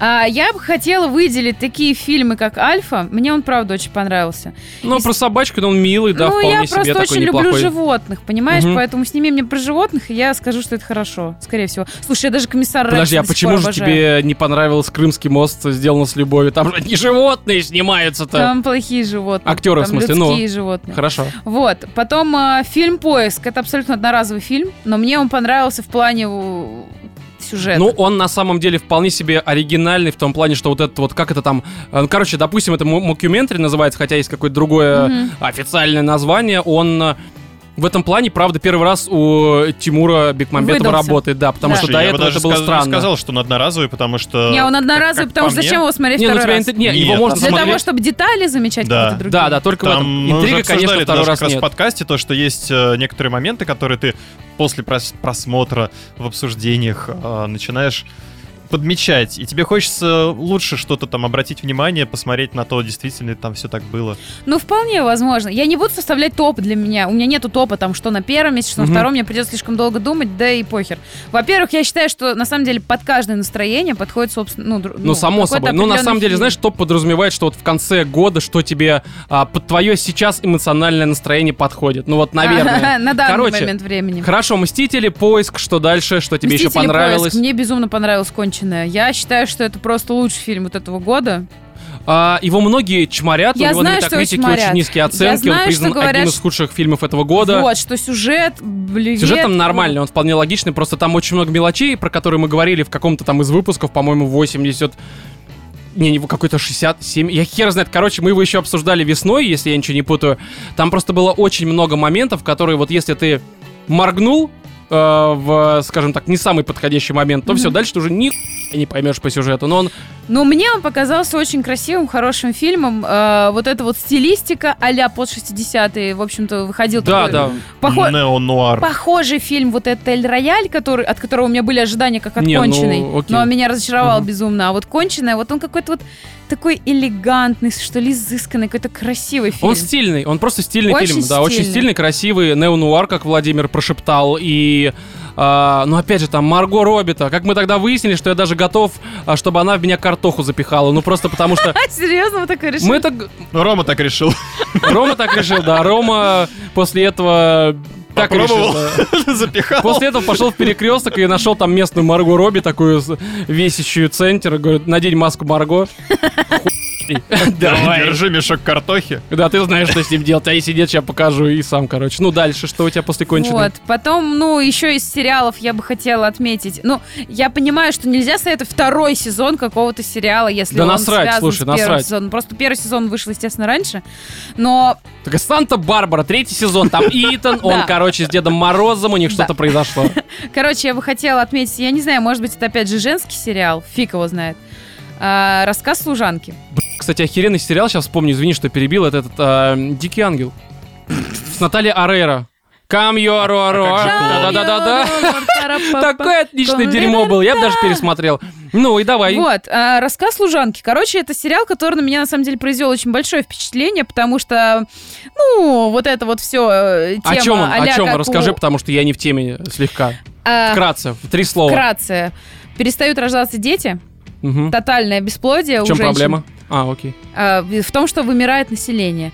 C: А, я бы хотела выделить такие фильмы, как «Альфа». Мне он, правда, очень понравился.
A: Ну,
C: Ес-
A: про собачку, но он милый, да,
C: ну,
A: вполне
C: я
A: себе
C: просто
A: такой
C: очень
A: неплохой.
C: люблю животных, понимаешь?
A: Мгм.
C: Поэтому сними мне про животных, и я скажу, что это хорошо, скорее всего. Слушай, я даже комиссар
A: Подожди,
C: Рекса
A: а
C: до сих
A: почему
C: пор
A: же
C: обожаю.
A: тебе не понравился Крымский мост, сделано с любовью? Там же не животные снимаются-то.
C: Там плохие животные.
A: Актеры, в
C: там
A: смысле, ну.
C: людские животные.
A: Хорошо.
C: Вот. Потом а, фильм «Поиск». Это абсолютно одноразовый фильм, но мне он понравился в плане у, сюжета.
A: Ну, он на самом деле вполне себе оригинальный в том плане, что вот этот вот, как это там... э, Ну, короче, допустим, это мокюментри называется, хотя есть какое-то другое
C: Мгм.
A: официальное название. Он э, в этом плане, правда, первый раз у Тимура Бекмамбетова
C: Выдался.
A: работает, да, потому
C: Да.
A: что
B: Слушай,
A: до
B: я бы
A: этого
B: даже
A: это было
B: сказ-
A: странно.
B: не сказал, что он одноразовый, потому что...
C: не,
A: э,
C: он одноразовый,
B: как
C: потому
B: по
C: что зачем
B: мне-
C: его смотреть
A: не, ну,
C: второй
A: тебя
C: раз?
A: интер- не,
B: Нет,
A: его можно
B: там-
C: Для того,
A: смотреть.
C: чтобы детали замечать
B: Да.
C: какие-то другие.
A: Да, да, только в
B: Там
A: этом.
B: мы уже
A: Интрига, конечно,
B: обсуждали
A: второй
B: даже
A: раз
B: как раз
A: нет.
B: в подкасте то, что есть э, некоторые моменты, которые ты после прос- просмотра в обсуждениях э, начинаешь подмечать, и тебе хочется лучше что-то там обратить внимание, посмотреть на то, действительно ли там все так было.
C: Ну, вполне возможно. Я не буду составлять топ для меня. У меня нету топа там, что на первом месте, что на
A: Мгм.
C: втором. Мне придется слишком долго думать, да и похер. Во-первых, я считаю, что на самом деле под каждое настроение подходит, собственно, ну, дру-
A: Ну, само
C: какой-то
A: собой. Ну, на
C: определенный
A: самом деле,
C: фильм.
A: знаешь, топ подразумевает, что вот в конце года, что тебе а, под твое сейчас эмоциональное настроение подходит. Ну вот, наверное.
C: На данный
A: Короче,
C: момент времени.
A: Хорошо, Мстители, поиск, что дальше, что тебе еще
C: «Мстители.
A: понравилось.
C: Поиск. Мне безумно понравилось «Конченая». Я считаю, что это просто лучший фильм вот этого года.
A: А, его многие чморят,
C: Я
A: у него
C: знаю,
A: на
C: что его
A: метакритике
C: чморят.
A: очень низкие
C: Я
A: оценки,
C: знаю,
A: он
C: что
A: признан
C: говорят,
A: одним из
C: что-
A: худших фильмов этого года.
C: Вот, что сюжет, блин.
A: Сюжет там нормальный, он вполне логичный, просто там очень много мелочей, про которые мы говорили в каком-то там из выпусков, по-моему, 80... Не, не, какой-то 67, я хер знает. Короче, мы его еще обсуждали весной, если я ничего не путаю. Там просто было очень много моментов, которые вот если ты моргнул э, в, скажем так, не самый подходящий момент, то все, дальше ты уже ни хуя не поймешь по сюжету. Но он
C: Но ну, мне он показался очень красивым, хорошим фильмом. Э, вот эта вот стилистика а-ля под 60-е, в общем-то, выходил
A: Да,
C: такой
A: да.
C: похо-
B: Неонуар.
C: похожий фильм, вот этот Эль Рояль, который, от которого у меня были ожидания как от
A: Не, ну,
C: конченой.
A: окей.
C: но он меня разочаровал
A: Мгм.
C: безумно. А вот конченая, вот он какой-то вот такой элегантный, что ли, изысканный, какой-то красивый фильм.
A: Он стильный, он просто стильный
C: Очень
A: фильм, да, очень
C: стильный.
A: стильный, красивый, неонуар, как Владимир прошептал, и... а, ну, опять же, там, Марго Робита. Как мы тогда выяснили, что я даже готов, а, чтобы она в меня картоху запихала. Ну, просто потому что
C: А, серьезно, вы такое решили?
A: мы так...
B: Ну, Рома так решил.
A: Рома так решил, да. Рома после этого... Так решил,
B: Попробовал.
A: да.
B: Запихал.
A: После этого пошел в перекресток и нашел там местную Марго Робби, такую с- весящую центр. Говорит, надень маску Марго. Хуй.
B: Держи мешок картохи.
A: Да, ты знаешь, что с ним делать. А если нет, я покажу и сам, короче. Ну, дальше, что у тебя после конченого?
C: Вот, потом, ну, еще из сериалов я бы хотела отметить. Ну, я понимаю, что нельзя советовать второй сезон какого-то сериала, если
A: Да
C: он
A: насрать,
C: связан
A: слушай,
C: с первым
A: насрать.
C: сезоном. Просто первый сезон вышел, естественно, раньше. Но
A: Так, Санта-Барбара, третий сезон, там Итан, он,
C: Да.
A: короче, с Дедом Морозом, у них что-то
C: Да.
A: произошло.
C: Короче, я бы хотела отметить, я не знаю, может быть, это опять же женский сериал, фиг его знает. А, рассказ служанки.
A: Кстати, охеренный сериал, сейчас вспомню, извини, что перебил, это этот а, «Дикий ангел» с Натальей Арейро. Come your
B: А как же клоун?
A: Да-да-да-да. Такое отличное дерьмо было, я бы даже пересмотрел. Ну и давай.
C: Вот, а, рассказ служанки. Короче, это сериал, который на меня на самом деле произвел очень большое впечатление, потому что, ну, вот это вот все тема.
A: О чем он? О
C: а-ля
A: чем?
C: как
A: Расскажи,
C: у-
A: потому что я не в теме слегка.
C: а,
A: Вкратце, в три слова.
C: вкратце. Перестают рождаться дети,
A: Мгм.
C: тотальное бесплодие
A: В
C: у
A: чем
C: женщин.
A: проблема? А, окей.
C: А, в в том, что вымирает население.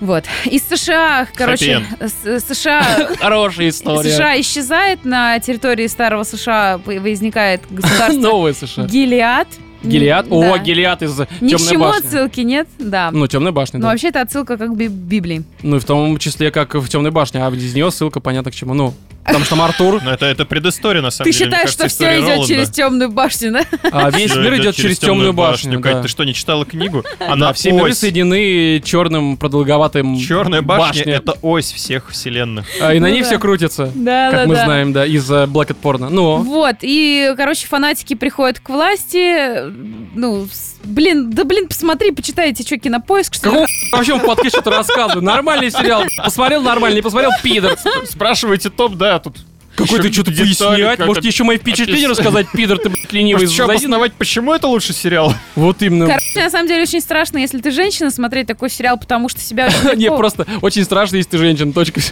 C: Вот. Из США, короче, с- э, США
A: Хорошая история.
C: США А исчезает, на территории старого США вы- возникает государство
A: Новая США.
C: Гелиад.
A: Ну, Гелиад?
C: М,
A: О,
C: да.
A: Гелиад из
C: Ни к
A: темной
C: чему
A: башни.
C: отсылки нет, да.
A: Ну, темная башня,
C: Но
A: да.
C: вообще это отсылка как би- Библии.
A: Ну, и в том числе, как и в темной башне, а без нее ссылка понятно к чему. Ну, потому что там Артур,
B: Ну, это, это предыстория, на самом
C: Ты
B: деле. мне
C: считаешь,
B: кажется,
C: что все
B: история
C: идет
B: Роланда.
C: через темную башню, да?
A: а весь
B: Всё
A: мир идет через темную
B: «Тёмную
A: башню.
B: Кать,
A: да.
B: ты что, не читала книгу? Она
A: Да, все миры
B: ось.
A: соединены черным продолговатым
B: Черная башня —
A: башней.
B: это ось всех вселенных.
A: А, И на
C: Ну
A: ней
C: да.
A: все крутится.
C: Да,
A: Как мы знаем, да, из э, Black Hat Porno. Ну,
C: Вот, и, короче, фанатики приходят к власти, ну, с- блин, да, блин, посмотри, почитайте, что, кинопоиск, что ли?
A: какого х- вообще в подке что-то рассказываю? Нормальный сериал. Посмотрел нормально, не посмотрел пидор.
B: Спрашиваете топ, да, тут...
A: Какой ты
B: Ещё
A: что-то
B: детали
A: пояснять?
B: как-то
A: Может, еще мои впечатления
B: описывать. А
A: рассказать, пидор, ты, блядь, ленивый.
B: Может, чё,
A: Зайди на-
B: обосновать, почему это лучший сериал?
A: Вот именно.
C: Короче, на самом деле очень страшно, если ты женщина, смотреть такой сериал, потому что себя очень
A: Не,
C: легко
A: просто очень страшно, если ты женщина. Точка.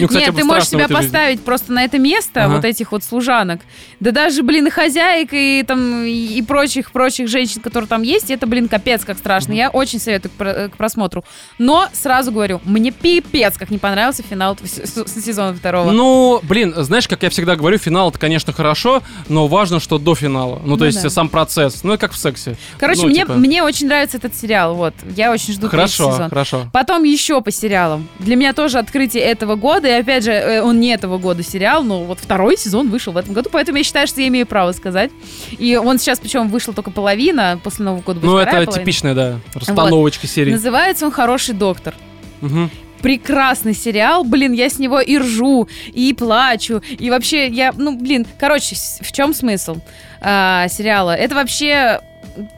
A: Ну, кстати,
C: Нет,
A: об
C: ты можешь
A: страшном
C: себя
A: в этой жизни.
C: поставить просто на это место
A: Ага.
C: вот этих вот служанок. Да даже, блин, и хозяек, и там, и и прочих, прочих женщин, которые там есть, это, блин, капец как страшно. Я очень советую к, про- э, к просмотру. Но сразу говорю, мне пипец как не понравился финал этого се- се- сезона второго.
A: Ну, блин, знаешь, как я всегда говорю, финал это, конечно, хорошо, но важно, что до финала. Ну, то
C: Ну
A: есть
C: да.
A: сам процесс. Ну, и как в сексе.
C: Короче,
A: ну,
C: мне,
A: типа-
C: мне очень нравится этот сериал, вот. Я очень жду третий
A: хорошо,
C: сезон.
A: хорошо.
C: Потом еще по сериалам. Для меня тоже открытие этого года. И опять же, э, он не этого года сериал, но вот второй сезон вышел в этом году. Поэтому я считаю, что я имею право сказать. И он сейчас, причем, вышел только половина. После Нового года будет
A: Ну,
C: вторая
A: это
C: половина.
A: типичная, да, расстановочка серии.
C: Называется он «Хороший доктор».
A: Мгм.
C: Прекрасный сериал, блин, я с него и ржу, и плачу, и вообще я, ну, блин, короче, с- в чем смысл а, сериала? Это вообще,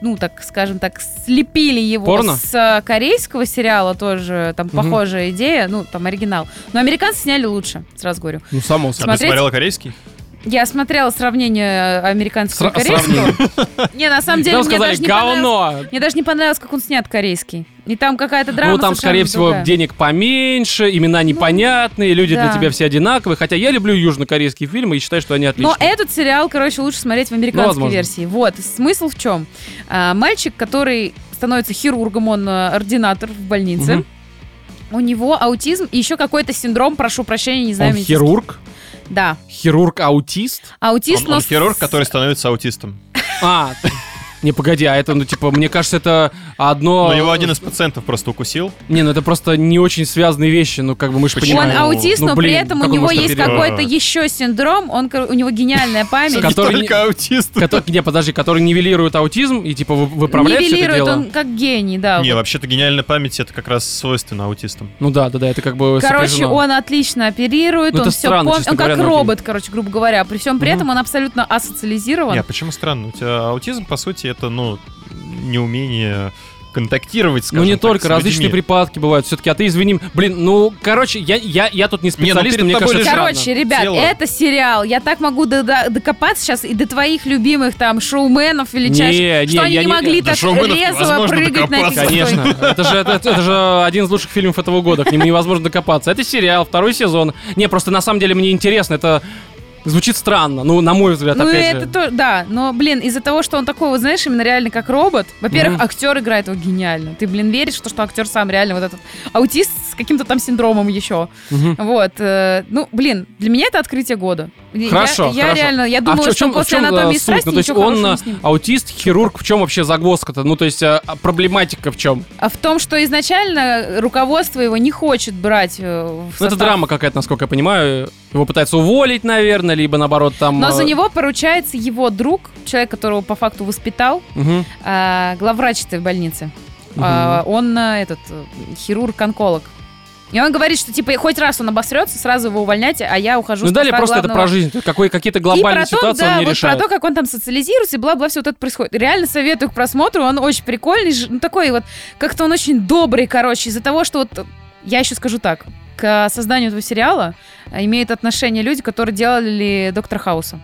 C: ну, так скажем так, слепили его
A: Порно?
C: с а, корейского сериала тоже, там
A: Мгм.
C: похожая идея, ну, там оригинал. Но американцы сняли лучше, сразу говорю.
A: Ну, само собой.
B: А ты
C: Смотреть?
B: смотрела корейский?
C: Я смотрела сравнение американского и
A: Сра-
C: корейского. Не, на самом деле,
A: Там
C: мне
A: сказали
C: даже не понравилось.
A: говно.
C: Мне даже не понравилось, как он снят корейский. И там какая-то драма
A: Ну, там,
C: совершенно
A: скорее всего,
C: другая. Ну,
A: денег поменьше, имена непонятные, люди
C: да.
A: для тебя все одинаковые. Хотя я люблю южнокорейские фильмы и считаю, что они
C: Но
A: отличные.
C: этот сериал, короче, лучше смотреть в
A: Ну,
C: американской
A: возможно.
C: версии. Вот, смысл в чем? А, мальчик, который становится хирургом, он э, ординатор в больнице.
A: Мгм.
C: У него аутизм и еще какой-то синдром, прошу прощения, не знаю.
A: Он
C: медицинский.
A: хирург?
C: Да.
A: Хирург-аутист?
C: Аутист,
B: Он,
C: но...
B: он
C: с-
B: хирург, который становится аутистом.
A: А, не, погоди, а это, ну, типа, мне кажется, это одно...
B: Но Ну, его один из пациентов просто укусил.
A: Не, ну это просто не очень связанные вещи, ну, как бы мы же
B: Почему?
A: понимаем.
C: Он аутист,
A: Ну,
C: но
A: блин,
C: при этом у
A: как он
C: него
A: может
C: есть
A: оперировать?
C: какой-то еще синдром, он, кор- у него гениальная память.
A: Который
B: Который
A: не-
B: только аутист.
A: Который, не, подожди, который нивелирует аутизм и, типа, вы- выправляет все это
C: Нивелирует
A: дело?
C: он как гений, да.
B: Не, вообще-то гениальная память это как раз свойственно аутистам.
A: Ну да, да, да, это как бы
C: Короче,
A: сопряжено.
C: он отлично оперирует,
A: Ну,
C: он
A: это
C: все
A: странно,
C: помнит.
A: честно
C: Он как
A: говоря, но
C: робот, короче, грубо говоря. При всем при
A: Мгм.
C: этом он абсолютно асоциализирован.
B: Не, а почему странно? У тебя аутизм, по сути, это, ну, неумение контактировать,
A: Ну
B: скажем
A: не
B: так,
A: только,
B: с
A: различные
B: людьми.
A: припадки бывают все-таки, а ты извини. Блин, ну, короче, я, я, я тут не
B: ну,
A: специалист,
B: перед
A: но мне
B: тобой
A: кажется,
B: лежит-
A: странно.
C: Короче, ребят,
B: Тело.
C: это сериал. Я так могу до- до- докопаться сейчас и до твоих любимых там шоуменов величайших,
A: Не,
C: что
A: не,
C: они
A: я
C: не
A: не-
C: могли
B: до
C: так
B: шоуменов
C: резво
B: невозможно
C: прыгать на этой
B: докопаться.
A: Конечно. Это же, это, это же один из лучших фильмов этого года. К нему невозможно докопаться. Это сериал, второй сезон. Не, просто на самом деле мне интересно. Это звучит странно. Ну, на мой взгляд,
C: Ну, и
A: опять
C: это
A: же.
C: то, да, но, блин, из-за того, что он такой, вот, знаешь, именно реально как робот, во-первых,
A: Мгм.
C: актер играет его гениально. Ты, блин, веришь, что, что актер сам реально вот этот аутист с каким-то там синдромом еще.
A: Мгм.
C: Вот. э, ну, блин, для меня это открытие года. Я-
A: Хорошо,
C: Я,
A: хорошо.
C: реально, я
A: А
C: думала,
A: в чё- в
C: что
A: чём- в
C: после
A: чём, э,
C: анатомии
A: суть?
C: страсти
A: Ну, то есть
C: ничего
A: он
C: хорошего
A: э,
C: не снимут.
A: аутист, хирург, в чем вообще загвоздка-то? Ну, то есть э, а проблематика в чем?
C: А в том, что изначально руководство его не хочет брать э, в
A: Ну, это
C: состав.
A: драма какая-то, насколько я понимаю. Его пытаются уволить, наверное, либо наоборот там...
C: Но за
A: э,
C: него поручается его друг, человек, которого по факту воспитал,
A: мгм.
C: а, главврач этой больницы.
A: Мгм.
C: А, он а, этот э, хирург-онколог. И он говорит, что типа хоть раз он обосрется, сразу его увольняйте, а я ухожу.
A: Ну,
C: с
A: далее
C: поста
A: просто это
C: главного.
A: про жизнь. То есть какой- Какие-то
C: И
A: глобальные
C: про то,
A: ситуации
C: да,
A: он не
C: вот
A: решает.
C: про то, как он там социализируется, и бла-бла, все вот это происходит. Реально советую к просмотру, он очень прикольный, ж- ну, такой вот, как-то он очень добрый, короче, из-за того, что вот, я еще скажу так, к созданию этого сериала э, имеют отношение люди, которые делали Доктора Хауса.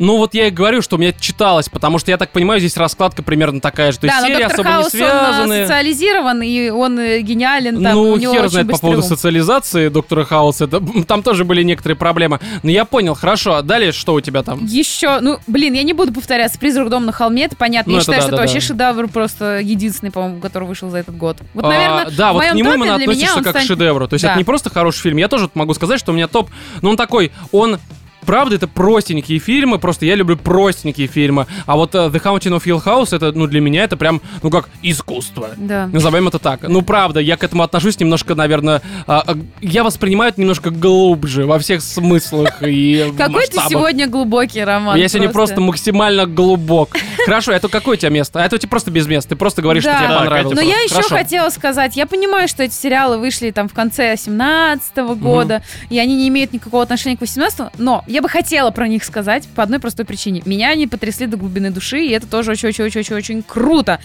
A: Ну вот я и говорю, что у меня читалось, потому что я так понимаю, здесь раскладка примерно такая же. То есть
C: да, но
A: серии
C: Доктор
A: особо
C: Хаус,
A: не
C: он э,
A: связаны.
C: социализирован, и он э, гениален, там, у
A: ну,
C: него
A: хер
C: очень
A: знает по
C: быстрый
A: поводу
C: ум.
A: социализации доктора Хауса. Это, м, там тоже были некоторые проблемы. Но я понял, хорошо. А далее что у тебя там?
C: Еще, ну, блин, я не буду повторяться. Призрак дом на холме, это понятно.
A: Ну,
C: я
A: это
C: считаю,
A: да,
C: что
A: да,
C: это вообще
A: да.
C: шедевр просто единственный, по-моему, который вышел за этот год. Вот,
A: А,
C: наверное,
A: да,
C: в
A: вот к
C: моем
A: нему
C: топе
A: именно
C: для меня
A: относишься
C: он
A: как к
C: станет-
A: шедевру. То есть
C: Да.
A: это не просто хороший фильм. Я тоже вот могу сказать, что у меня топ, но он такой, он Правда, это простенькие фильмы, просто я люблю простенькие фильмы. А вот э, The Haunting of Hill House, это, ну, для меня это прям, ну, как искусство.
C: Да.
A: Назовем это так. Ну, правда, я к этому отношусь немножко, наверное, а, а, я воспринимаю это немножко глубже во всех смыслах и
C: Какой ты
A: масштабах.
C: сегодня глубокий роман.
A: Я сегодня просто максимально глубок. Хорошо, это какое у тебя место? А это у тебя просто без места. Ты просто говоришь, что
C: Да.
A: тебе
B: Да,
A: понравилось.
C: Но я еще
A: Хорошо.
C: хотела сказать, я понимаю, что эти сериалы вышли там в конце 17 года, и они не имеют никакого отношения к 18 но я бы хотела про них сказать по одной простой причине. Меня они потрясли до глубины души, и это тоже очень-очень-очень-очень круто.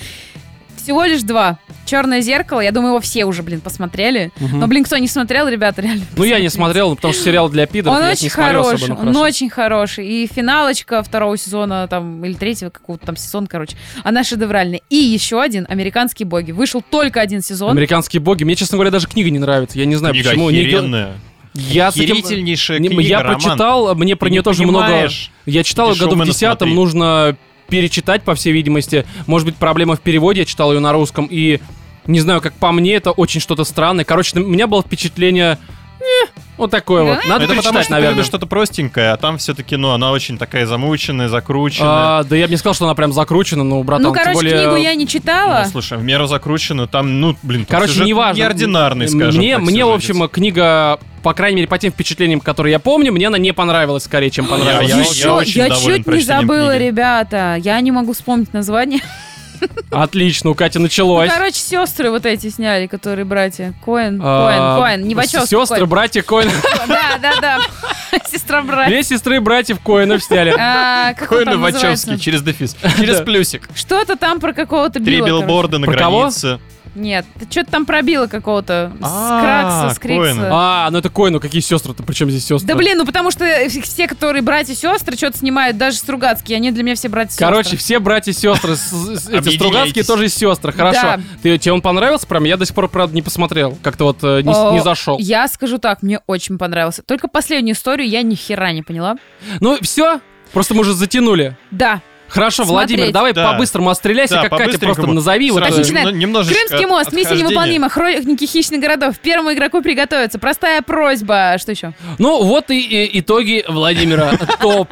C: Всего лишь два. Черное зеркало, я думаю, его все уже, блин, посмотрели.
A: Мгм.
C: Но, блин, кто не смотрел, ребята, реально.
A: Ну, я не
C: посмотрите.
A: смотрел, ну, потому что сериал для пидоров.
C: Он
A: я
C: очень
A: не смотрел особо,
C: хороший,
A: ну,
C: он
A: хорошо.
C: очень хороший. И финалочка второго сезона, там, или третьего какого-то там сезона, короче, она шедевральная. И еще один «Американские боги». Вышел только один сезон.
A: Американские боги. Мне, честно говоря, даже книга не нравится. Я не знаю,
B: Книга
A: почему. Не дел-
B: охеренная.
A: Я с этим-
B: Охерительнейшая
A: Не,
B: книга,
A: Я
B: Роман.
A: прочитал, мне про
B: Ты
A: нее
B: не
A: тоже много... А, ну,
B: понимаешь.
A: Я читал ее
B: Где
A: году в
B: Шоумена
A: десятом,
B: смотри.
A: нужно перечитать, по всей видимости. Может быть, проблема в переводе, я читал ее на русском, и не знаю, как по мне, это очень что-то странное. Короче, у меня было впечатление... «Э, вот такое вот.
C: Да?
A: Надо
B: это потому,
A: перечитать,
B: что ты
A: наверное.
B: любишь что-то простенькое, а там все-таки, ну, она очень такая замученная, закрученная.
A: А, да я бы не сказал, что она прям закручена, но, братан,
C: ну,
A: тем
C: короче,
A: более...
C: книгу я не читала.
B: Ну, слушай, в меру закрученную, там, ну, блин, там
A: Короче,
B: сюжет
A: неважно.
B: неординарный, скажем
A: Мне,
B: так,
A: мне в
B: сюжетец.
A: общем, книга, по крайней мере, по тем впечатлениям, которые я помню, мне она не понравилась скорее, чем понравилась.
B: я- я
C: Еще-
B: очень
C: я
B: доволен
C: чуть не
B: прочтением
C: забыла,
B: книги.
C: ребята. Я не могу вспомнить название.
A: Отлично, у Кати
C: Ну,
A: началось.
C: короче, сестры вот эти сняли, которые братья. Коэн,
A: А,
C: Коэн, Коэн, не Вачовски,
A: Сестры,
C: Коэн.
A: братья Коэн.
C: Да, да, да. Сестра братья.
A: Две сестры братьев Коэнов сняли.
C: А, как он
B: Какой
C: там
B: Новачевский
C: называется?
B: через дефис, через плюсик.
C: Что-то там про какого-то
B: Три
C: Билла, короче.
B: билборда на
A: Про кого?
B: границе.
C: Нет, ты что-то там пробила какого-то
B: А,
C: скракса, скрикса.
B: Коэна.
A: А, ну это Кой, ну какие сестры-то? Причем здесь сестры?
C: Да блин, ну потому что все, которые братья и сестры, что-то снимают, даже Стругацкие, они для меня все братья и сестры.
A: Короче, все братья и сестры, с- с- эти
B: Объединяйтесь.
A: Стругацкие тоже сестры, хорошо.
C: Да.
A: Ты, тебе он понравился прям? Я до сих пор, правда, не посмотрел. Как-то вот э, не, с- не
C: О,
A: зашел.
C: Я скажу так, мне очень понравился. Только последнюю историю я ни хера не поняла.
A: Ну, все, просто мы уже затянули.
C: Да.
A: Хорошо,
C: Смотреть.
A: Владимир, давай
B: Да.
A: по-быстрому отстреляйся,
B: Да,
A: как Катя, просто
B: по-быстренькому.
A: назови. Вот,
B: Сразу
A: э,
C: Значит, начинаем.
B: ну, немножечко
C: Крымский мост, миссия
B: отхождение.
C: невыполнима, хроники хищных городов, первому игроку приготовиться, простая просьба. Что еще?
A: ну, вот и, и итоги Владимира. Топ.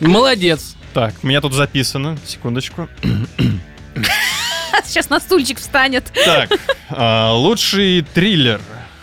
A: Молодец.
B: Так, у меня тут записано. Секундочку.
C: Сейчас на стульчик встанет.
B: Так, а, лучший триллер.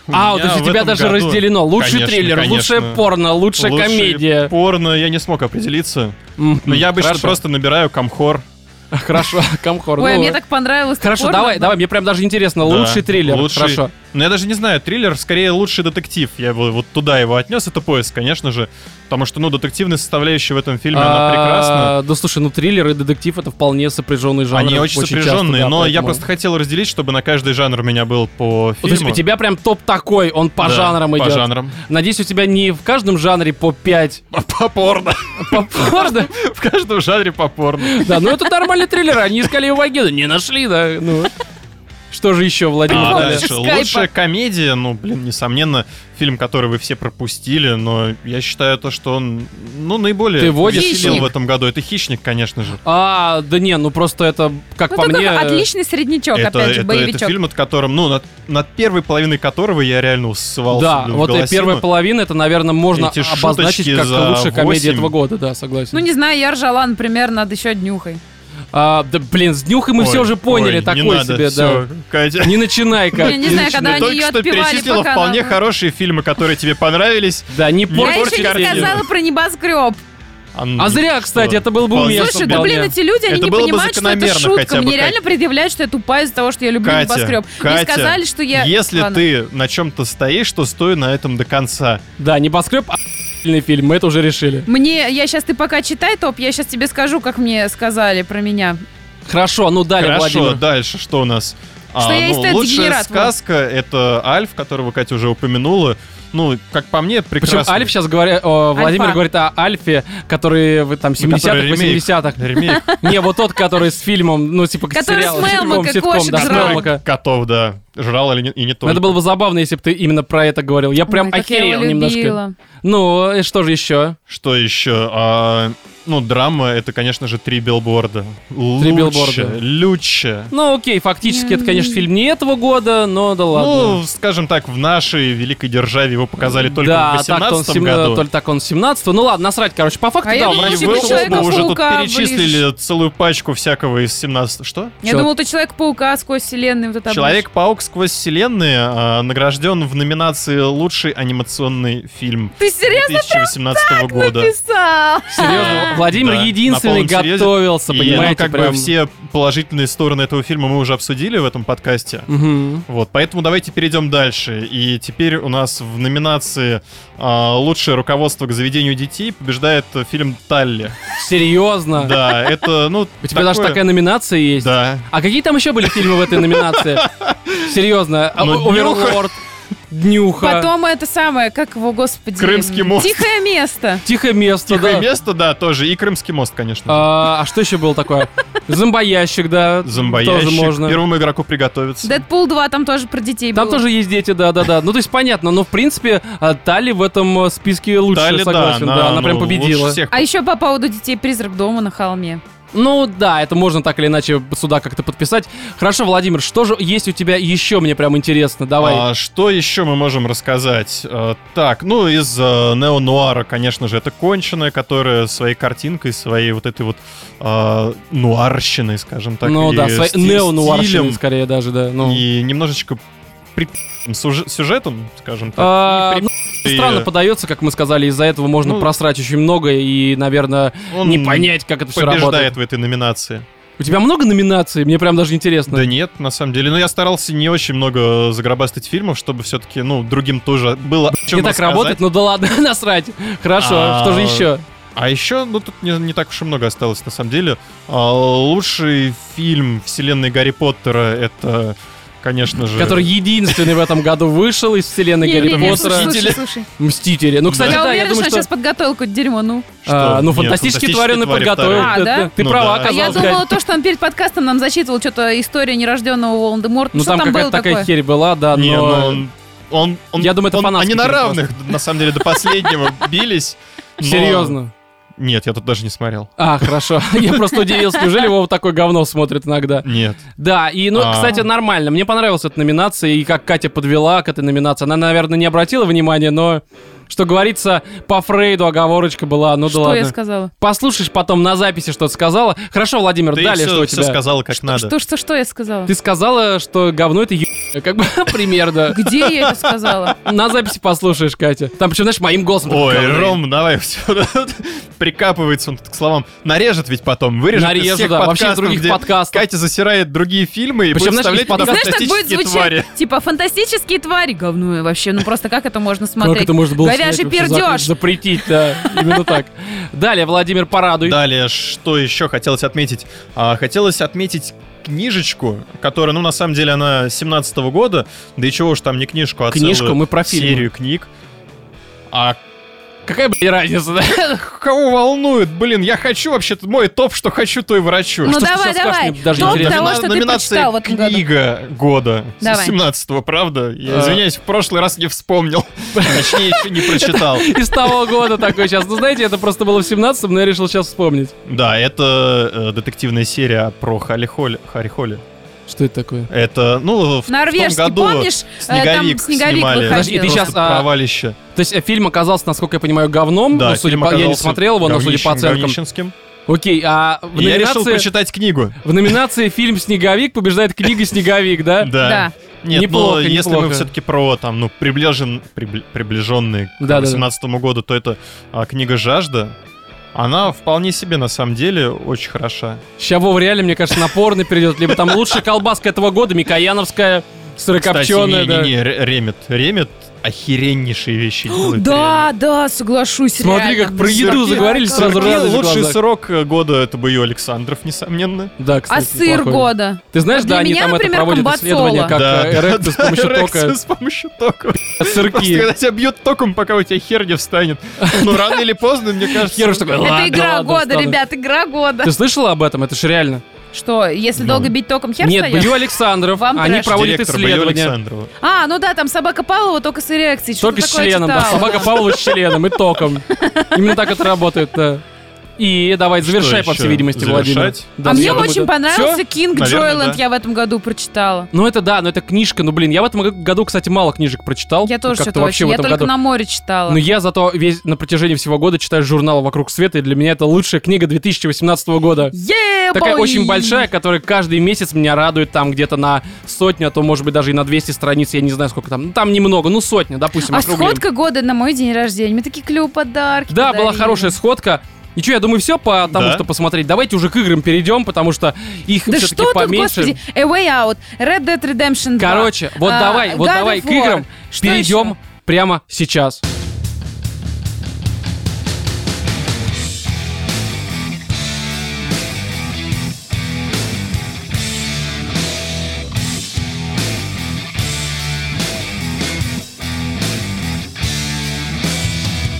B: У
A: А, вот
B: меня
A: то есть у
B: в
A: тебя
B: этом
A: даже
B: году-
A: разделено. Лучший
B: Конечно,
A: триллер, лучшее
B: конечно.
A: порно, лучшая
B: Лучший
A: комедия.
B: порно я не смог определиться.
A: Мгм.
B: Но я обычно
A: Хорошо.
B: просто набираю комхор.
A: Хорошо, комхор.
C: Ой, а
A: ну,
C: мне так понравилось. так
A: Хорошо,
C: порно.
A: давай, давай, мне прям даже интересно.
B: Да,
A: Лучший триллер.
B: лучший.
A: Хорошо.
B: Но я даже не знаю, триллер скорее лучший детектив. Я бы вот туда его отнес, это поиск, конечно же. Потому что, ну, детективная составляющая в этом фильме, она
A: А,
B: прекрасна.
A: Да слушай, ну триллер и детектив это вполне сопряженные жанры.
B: Они очень
A: часто,
B: сопряженные,
A: да,
B: но я
A: поэтому.
B: просто хотел разделить, чтобы на каждый жанр у меня был по
A: Вот, то есть
B: фильму.
A: у тебя прям топ такой, он по
B: Да,
A: жанрам
B: по
A: идет.
B: жанрам.
A: Надеюсь, у тебя не в каждом жанре по 5
B: По порно.
A: по порно.
B: В каждом жанре по порно.
A: Да, ну это нормальный триллер, они искали его вагину, не нашли, да. Ну. Что же еще, Владимир?
B: А,
C: Прикольно.
A: Далее?
B: дальше.
C: Скайпа.
B: Лучшая комедия, ну, блин, несомненно, фильм, который вы все пропустили, но я считаю то, что он, ну, наиболее
A: Ты водишь?
B: веселил
C: «Хищник».
B: в этом году. Это «Хищник», конечно же.
A: А, да не, ну просто это, как
C: Ну,
A: по
C: такой
A: мне... э,
C: отличный среднячок,
B: это,
C: опять
B: это-
C: же,
B: это
C: боевичок.
B: фильм, от которым, ну, над, над первой половиной которого я реально усывался.
A: Да,
B: блин, в ну.
A: вот и
B: голосину.
A: первая половина, это, наверное, можно
B: Эти
A: обозначить
B: шуточки
A: как
B: за
A: лучшая комедия
B: восемь.
A: этого года, да, согласен.
C: Ну, не знаю, я ржала, например, над еще днюхой.
A: А, да, блин, с днюхой мы
B: Ой,
A: все уже поняли,
B: ой,
A: такой
B: не надо,
A: себе,
B: всё,
A: да.
B: Катя.
A: Не начинай как.
C: Не, не знаю, когда
B: Ты
C: они
B: только
C: ее
B: что
C: отпевали,
B: перечислила
C: пока
B: вполне
C: она-
B: хорошие фильмы, которые тебе понравились.
A: Да, не
B: Я
C: Я
A: портите
C: еще не
A: картину.
C: сказала про небоскреб.
B: А, ну,
A: А зря,
B: что?
A: кстати, это был бы
B: Вполне
A: уместно.
C: Слушай, да
A: вполне.
C: блин, эти люди, они
B: Ну, Это
C: не
B: было бы
C: понимают, что это
B: закономерно хотя
C: шутка.
B: бы,
C: Мне
B: Кать.
C: реально предъявляют, что я тупая из-за того, что я люблю
B: Катя,
C: небоскреб. Мне
B: Катя,
C: сказали, что я...
B: Если
C: Ладно.
B: ты на чем-то стоишь, то стой на этом до конца.
A: Да, небоскреб, охуенный фильм, мы это уже решили.
C: Мне, я сейчас, ты пока читай топ, я сейчас тебе скажу, как мне сказали про меня.
A: Хорошо, ну далее,
B: Хорошо,
A: Владимир.
B: дальше что у нас? А, ну,
C: Что я эстет,
B: лучшая
C: дегенерат, вот.
B: сказка — это Альф, которого Катя уже упомянула. Ну, как по мне, прекрасно.
A: Причем Альф сейчас говорит, о, Владимир
C: Альфа.
A: говорит о Альфе, который в
B: Ну,
A: там 70-х, 80-х.
B: Ремейк.
A: Не, вот тот, который с фильмом, ну типа
C: Который с
A: сериалом,
C: Мелмой
A: ситком,
C: как
A: ситком,
C: кошек
A: да, с
C: жрал.
A: Мелмой.
B: Котов, да. Жрал или не, и не только.
A: Надо было бы забавно, если бы ты именно про это говорил.
B: А
A: Я прям
C: Ой, как я его
A: охерел немножко.
C: любила.
A: Ну, и что же еще?
B: Что еще? А, ну, драма — это, конечно же, «Три билборда».
A: «Три билборда».
B: Люча.
A: Ну, окей, фактически это, конечно, фильм не этого года, но да ладно.
B: Ну, скажем так, в нашей великой державе его показали только
A: да,
B: в
A: так он
B: 18
A: сем-
B: году.
A: то ли так он 17 Ну ладно, насрать, короче, по факту,
C: А я
A: да, он
C: думала,
B: И
A: раньше
C: что
B: вы
C: ты
A: вышел.
B: оба
C: Человека-паука
B: уже тут
C: оближешь.
B: перечислили целую пачку всякого из 17... Что?
C: Я
A: Чё?
C: думал, ты Человек-паука сквозь вселенную. Вот это
B: Человек-паук сквозь вселенные а, награжден в номинации «Лучший анимационный фильм»
C: оближешь. Ты серьезно
B: 2018 года.
C: писал?
A: Серьезно,
B: Да,
A: Владимир
B: на
A: единственный
B: полном серьезе.
A: готовился,
B: И, ну,
A: понимаете,
B: как
A: прям.
B: бы все положительные стороны этого фильма мы уже обсудили в этом подкасте.
A: Мгм.
B: Вот, поэтому давайте перейдем дальше. И теперь у нас в номинации а, «Лучшее руководство к заведению детей» побеждает э, фильм «Талли».
A: Серьезно?
B: Да, это, ну,
A: А. У тебя даже
B: такое-
A: такая номинация есть?
B: Да.
A: А какие там еще были фильмы в этой номинации? Серьезно,
B: Ну,
A: О- Оверлорд, Днюха,
C: Потом это самое, как его, господи...
B: Крымский мост.
C: Тихое место.
A: Тихое место,
B: Тихое
A: да.
B: место, да, тоже. И Крымский мост, конечно.
A: А а что еще было такое? Зомбоящик, да.
B: Зомбоящик.
A: Тоже можно.
B: Первому игроку приготовиться.
C: Дэдпул 2, там тоже про детей
A: Там
C: было.
A: тоже есть дети, да, да, да. Ну, то есть понятно, но в принципе а, Тали в этом э, списке лучше,
B: Талли,
A: согласен. Да, она
B: ну,
A: прям победила.
B: лучше всех.
C: А еще по поводу детей призрак дома на холме.
A: Ну да, это можно так или иначе сюда как-то подписать. Хорошо, Владимир, что же есть у тебя еще, мне прям интересно, давай.
B: А, что еще мы можем рассказать? Э, так, ну, из э, неонуара, конечно же, это конченая, которая своей картинкой, своей вот этой вот э, нуарщиной, скажем так,
A: ну
B: и
A: да, свои
B: сти-
A: неонуарщины
B: стилем,
A: скорее даже, да. Ну.
B: и немножечко при сюжетом, скажем так.
A: А, ну,
B: И
A: странно подается, как мы сказали, из-за этого можно
B: Ну,
A: просрать очень много и, наверное,
B: он
A: не понять, как это все работает.
B: побеждает в этой номинации.
A: У тебя много номинаций? Мне прям даже интересно.
B: Да нет, на самом деле. Но я старался не очень много загробастать фильмов, чтобы все-таки, ну, другим тоже было о
A: не
B: чем
A: так
B: рассказать.
A: работает, ну да ладно, насрать. Хорошо,
B: А,
A: что же еще?
B: А еще, ну тут не, не так уж и много осталось, на самом деле. А, лучший фильм вселенной Гарри Поттера это конечно же.
A: который единственный в этом году вышел из вселенной
C: Не, не,
A: Гарри
C: не,
A: Поттера.
C: слушай, слушай,
B: Мстители.
C: слушай.
A: Мстители. Ну, кстати,
C: Я
A: да, я
C: уверена, что
A: думаю,
C: он
A: что...
C: сейчас подготовил какое-то дерьмо, ну.
B: Что?
A: а, ну,
B: Нет,
A: фантастические твари он и
B: твари
A: подготовил.
B: вторая.
C: А, да?
A: Ты
B: Ну
A: права,
B: да.
C: А я
A: оказалось.
C: думала, то, что он перед подкастом нам зачитывал, что-то история нерожденного Волан-де-Морта.
A: Ну,
C: что
A: там
C: там было
A: какая-то
C: такое?
A: такая херь была, да,
B: Не, ну,
A: но...
B: он, он, он-
A: Я думаю, это
B: он-
A: фанатский
B: Они на
A: фильм
B: равных, на самом деле, до последнего бились. но-
A: Серьезно.
B: Нет, я тут даже не смотрел.
A: А, хорошо. Я просто удивился, неужели его вот такое говно смотрит иногда?
B: Нет.
A: Да, и, ну,
B: А.
A: кстати, нормально. Мне понравилась эта номинация, и как Катя подвела к этой номинации. Она, наверное, не обратила внимания, но, что говорится, по Фрейду оговорочка была, ну да
C: Что я
A: ладно.
C: сказала?
A: Послушаешь потом на записи, что ты сказала. Хорошо, Владимир,
B: Ты
A: далее
B: все,
A: что у тебя?
B: сказала как надо.
C: Что, что, что я сказала?
A: Ты сказала, что говно это е- как бы примерно.
C: Где я это сказала?
A: На записи послушаешь, Катя. Там причем, знаешь, моим голосом.
B: Ой,
A: Говно.
B: Ром, давай все. Прикапывается он тут к словам. Нарежет ведь потом. Вырежет
A: Нарежу,
B: из всех
A: да, вообще из
B: подкастов,
A: других
B: где
A: подкастов.
B: Катя засирает другие фильмы и
A: Причем,
B: будет
A: знаешь,
B: вставлять
A: из под-
B: туда
A: Да,
C: Знаешь, так будет
B: фантастические
C: звучать?
B: твари.
C: Типа фантастические твари, говно и вообще. Ну просто как это можно смотреть?
A: Как это можно было
C: Говяжий
A: снять, вообще
C: пердеж.
A: зап- Запретить, да, именно так. Далее, Владимир, порадуй.
B: Далее, что еще хотелось отметить? А, хотелось отметить книжечку, которая, ну, на самом деле, она 17 года, да и чего уж там не книжку, а
A: Книжку
B: целую
A: мы про фильмы.
B: серию книг. А
A: Какая, блядь, разница, да?
B: кого волнует? Блин, я хочу вообще-то мой топ, что хочу, то и врачу.
C: Ну
A: Что ж ты
C: давай,
A: сейчас
C: давай.
A: скажешь, мне даже
C: Топ
A: интересно.
C: того,
B: Номина-
C: что ты
B: номинация
C: прочитал в этом году.
B: книга года
C: Давай.
B: 17 правда? Я
A: А.
B: извиняюсь, в прошлый раз не вспомнил. Точнее, еще не прочитал.
A: Из того года такой сейчас. Ну, знаете, это просто было в 17-м, но я решил сейчас вспомнить.
B: Да, это э, детективная серия про Харри Холли. Харри Холли.
A: Что это такое?
B: Это, ну, в, в
C: Норвежский,
B: том году
C: помнишь? Э, там
B: снеговик,
C: «Снеговик»
B: снимали.
C: выходил.
A: Подожди, ты
B: Просто
A: щас, а,
B: провалище.
A: То есть э, фильм оказался, насколько я понимаю, говном.
B: Да,
A: ну, судя
B: фильм
A: по- я не
B: оказался
A: смотрел его, но судя по
B: говнищем,
A: оценкам.
B: говнищенским.
A: Окей, а в
B: И Я решил
A: номинации,
B: прочитать книгу.
A: в номинации фильм «Снеговик» побеждает книга «Снеговик», Э, да?
C: Да.
B: Да. Нет,
A: Неплохо,
B: но если мы
A: неплохо.
B: все-таки про там, ну, приближен, прибли- приближенные к
A: Да-да-да.
B: 18 году, то это а, книга «Жажда». Она вполне себе, на самом деле, очень хороша.
A: Сейчас Вова реально, мне кажется, на порно перейдет. Либо там лучшая колбаска этого года, Микояновская, сырокопченая, да.
B: Кстати, не, не, не, Ре- Ремет. Ремет охереннейшие вещи делает.
C: Да, да, согласюсь.
A: Смотри,
C: реально.
A: как про еду
B: Сырки-
A: заговорили,
B: реально.
A: сразу
B: Сырки-
A: радость в
B: лучший
A: глазах.
B: срок э, года это бы ее Александров, несомненно.
A: Да,
C: А
A: кстати,
C: сыр
A: неплохой.
C: года.
A: Ты знаешь,
C: Для
A: да, они
C: меня,
A: там это
C: например,
A: проводят
C: комбацола.
A: исследования, как э, эректы с помощью
B: да, эрекция
A: тока,
B: с помощью тока. Просто
A: сырки.
B: когда тебя бьют током, пока у тебя хер не встанет. Ну, рано или поздно, мне кажется...
A: Хер уж такой,
C: Это
A: ладно,
C: игра
A: ладно,
C: года,
A: встану.
C: ребят, игра года.
A: Ты слышала об этом? Это же реально.
C: Что, если
B: Ну.
C: долго бить током хер
A: Нет,
C: встаёт?
A: Бью Александров,
C: Вам
A: они
C: трэш.
A: проводят
B: Директор Баю
A: исследования.
B: Александрова.
C: А, ну да, там собака Павлова только с эрекцией. что-то
A: Только с
C: такое
A: членом, да.
C: читала.
A: Собака Павлова с членом и током. Именно так это работает, да. И давай, завершай, по
B: еще?
A: всей видимости, Владимир.
B: Завершать?
A: Да, ну,
C: А мне
A: я думаю,
C: очень
A: да.
C: понравился
A: Всё?
C: Кинг
B: Наверное,
C: Джойленд,
B: да.
C: я в этом году прочитала.
A: Ну это да, но это книжка, ну блин, я в этом г- году, кстати, мало книжек прочитал.
C: Я
A: Ну,
C: тоже
A: как-то
C: что-то
A: вообще
C: очень.
A: в
C: Я
A: этом
C: только
A: году. Ну,
C: на море читала.
A: Но я зато весь на протяжении всего года читаю журнал «Вокруг света», и для меня это лучшая книга 2018 года.
C: Е,
A: Такая
C: бой!
A: очень большая, которая каждый месяц меня радует там где-то на сотню, а то, может быть, даже и на 200 страниц, я не знаю, сколько там. Ну, там немного, ну, сотня, допустим,
C: А
A: округлим.
C: сходка года на мой день рождения. Мы такие клевые подарки.
A: Да, была
C: подарили.
A: хорошая сходка. И что, я думаю, все по тому,
B: Да.
A: что посмотреть. Давайте уже к играм перейдем, потому что их
C: Да
A: все-таки
C: что тут,
A: поменьше.
C: господи, A Way Out, Red Dead Redemption 2.
A: Короче, вот
C: а,
A: давай, вот
C: God
A: давай
C: of
A: к играм
C: War. Что
A: перейдем
C: еще?
A: прямо сейчас.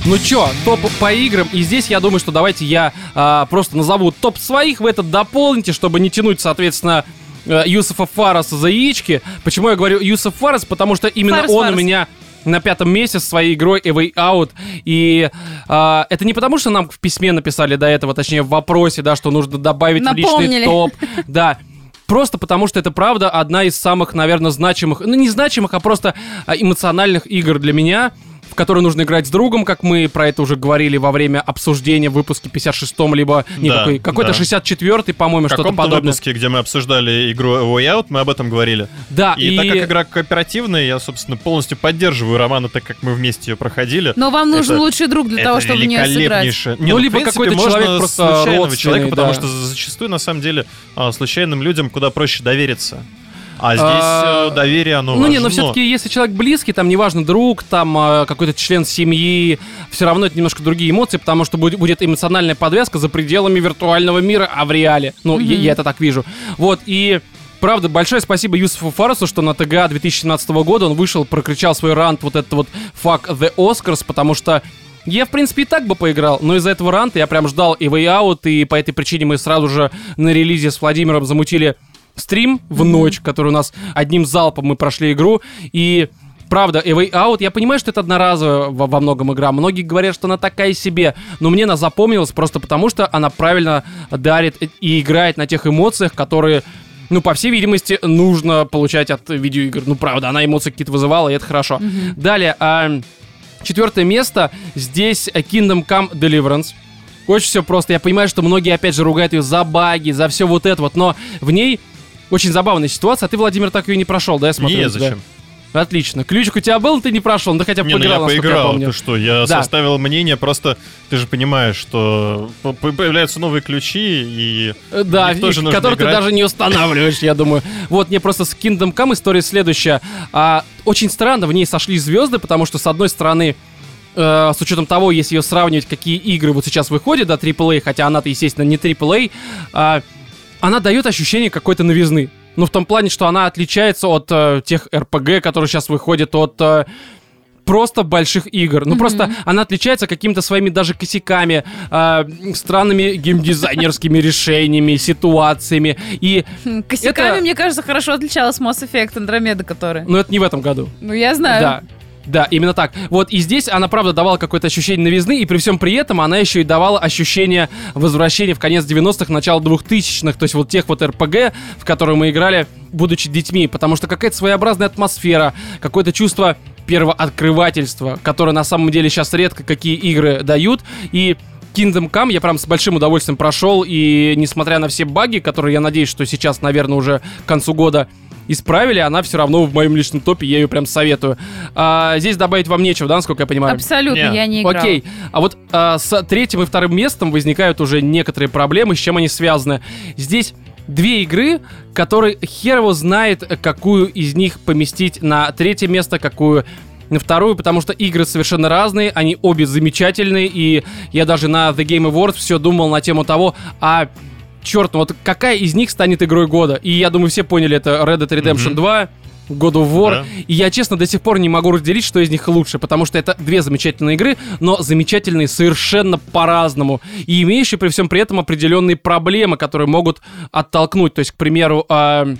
A: Ну чё, топ по играм. И здесь я думаю, что давайте я а, просто назову топ своих, вы это дополните, чтобы не тянуть, соответственно, э, Юсуфа Фараса за яички. Почему я говорю Юсуф Фарас? Потому что именно
C: Фарас,
A: он у
C: Фарас.
A: меня на пятом месте со своей игрой A Way Out. И а, это не потому, что нам в письме написали до этого, точнее в вопросе, да, что нужно добавить в личный
C: Напомнили.
A: топ. Да. Просто потому, что это, правда, одна из самых, наверное, значимых, ну, не значимых, а просто а, эмоциональных игр для меня, в которые нужно играть с другом, как мы про это уже говорили во время обсуждения в выпуске 56-м, либо не,
B: Да,
A: какой, какой-то
B: да.
A: 64-й, по-моему,
B: В
A: Ну, что-то
B: каком-то
A: подобное.
B: выпуске, где мы обсуждали игру A Way Out, мы об этом говорили.
A: Да,
B: И, так как игра кооперативная, я, собственно, полностью поддерживаю Романа, так как мы вместе ее проходили.
C: Но вам нужен
B: Это-
C: лучший друг Ну, для того,
B: Это
C: чтобы в нее сыграть.
B: великолепнейшее. Не,
A: Ну, либо какой-то
B: можно
A: человек просто
B: случайного
A: родственный,
B: человека, потому
A: да.
B: что зачастую, на самом деле, а, случайным людям куда проще довериться. А здесь
A: А,
B: э, доверие, оно
A: Ну не, но
B: важно.
A: все-таки если человек близкий, там неважно друг, там э, какой-то член семьи, все равно это немножко другие эмоции, потому что будет, будет эмоциональная подвязка за пределами виртуального мира, а в реале. Ну, я, я это так вижу. Вот, и Правда, большое спасибо Юсуфу Фарусу, что на ТГА 2017 года он вышел, прокричал свой рант вот этот вот «Fuck the Oscars», потому что я, в принципе, и так бы поиграл, но из-за этого ранта я прям ждал и Way Out, и по этой причине мы сразу же на релизе с Владимиром замутили стрим в ночь, который у нас одним залпом мы прошли игру, и Правда, A Way Out, я понимаю, что это одноразовая во, во многом игра. Многие говорят, что она такая себе, но мне она запомнилась просто потому, что она правильно дарит и играет на тех эмоциях, которые, ну, по всей видимости, нужно получать от видеоигр. Ну, правда, она эмоции какие-то вызывала, и это хорошо. Далее, а, четвертое место здесь Kingdom Come Deliverance. Очень все просто. Я понимаю, что многие, опять же, ругают ее за баги, за все вот это вот, но в ней очень забавная ситуация. А ты, Владимир, так ее не прошел, да, я смотрю?
B: Не,
A: у тебя?
B: зачем?
A: Отлично. Ключик у тебя был, но ты не прошел, ну ты хотя бы
B: Не, ну я
A: поиграл, насколько я
B: поиграл,
A: помню.
B: ты что, я
A: Да.
B: составил мнение, просто ты же понимаешь, что по- по- появляются новые ключи, и
A: Э, Да,
B: в них тоже
A: и-
B: нужно
A: который ты
B: играть.
A: даже не устанавливаешь, я думаю. Вот, мне просто с Kingdom Come история следующая. А, очень странно, в ней сошли звезды, потому что, с одной стороны, э, с учетом того, если ее сравнивать, какие игры вот сейчас выходят, да, AAA, хотя она-то, естественно, не AAA, а, она дает ощущение какой-то новизны. Ну, в том плане, что она отличается от э, тех RPG, которые сейчас выходят, от э, просто больших игр. Ну, просто она отличается какими-то своими даже косяками, а, странными геймдизайнерскими решениями, ситуациями. И,
C: Хм, Косяками,
A: Это-
C: мне кажется, хорошо отличалась Mass Effect Andromeda, которая.
A: но это не в этом году.
C: Ну, я знаю.
A: Да. Да, именно так. Вот и здесь она, правда, давала какое-то ощущение новизны, и при всем при этом она еще и давала ощущение возвращения в конец 90-х, начало 2000-х, то есть вот тех вот РПГ, в которые мы играли, будучи детьми, потому что какая-то своеобразная атмосфера, какое-то чувство первооткрывательства, которое на самом деле сейчас редко какие игры дают, и Kingdom Come я прям с большим удовольствием прошел, и несмотря на все баги, которые, я надеюсь, что сейчас, наверное, уже к концу года исправили, она все равно в моем личном топе, я ее прям советую. А, здесь добавить вам нечего, да, насколько я понимаю?
C: Абсолютно,
B: Не.
C: я не играла.
A: Окей. А вот а, с третьим и вторым местом возникают уже некоторые проблемы, с чем они связаны. Здесь две игры, которые хер его знает, какую из них поместить на третье место, какую на вторую, потому что игры совершенно разные, они обе замечательные, и я даже на The Game Awards все думал на тему того, а черт, ну вот какая из них станет игрой года? И я думаю, все поняли, это Red Dead Redemption
B: Мгм.
A: 2, God of War,
B: Да.
A: и я, честно, до сих пор не могу разделить, что из них лучше, потому что это две замечательные игры, но замечательные совершенно по-разному. И имеющие при всем при этом определенные проблемы, которые могут оттолкнуть. То есть, к примеру, эм,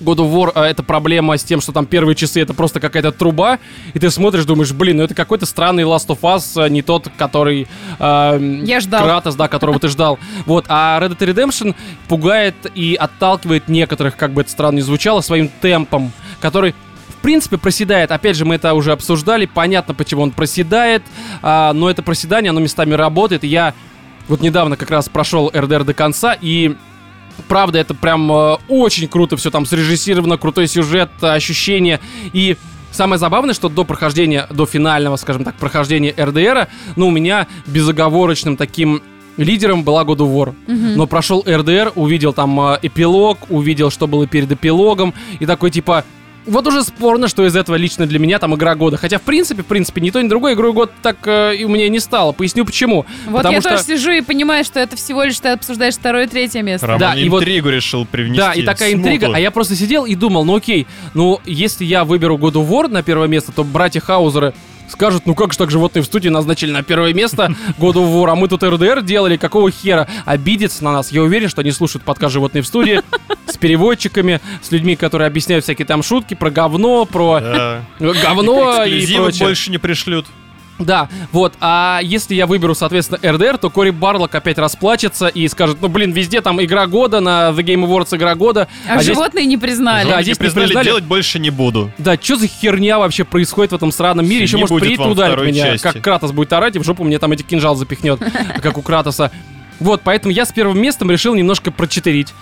A: God of War э, это проблема с тем, что там первые часы это просто какая-то труба, и ты смотришь, думаешь, блин, ну это какой-то странный Last of Us, э, не тот, который... эм,
C: Я ждал.
A: Кратос, да, которого ты ждал. Вот, а Red Dead Redemption пугает и отталкивает некоторых, как бы это странно ни звучало, своим темпом, который в принципе, проседает. Опять же, мы это уже обсуждали. Понятно, почему он проседает. а, но это проседание, оно местами работает. И Я вот недавно как раз прошел РДР до конца, и правда, это прям э, очень круто все там срежиссировано, крутой сюжет, э, ощущения. И самое забавное, что до прохождения, до финального, скажем так, прохождения РДРа, ну, у меня безоговорочным таким лидером была God of War. Но прошел РДР, увидел там э, эпилог, увидел, что было перед эпилогом, и такой типа... Вот уже спорно, что из этого лично для меня там игра года. Хотя, в принципе, в принципе, ни то, ни другое игрой год так э, и у меня не стало. Поясню почему.
C: Вот
A: Потому
C: я
A: что...
C: тоже сижу и понимаю, что это всего лишь ты обсуждаешь второе и третье место.
B: Роман
A: Да, и вот-
B: интригу решил привнести.
A: Да, и такая интрига.
B: смуту.
A: А я просто сидел и думал, ну окей, ну если я выберу God of War на первое место, то братья Хаузеры скажут, ну как же так животные в студии назначили на первое место God of War, а мы тут РДР делали, какого хера? Обидятся на нас. Я уверен, что они слушают подкаст «Животные в студии» с переводчиками, с людьми, которые объясняют всякие там шутки про говно, про
B: Да.
A: э, говно и
B: Эксклюзивы
A: прочее.
B: больше не пришлют.
A: Да, вот, а если я выберу, соответственно, РДР, то Кори Барлок опять расплачется и скажет, ну, блин, везде там игра года, на The Game Awards игра года.
C: А,
A: здесь-
C: животные не признали.
A: А, Да,
B: Они
A: здесь не
B: признали,
A: признали.
B: делать больше не буду.
A: Да, что за херня вообще происходит в этом сраном мире?
B: Не
A: Еще, может,
B: будет
A: приедет и
B: вам
A: ударит
B: второй
A: меня,
B: части.
A: как Кратос будет орать, и в жопу мне там эти кинжал запихнет, как у Кратоса. Вот, поэтому я с первым местом решил немножко прочетерить.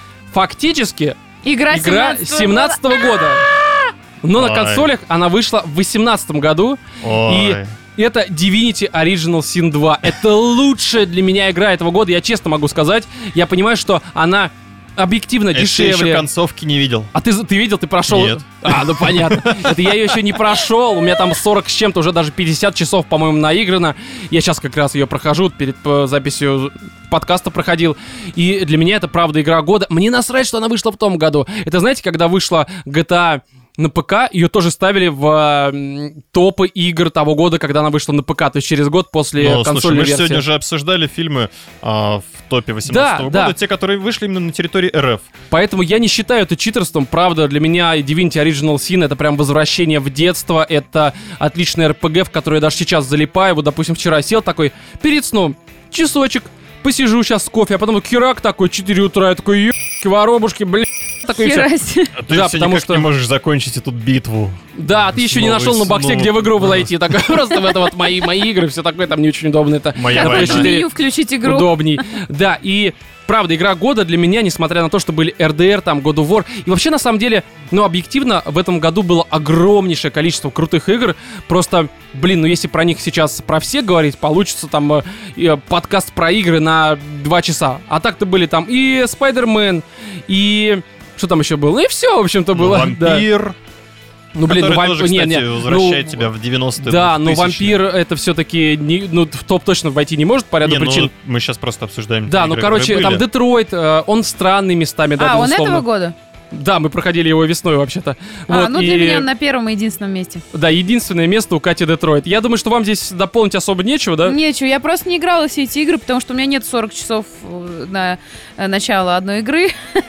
A: Фактически,
C: Игра,
A: игра
C: 17-го
A: 17 года.
B: А!
A: Но на
B: Ой.
A: консолях она вышла в 18 году.
B: Ой.
A: И это Divinity Original Sin 2. Это лучшая для меня игра этого года, я честно могу сказать. Я понимаю, что она объективно
B: Еще, еще
A: дешевле.
B: концовки не видел.
A: А ты, ты видел, ты прошел?
B: Нет.
A: А, ну понятно. Это я ее еще не прошел. У меня там 40 с чем-то, уже даже 50 часов, по-моему, наиграно. Я сейчас как раз ее прохожу, перед э, записью подкаста проходил. И для меня это, правда, игра года. Мне насрать, что она вышла в том году. Это, знаете, когда вышла GTA на ПК, ее тоже ставили в э, м, топы игр того года, когда она вышла на ПК, то есть через год после
B: Ну, слушай,
A: консольной
B: мы же
A: версии.
B: сегодня уже обсуждали фильмы а, в топе 18
A: Да,
B: года,
A: да.
B: те, которые вышли именно на территории РФ.
A: Поэтому я не считаю это читерством. Правда, для меня Divinity Original Sin это прям возвращение в детство. Это отличный РПГ, в который я даже сейчас залипаю. Вот, допустим, вчера сел такой перед сном, часочек, посижу сейчас с кофе, а потом херак такой, 4 утра, я такой, ебки, воробушки, блин. Такой и всё.
C: Хера себе.
B: А ты
A: Да,
B: все
A: потому
B: никак
A: что-
B: не можешь закончить эту битву.
A: Да, ты еще не
B: Снова
A: нашел
B: и
A: на боксе,
B: снова.
A: где в игру зайти. Такой просто в это вот мои, мои игры, все такое там не очень удобно. Это
B: Моя
A: на
B: война.
C: Можно в
A: PS4
C: меню включить игру.
A: удобней. Да, и правда, игра года для меня, несмотря на то, что были RDR, там, God of War, и вообще, на самом деле, ну, объективно, в этом году было огромнейшее количество крутых игр, просто, блин, ну, если про них сейчас, про все говорить, получится там э, э, подкаст про игры на два часа, а так-то были там и Spider-Man, и... Что там еще было? Ну и все, в общем-то, было. да.
B: Вампир,
A: Ну, блин, ну,
B: который
A: вамп-
B: тоже,
A: не,
B: кстати,
A: не, ну,
B: возвращает тебя в 90-е.
A: Да, но
B: 2000-е.
A: вампир это все-таки не, ну, в топ точно войти не может по ряду
B: Не, ну,
A: причин.
B: мы сейчас просто обсуждаем.
A: Да,
B: те
A: ну
B: игры,
A: короче,
B: которые
A: там
B: были.
A: Детройт, э, он странный местами, да,
C: А, он
A: безусловно.
C: этого года?
A: Да, мы проходили его весной вообще-то.
C: А,
A: Вот,
C: ну
A: и-
C: для меня он на первом и единственном месте.
A: Да, единственное место у Кати Детройт. Я думаю, что вам здесь дополнить особо нечего, да?
C: Нечего, я просто не играла все эти игры, потому что у меня нет 40 часов э, на э, начало одной игры. А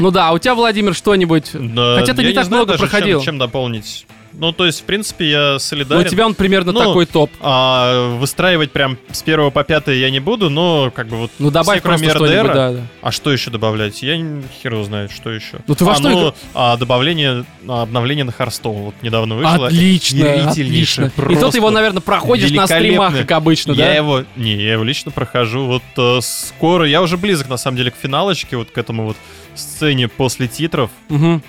A: Ну да, а у тебя, Владимир, что-нибудь...
B: Да,
A: Хотя ты
B: я
A: не так
B: знаю
A: много
B: даже, чем-
A: проходил.
B: Чем, дополнить? Ну, то есть, в принципе, я
A: Ну, у
B: солидарен.
A: тебя он примерно
B: Ну,
A: такой топ.
B: А, выстраивать прям с первого по пятое я не буду, но как бы вот
A: Ну добавь
B: все, кроме
A: просто что-нибудь,
B: RDR.
A: да, да.
B: А что еще добавлять? Я не- хер его знает, что еще.
A: Ну ты во
B: а,
A: что
B: ну,
A: игра-
B: а, добавление, а, обновление на Харстоун вот недавно вышло.
A: Отлично,
B: Охерительнейшее,
A: отлично. И тут
B: просто
A: его, наверное, проходишь на стримах,
B: великолепно.
A: как обычно,
B: я
A: да?
B: его, не, я его лично прохожу вот э, скоро. Я уже близок, на самом деле, к финалочке, вот к этому вот сцене после титров.
A: Мгм.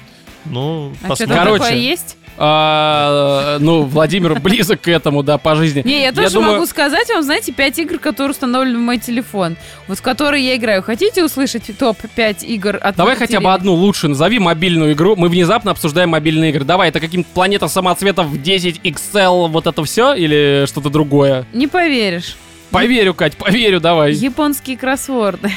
B: Ну,
C: А что
B: посмотрим.
C: там
A: Короче.
C: такое есть?
A: А, Ну, Владимир близок к этому, да, по жизни.
C: Не, я
A: Я
C: тоже
A: думаю-
C: могу сказать вам, знаете, 5 игр, которые установлены в мой телефон, вот в которые я играю. Хотите услышать топ-5 игр от
A: Давай хотя
C: Екатерины?
A: бы одну лучше назови мобильную игру. Мы внезапно обсуждаем мобильные игры. Давай, это каким-то планета самоцветов 10 XL, вот это все или что-то другое?
C: Не поверишь.
A: Поверю, Кать, поверю, давай.
C: Японские кроссворды.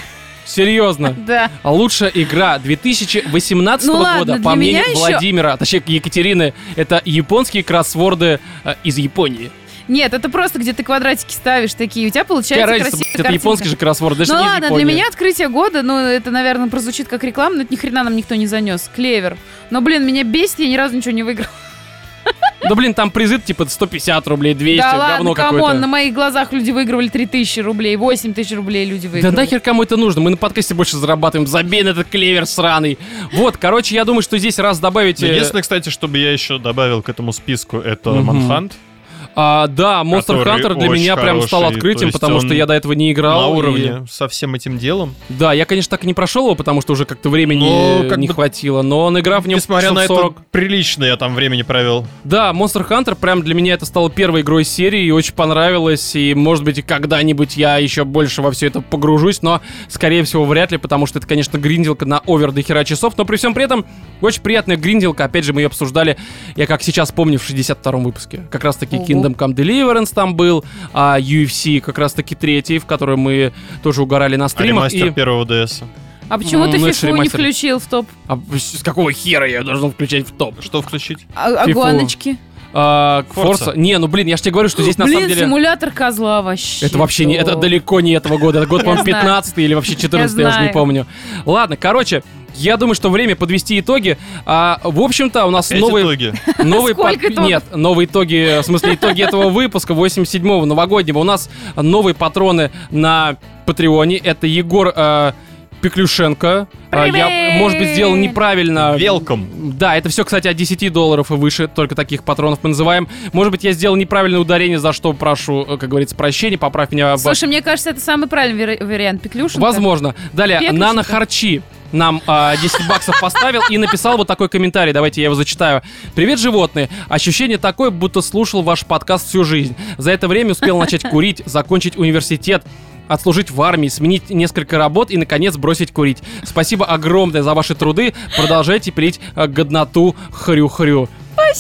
A: Серьезно.
C: Да.
A: А Лучшая игра 2018
C: Ну
A: года,
C: ладно, для
A: по мнению
C: меня еще-
A: Владимира, а точнее Екатерины, это японские кроссворды э, из Японии.
C: Нет, это просто где ты квадратики ставишь такие, у тебя получается
A: Какая разница,
C: красивая
A: блядь, это
C: картинка.
A: японский же кроссворд, даже
C: ну
A: не из
C: ладно,
A: Японии.
C: для меня открытие года, ну это, наверное, прозвучит как реклама, но это ни хрена нам никто не занес. Клевер. Но, блин, меня бесит, я ни разу ничего не выиграл.
A: Да блин, там призы типа 150 рублей, 200,
C: да
A: говно
C: ладно, камон, на
A: какое-то.
C: моих глазах люди выигрывали 3000 рублей, 8000 рублей люди
A: Да
C: выиграли.
A: нахер кому это нужно? Мы на подкасте больше зарабатываем. Забей на этот клевер сраный. Вот, короче, я думаю, что здесь раз добавить...
B: Ну,
A: э,
B: Единственное, кстати, чтобы я еще добавил к этому списку, это
A: Мгм.
B: Манхант.
A: А, да, Monster
B: который
A: Hunter для
B: очень
A: меня прям стал
B: хороший, то
A: открытием,
B: есть
A: потому
B: он
A: что я до этого не играл.
B: на
A: и-
B: уровне со всем этим делом.
A: Да, я, конечно, так и не прошел его, потому что уже как-то времени
B: Ну, как
A: не
B: бы-
A: хватило, но он игра в нем
B: Несмотря на
A: часов 40.
B: это, прилично я там времени провел.
A: Да, Monster Hunter прям для меня это стало первой игрой серии, и очень понравилось, и, может быть, и когда-нибудь я еще больше во все это погружусь, но, скорее всего, вряд ли, потому что это, конечно, гринделка на овер до хера часов, но при всем при этом очень приятная гринделка, опять же, мы ее обсуждали, я как сейчас помню, в 62-м выпуске, как раз-таки
C: Ого.
A: Kingdom Come Deliverance там был, а UFC как раз-таки третий, в который мы тоже угорали на
B: А
A: стримах,
B: ремастер
A: и...
B: первого ds
C: А почему
A: Ну,
C: ты
A: ну, это
C: фифу не
A: ремастер.
C: включил в топ?
A: А с какого хера я должен включать в топ?
B: Что включить?
C: А, а
A: Фифу.
C: гуаночки?
A: А,
B: Форса.
A: Форса? Не, ну блин, я же тебе говорю, что здесь на
C: Блин,
A: самом деле...
C: симулятор козла вообще.
A: Это вообще не, это
C: топ.
A: далеко не этого года. Это год, по-моему,
C: Я знаю.
A: 15 или вообще 14, я уже не
C: знаю.
A: помню. Ладно, короче, я думаю, что время подвести итоги. А, в общем-то, у нас
B: Эти
A: новые,
B: итоги.
A: новые
C: Сколько итогов?
A: нет, новые итоги, в смысле итоги этого выпуска 87-го новогоднего. У нас новые патроны на Патреоне. Это Егор э, Пеклюшенко. А, Я,
C: Привет!
A: может быть, сделал неправильно.
B: Велком.
A: Да, это все, кстати, от 10 долларов и выше, только таких патронов мы называем. Может быть, я сделал неправильное ударение, за что прошу, э, как говорится, прощения, поправь меня. в-
C: Слушай, мне кажется, это самый правильный вари- вариант. Пеклюшенко.
A: Возможно. Далее,
C: Пеклюшенко.
A: Нано Харчи нам э, 10 баксов поставил и написал вот такой комментарий. Давайте я его зачитаю. Привет, животные. Ощущение такое, будто слушал ваш подкаст всю жизнь. За это время успел начать курить, закончить университет, отслужить в армии, сменить несколько работ и, наконец, бросить курить. Спасибо огромное за ваши труды. Продолжайте пилить э, годноту хрю-хрю.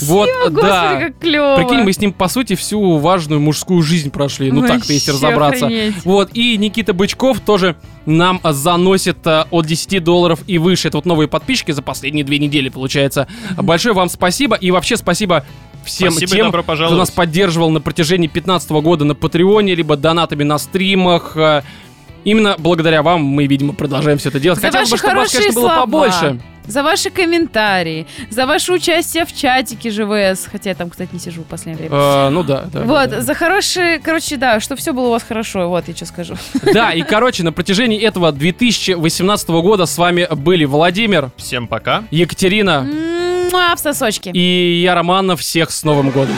A: вот,
C: О, господи,
A: да.
C: как клево.
A: Прикинь, мы с ним, по сути, всю важную мужскую жизнь прошли. Ну так, если разобраться. Вот, и Никита Бычков тоже нам а, заносит а, от 10 долларов и выше. Это вот новые подписчики за последние две недели, получается. Большое вам спасибо и вообще спасибо всем
B: Спасибо и
A: тем,
B: добро
A: кто нас
B: пожаловать.
A: поддерживал на протяжении 15 года на Патреоне, либо донатами на стримах. А, Именно благодаря вам мы, видимо, продолжаем все это делать.
C: За
A: Хотелось бы,
C: ваши
A: чтобы вас,
C: хорошие
A: конечно, было
C: слова.
A: побольше.
C: За ваши комментарии, за ваше участие в чатике ЖВС. Хотя я там, кстати, не сижу в последнее время.
A: Э, ну да, да.
C: вот,
A: да.
C: за хорошие, короче, да, что все было у вас хорошо, вот я что скажу.
A: Да, и, короче, на протяжении этого 2018 года с вами были Владимир,
B: Всем пока.
A: Екатерина
C: Муа, в сосочке.
A: и я, Романов. Всех с Новым годом!